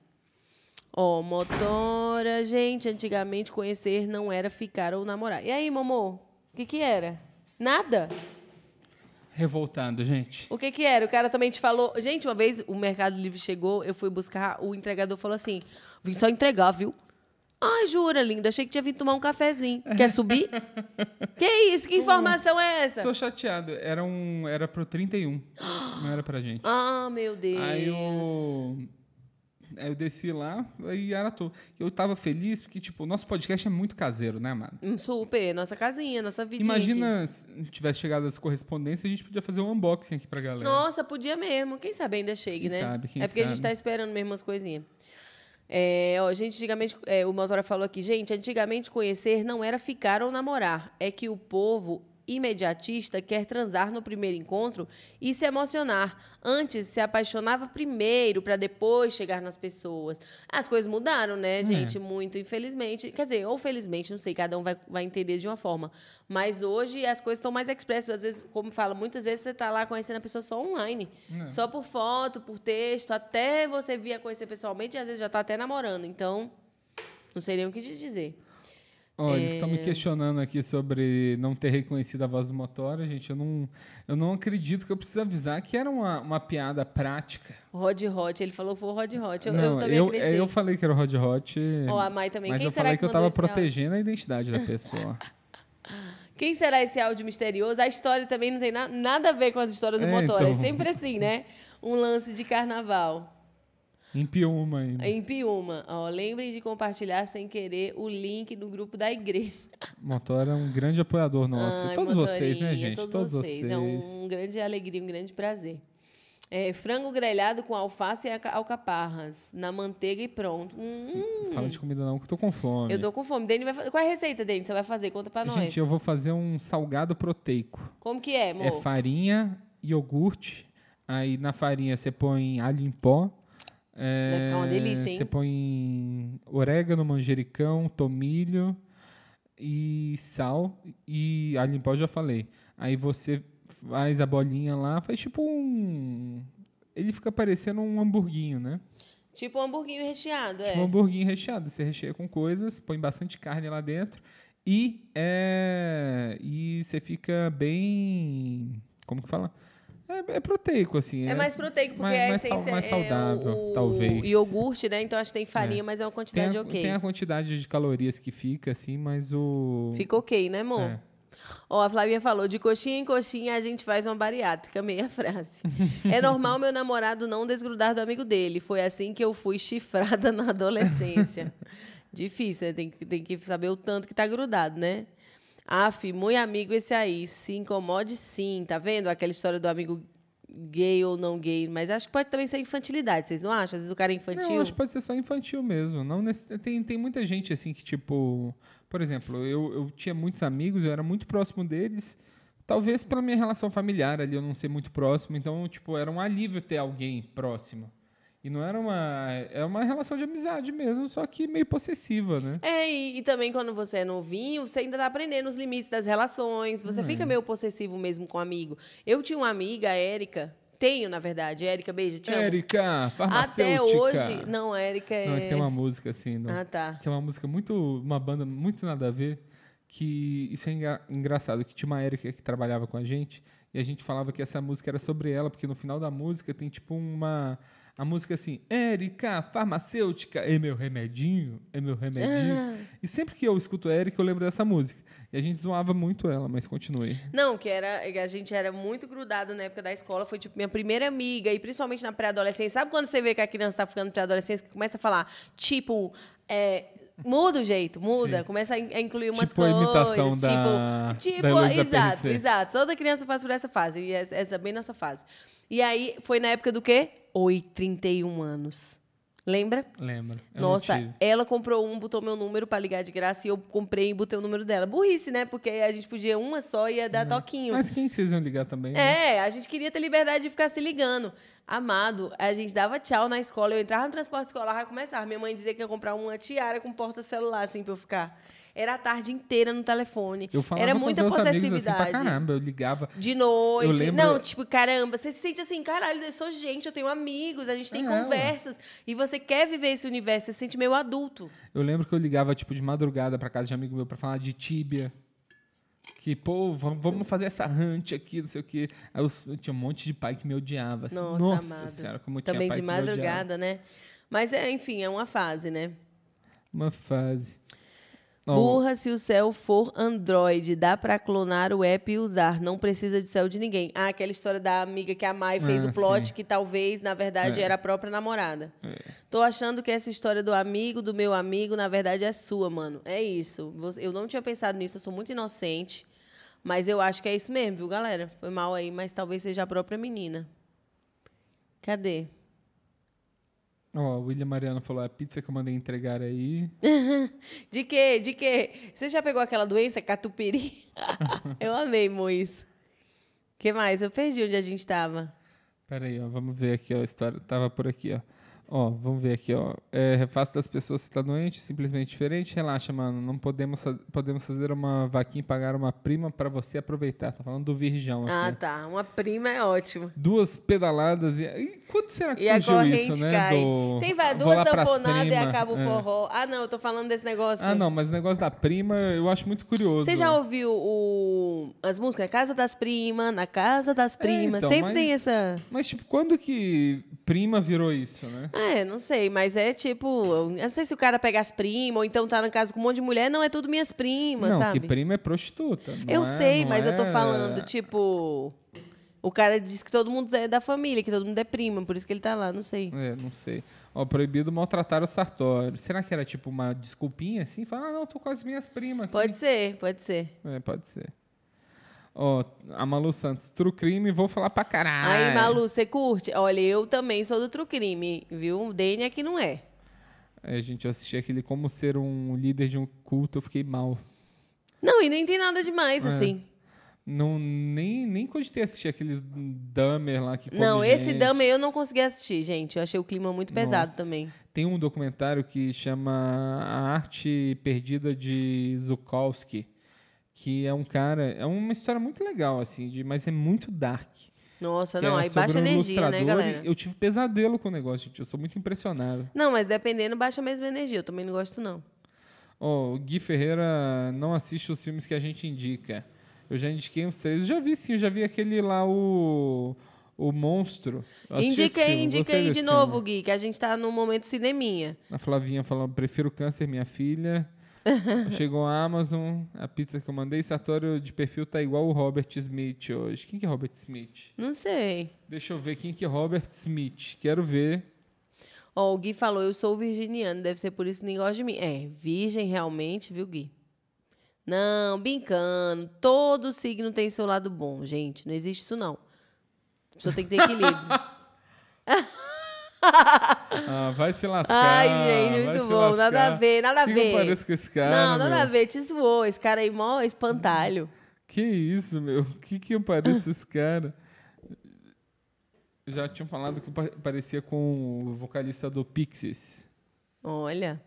Ó, motora, gente, antigamente conhecer não era ficar ou namorar. E aí, Momô? O que que era? Nada? Revoltado, gente. O que que era? O cara também te falou. Gente, uma vez o Mercado Livre chegou, eu fui buscar, o entregador falou assim: vim só entregar, viu? Ai, jura, linda, achei que tinha vindo tomar um cafezinho. Quer subir? que isso? Que informação é essa? Tô chateado. Era, um, era pro 31. não era pra gente. Ah, meu Deus. Aí eu. Aí eu desci lá e era tu. Eu tava feliz porque, tipo, o nosso podcast é muito caseiro, né, amado? Hum, Super, nossa casinha, nossa vidinha. aqui. Imagina se tivesse chegado as correspondências, a gente podia fazer um unboxing aqui pra galera. Nossa, podia mesmo. Quem sabe ainda chegue, né? Quem sabe, quem é porque a gente sabe. tá esperando mesmo as coisinhas. É, ó, gente, antigamente, é, o motora falou aqui, gente, antigamente conhecer não era ficar ou namorar, é que o povo imediatista quer transar no primeiro encontro e se emocionar. Antes se apaixonava primeiro para depois chegar nas pessoas. As coisas mudaram, né, gente? Muito, infelizmente. Quer dizer, ou felizmente, não sei, cada um vai, vai entender de uma forma. Mas hoje as coisas estão mais expressas. Às vezes, como fala, muitas vezes você tá lá conhecendo a pessoa só online. É. Só por foto, por texto, até você vir a conhecer pessoalmente e às vezes já tá até namorando. Então, não sei nem o que te dizer. Ó, É. eles estão me questionando aqui sobre não ter reconhecido a voz do Motora, gente. Eu não, eu não acredito que eu preciso avisar que era uma, uma piada prática. Rod Hot, ele falou que foi o Rod Hot. Eu, eu não, também eu, é, acreditei. eu falei que era o Rod Hot. Ó, a Mai também. Mas Quem eu será que falei que, eu mandou tava esse áudio? protegendo a identidade da pessoa. Quem será esse áudio misterioso? A história também não tem na- nada a ver com as histórias do É, motor. É então. sempre assim, né? Um lance de carnaval. em Piuma ainda. Em Piuma. Ó, lembrem de compartilhar sem querer o link do grupo da igreja. Motora é um grande apoiador nosso. Ai, todos vocês, né, Motorinha, gente? Todos, vocês. É um, um grande alegria, um grande prazer. É, frango grelhado com alface e aca- alcaparras. Na manteiga e pronto. Hum, Fala de comida não, que eu tô com fome. eu tô com fome. Dani vai fazer. Qual é a receita, Dani? que Você vai fazer? Conta pra nós. Gente, eu vou fazer um salgado proteico. Como que é, amor? É farinha, iogurte. Aí na farinha você põe alho em pó. É, Vai ficar uma delícia, hein? Você põe orégano, manjericão, tomilho e sal. E alho em pó eu já falei. Aí você faz a bolinha lá, faz tipo um. Ele fica parecendo um hamburguinho, né? Tipo um hamburguinho recheado, é. Um hamburguinho recheado. Você recheia com coisas, põe bastante carne lá dentro. E, é, e você fica bem. Como que fala? É, é proteico, assim. É mais proteico, porque mais- é a mais essência. sal- mais é saudável, o, o talvez. iogurte, né? Então acho que tem farinha, mas é uma tem a, quantidade ok. tem a quantidade de calorias que fica, assim, mas o. Fica ok, né, amor? É. Ó, a Flavinha falou: de coxinha em coxinha a gente faz uma bariátrica, meia frase. é normal meu namorado não desgrudar do amigo dele. Foi assim que eu fui chifrada na adolescência. Difícil, né? Tem, que- tem que saber o tanto que tá grudado, né? Aff, muito amigo esse aí. Se incomode sim, tá vendo? Aquela história do amigo gay ou não gay. Mas acho que pode também ser infantilidade, vocês não acham? Às vezes o cara é infantil. Não, acho que pode ser só infantil mesmo. Não nesse- tem, tem muita gente assim que, tipo. Por exemplo, eu, eu tinha muitos amigos, eu era muito próximo deles. Talvez pela minha relação familiar ali, eu não ser muito próximo. Então, tipo, era um alívio ter alguém próximo. E não era uma. É uma relação de amizade mesmo, só que meio possessiva, né? É, e, e também quando você é novinho, você ainda tá aprendendo os limites das relações, você fica Hum. meio possessivo mesmo com o amigo. Eu tinha uma amiga, a Érica, tenho, na verdade, Érica, beijo, te amo. Érica, Até farmacêutica. hoje, não, a Érica é... Não, é que tem uma música assim. Não. Ah, tá. Que é uma música muito. Uma banda muito nada a ver. Que isso é enga- engraçado. Que tinha uma Erika que trabalhava com a gente. E a gente falava que essa música era sobre ela, porque no final da música tem tipo uma. A música assim, Érica, farmacêutica, é meu remedinho, é meu remedinho. E sempre que eu escuto Érica, eu lembro dessa música. E a gente zoava muito ela, mas continue. Não, que era, a gente era muito grudado na época da escola, foi tipo minha primeira amiga, e principalmente na pré-adolescência. Sabe quando você vê que a criança tá ficando pré-adolescência, que começa a falar, tipo, é, muda o jeito, muda, Sim. começa a in- a incluir umas Tipo a coisas. imitação da- tipo, da Heloísa exato, Pérez. exato. Toda criança passa por essa fase, e essa essa é bem nossa fase. E aí foi na época do quê? Oi, 31 anos. Lembra? Lembra. Nossa, ela comprou um, botou meu número pra ligar de graça e eu comprei e botei o número dela. Burrice, né? Porque a gente podia uma só e ia dar toquinho. Mas quem que vocês iam ligar também? né? É, a gente queria ter liberdade de ficar se ligando. Amado, a gente dava tchau na escola, eu entrava no transporte escolar, e começava. Minha mãe dizia que ia comprar uma tiara com porta celular, assim, pra eu ficar. Era a tarde inteira no telefone. Eu falava Era com os muita meus amigos Assim, pra possessividade. caramba, eu ligava. de noite. Eu lembro- Não, tipo, caramba, você se sente assim, caralho, eu sou gente, eu tenho amigos, a gente tem É, ué. conversas. E você quer viver esse universo, você se sente meio adulto. Eu lembro que eu ligava, tipo, de madrugada pra casa de amigo meu pra falar de tíbia. Que, pô, vamos, vamos fazer essa hunt aqui, não sei o quê. Aí eu, eu tinha um monte de pai que me odiava. Assim, Nossa, Nossa, amado. senhora, como eu tinha Também pai de que me odiava. madrugada, né? Mas, é, enfim, é uma fase, né? Uma fase. Ó, Burra se o céu for Android. Dá pra clonar o app e usar. Não precisa de céu de ninguém. Ah, aquela história da amiga que a Mai fez Ah, o plot, sim. que talvez, na verdade, É. era a própria namorada. Tô achando que essa história do amigo, do meu amigo, na verdade é sua, mano. É isso. Você- Eu não tinha pensado nisso, eu sou muito inocente. Mas eu acho que é isso mesmo, viu, galera? Foi mal aí, mas talvez seja a própria menina. Cadê? Ó, o William Mariano falou, "É a pizza que eu mandei entregar aí. De quê? De quê? Você já pegou aquela doença catupiry? eu amei, Mois. que mais? Eu perdi onde a gente tava. Pera aí, ó, vamos ver aqui ó, a história. Tava por aqui, ó. Ó, vamos ver aqui, ó. É, refaço das pessoas que tá doente, simplesmente diferente. Relaxa, mano. Não podemos, fa- podemos fazer uma vaquinha e pagar uma prima pra você aproveitar. Tá falando do Virgão aqui. Ah, ó. tá. Uma prima é ótimo. Duas pedaladas e... e quando será que E a surgiu corrente isso, né? cai. do- Tem vai, Vou duas lá pras sanfonadas e prima, acaba o é. forró. Ah, não, eu tô falando desse negócio. Ah, não, mas o negócio da prima eu acho muito curioso. Você já ouviu o... as músicas? Casa das Primas, na Casa das Primas. então, Sempre mas- tem essa. Mas, tipo, quando que prima virou isso, né? É, não sei, mas é tipo. Eu não sei se o cara pega as primas, ou então tá na casa com um monte de mulher, não é tudo minhas primas, não, sabe? que prima é prostituta. não eu é- sei, não mas eu tô é- falando, tipo. O cara diz que todo mundo é da família, que todo mundo é prima, por isso que ele tá lá, não sei. É, não sei. Ó, proibido maltratar o Sartori. Será que era tipo uma desculpinha assim? Falar, ah, não, tô com as minhas primas. aqui." Pode ser, pode ser. É, pode ser. Ó, a Malu Santos, true crime, vou falar pra caralho. Aí, Malu, você curte? Olha, eu também sou do True Crime, viu? O Dane é que não é. É, gente, eu assisti aquele Como Ser um Líder de um Culto, eu fiquei mal. Não, e nem tem nada demais, É, assim. Não, nem, nem cogitei assistir aqueles Dummer lá que come Não, esse gente. Dama eu não consegui assistir, gente. Eu achei o clima muito pesado Nossa. também. Tem um documentário que chama A Arte Perdida de Zukowski, que é um cara, é uma história muito legal assim, de- mas é muito dark. Nossa, Que Então não, é aí sobre baixa um energia, né, ilustrador galera? e Eu tive pesadelo com o negócio, gente. Eu sou muito impressionado. Não, mas dependendo, baixa mesmo a energia. Eu também não gosto, não. Ó, o Gui Ferreira não assiste os filmes que a gente indica. Eu já indiquei uns três. Eu já vi sim, eu já vi aquele lá, o, o Monstro. Eu assisti indica esse aí, filme, indica gostei aí de desse novo, filme. Gui, que a gente tá num momento cineminha. A Flavinha falando, prefiro câncer, minha filha. Chegou a Amazon, a pizza que eu mandei. Sartório de perfil tá igual o Robert Smith hoje. Quem que é Robert Smith? Não sei. Deixa eu ver quem que é Robert Smith. Quero ver. Ó, o Gui falou, eu sou virginiano, deve ser por isso que ninguém gosta de mim. É, virgem realmente, viu, Gui? Não, brincando. Todo signo tem seu lado bom, gente. Não existe isso, não. A pessoa tem que ter equilíbrio. Ah, vai se lascar. Ai, gente, vai muito se bom. Nada a lascar. ver, nada a Que ver. eu pareço com esse cara, não, nada meu? a ver, te zoou. Esse cara aí, mó espantalho. Que isso, meu? Que que eu pareço com esse cara? Já tinham falado que eu pa- parecia com o vocalista do Pixies. Olha.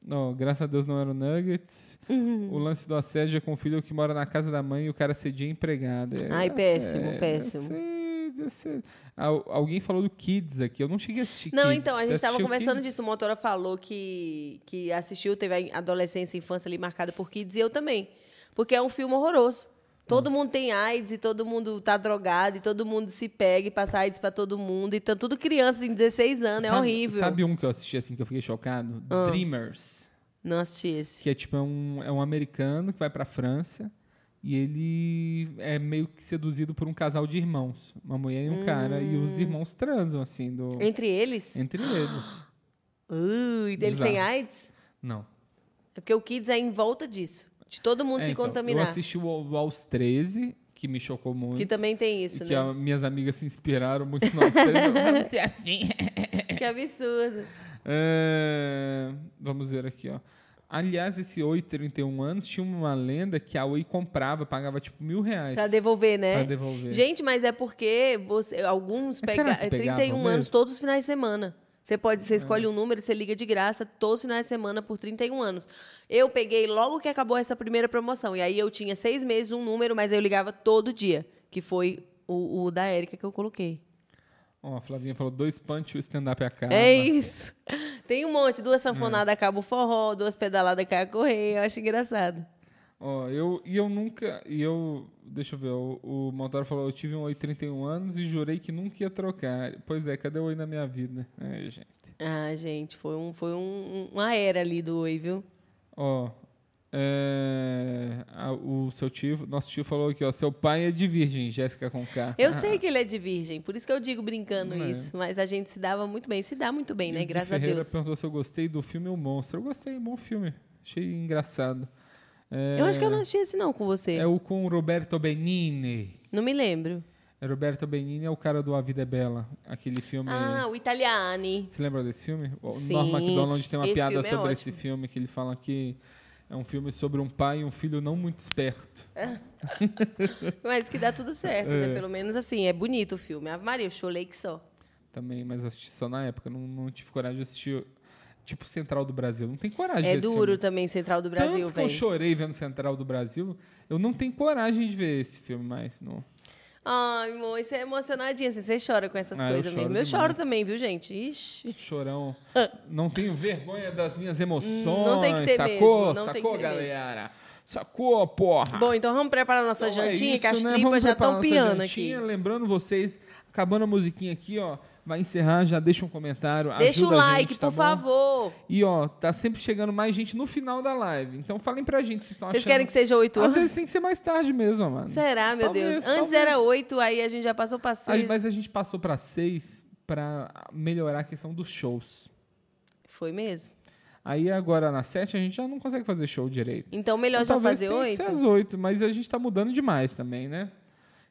Não, graças a Deus não era o Nuggets. Uhum. O lance do assédio é com o filho que mora na casa da mãe e o cara cedia empregado. É, Ai, eu péssimo, sei, eu péssimo. sei, eu sei. Al- alguém falou do Kids aqui. Eu não cheguei a assistir Não, Kids. então, a Você gente estava assistiu conversando Kids? disso. O Motora falou que, que assistiu, teve a adolescência e infância ali marcada por Kids, e eu também. Porque é um filme horroroso. Todo mundo tem AIDS e todo mundo tá drogado e todo mundo se pega e passa AIDS pra todo mundo. E tá tudo crianças em 16 anos, é Sabe- horrível. Ah. Sabe um que eu assisti assim que eu fiquei chocado? Dreamers. Não assisti esse. Que é tipo, é um, é um americano que vai pra França e ele é meio que seduzido por um casal de irmãos. Uma mulher e um cara. E Hum. os irmãos transam, assim, do, Entre eles? entre eles. Ui, eles têm Bizarro. AIDS? Não. É porque o Kids é em volta disso. De todo mundo É, se então, contaminar. Eu assisti o, o Aos 13, que me chocou muito. Que também tem isso, e que né? a- minhas amigas se inspiraram muito no Aos 13. Vamos ser assim. Que absurdo. É, vamos ver aqui, ó. Aliás, esse Oi 31 anos tinha uma lenda que a Oi comprava, pagava tipo mil reais Pra devolver, né? pra devolver. Gente, mas é porque você, alguns Mas pega, será que é pegava 31 mesmo? É. anos todos os finais de semana. Você pode, você escolhe um número, e você liga de graça todos os finais de semana por 31 anos. Eu peguei logo que acabou essa primeira promoção. E aí eu tinha seis meses um número, mas eu ligava todo dia, que foi o, o da Érica que eu coloquei. Ó, a Flavinha falou dois punch e o stand-up acaba. É isso. Tem um monte, duas É. sanfonadas acaba o forró, duas pedaladas cai a correr. Eu acho engraçado. Ó, eu, e eu nunca. E eu. Deixa eu ver, o, o Montoro falou: eu tive um oi 31 anos e jurei que nunca ia trocar. Pois é, cadê o oi na minha vida? É, gente. Ah, gente, foi, um, foi um- uma era ali do Oi, viu? Ó. é, a- o seu tio, nosso tio falou aqui, ó. Seu pai é de virgem, Jéssica com K. Ah, Eu sei que ele é de virgem, por isso que eu digo brincando Não é. isso. Mas a gente se dava muito bem. Se dá muito bem, E o né? Gui Graças a Ferreira Deus. perguntou se eu gostei do filme O Monstro. Eu gostei, bom filme. Achei engraçado. Eu acho que eu não assisti esse não com você. É o com o Roberto Benini. Não me lembro. Roberto Benini é o cara do A Vida é Bela, aquele filme. é- Ah, o Italiani. Você lembra desse filme? O Sim. Norm MacDonald tem uma Esse piada filme é sobre esse ótimo. filme que ele fala que é um filme sobre um pai e um filho não muito esperto. Mas que dá tudo certo, né? É. Pelo menos assim, é bonito o filme. Ave Maria, eu chorei que só. Também, mas assisti só na época. Não, não tive coragem de assistir. Tipo Central do Brasil. Não tem coragem é de ver esse duro filme. também, Central do Brasil, Tanto que eu velho. chorei vendo Central do Brasil, eu não tenho coragem de ver esse filme mais. Não. Ai, amor, você é emocionadinha, assim, você chora com essas Ah, eu coisas mesmo. choro Eu choro demais. também, viu, gente? Ixi. Chorão. Não tenho vergonha das minhas emoções. Hum, Não tem que ter sacou? mesmo, não tem que sacou, ter galera? Sacou, porra? Bom, então vamos preparar nossa Ah. Então é jantinha, isso, que as né? tripas Vamos já estão preparar nossa piando aqui. jantinha. Lembrando vocês, acabando a musiquinha aqui, ó. Vai encerrar, já deixa um comentário. Deixa ajuda um a like, gente, tá por bom? favor. E ó, tá sempre chegando mais gente no final da live. Então falem pra gente, vocês estão achando. Vocês querem que seja 8 Às horas? vezes tem que ser mais tarde mesmo, mano. Será, meu Talvez, Deus? talvez. Antes era 8, aí a gente já passou pra Aí, 6. mas a gente passou pra seis pra melhorar a questão dos shows. Foi mesmo. Aí agora na sete a gente já não consegue fazer show direito. Então melhor Então, já talvez fazer tenha que ser 8? às oito, mas a gente tá mudando demais também, né?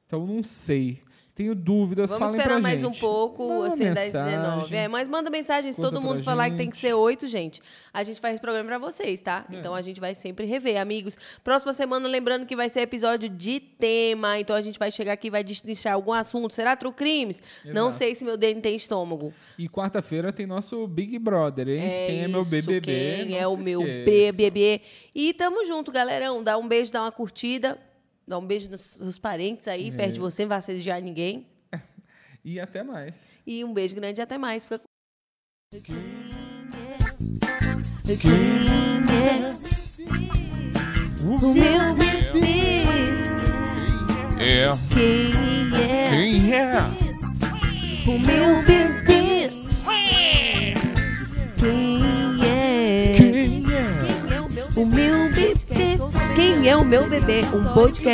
Então não sei. Tenho dúvidas, Vamos falem esperar pra mais gente. um pouco, Manda uma assim, das mensagem. 19. É, mas manda mensagem, se Conta todo pra mundo falar que tem que gente. É. ser 8, gente, a gente faz programa pra vocês, tá? Então a gente vai sempre rever, amigos. Próxima semana, lembrando que vai ser episódio de tema, então a gente vai chegar aqui e vai destrinchar algum assunto. Será true crimes? Não Exato. sei se meu dele tem estômago. E quarta-feira tem nosso Big Brother, hein? quem é meu isso, BBB? Quem não é se o meu esqueça. BBB? E tamo junto, galerão. Dá um beijo, dá uma curtida. Dá um beijo nos, nos parentes É. aí, perto de você, não vai assediar ninguém. E até mais. E um beijo grande e até mais. Fica O meu bebê. É. Quem é? Quem é? Quem é? Quem é o meu bebê? Um podcast.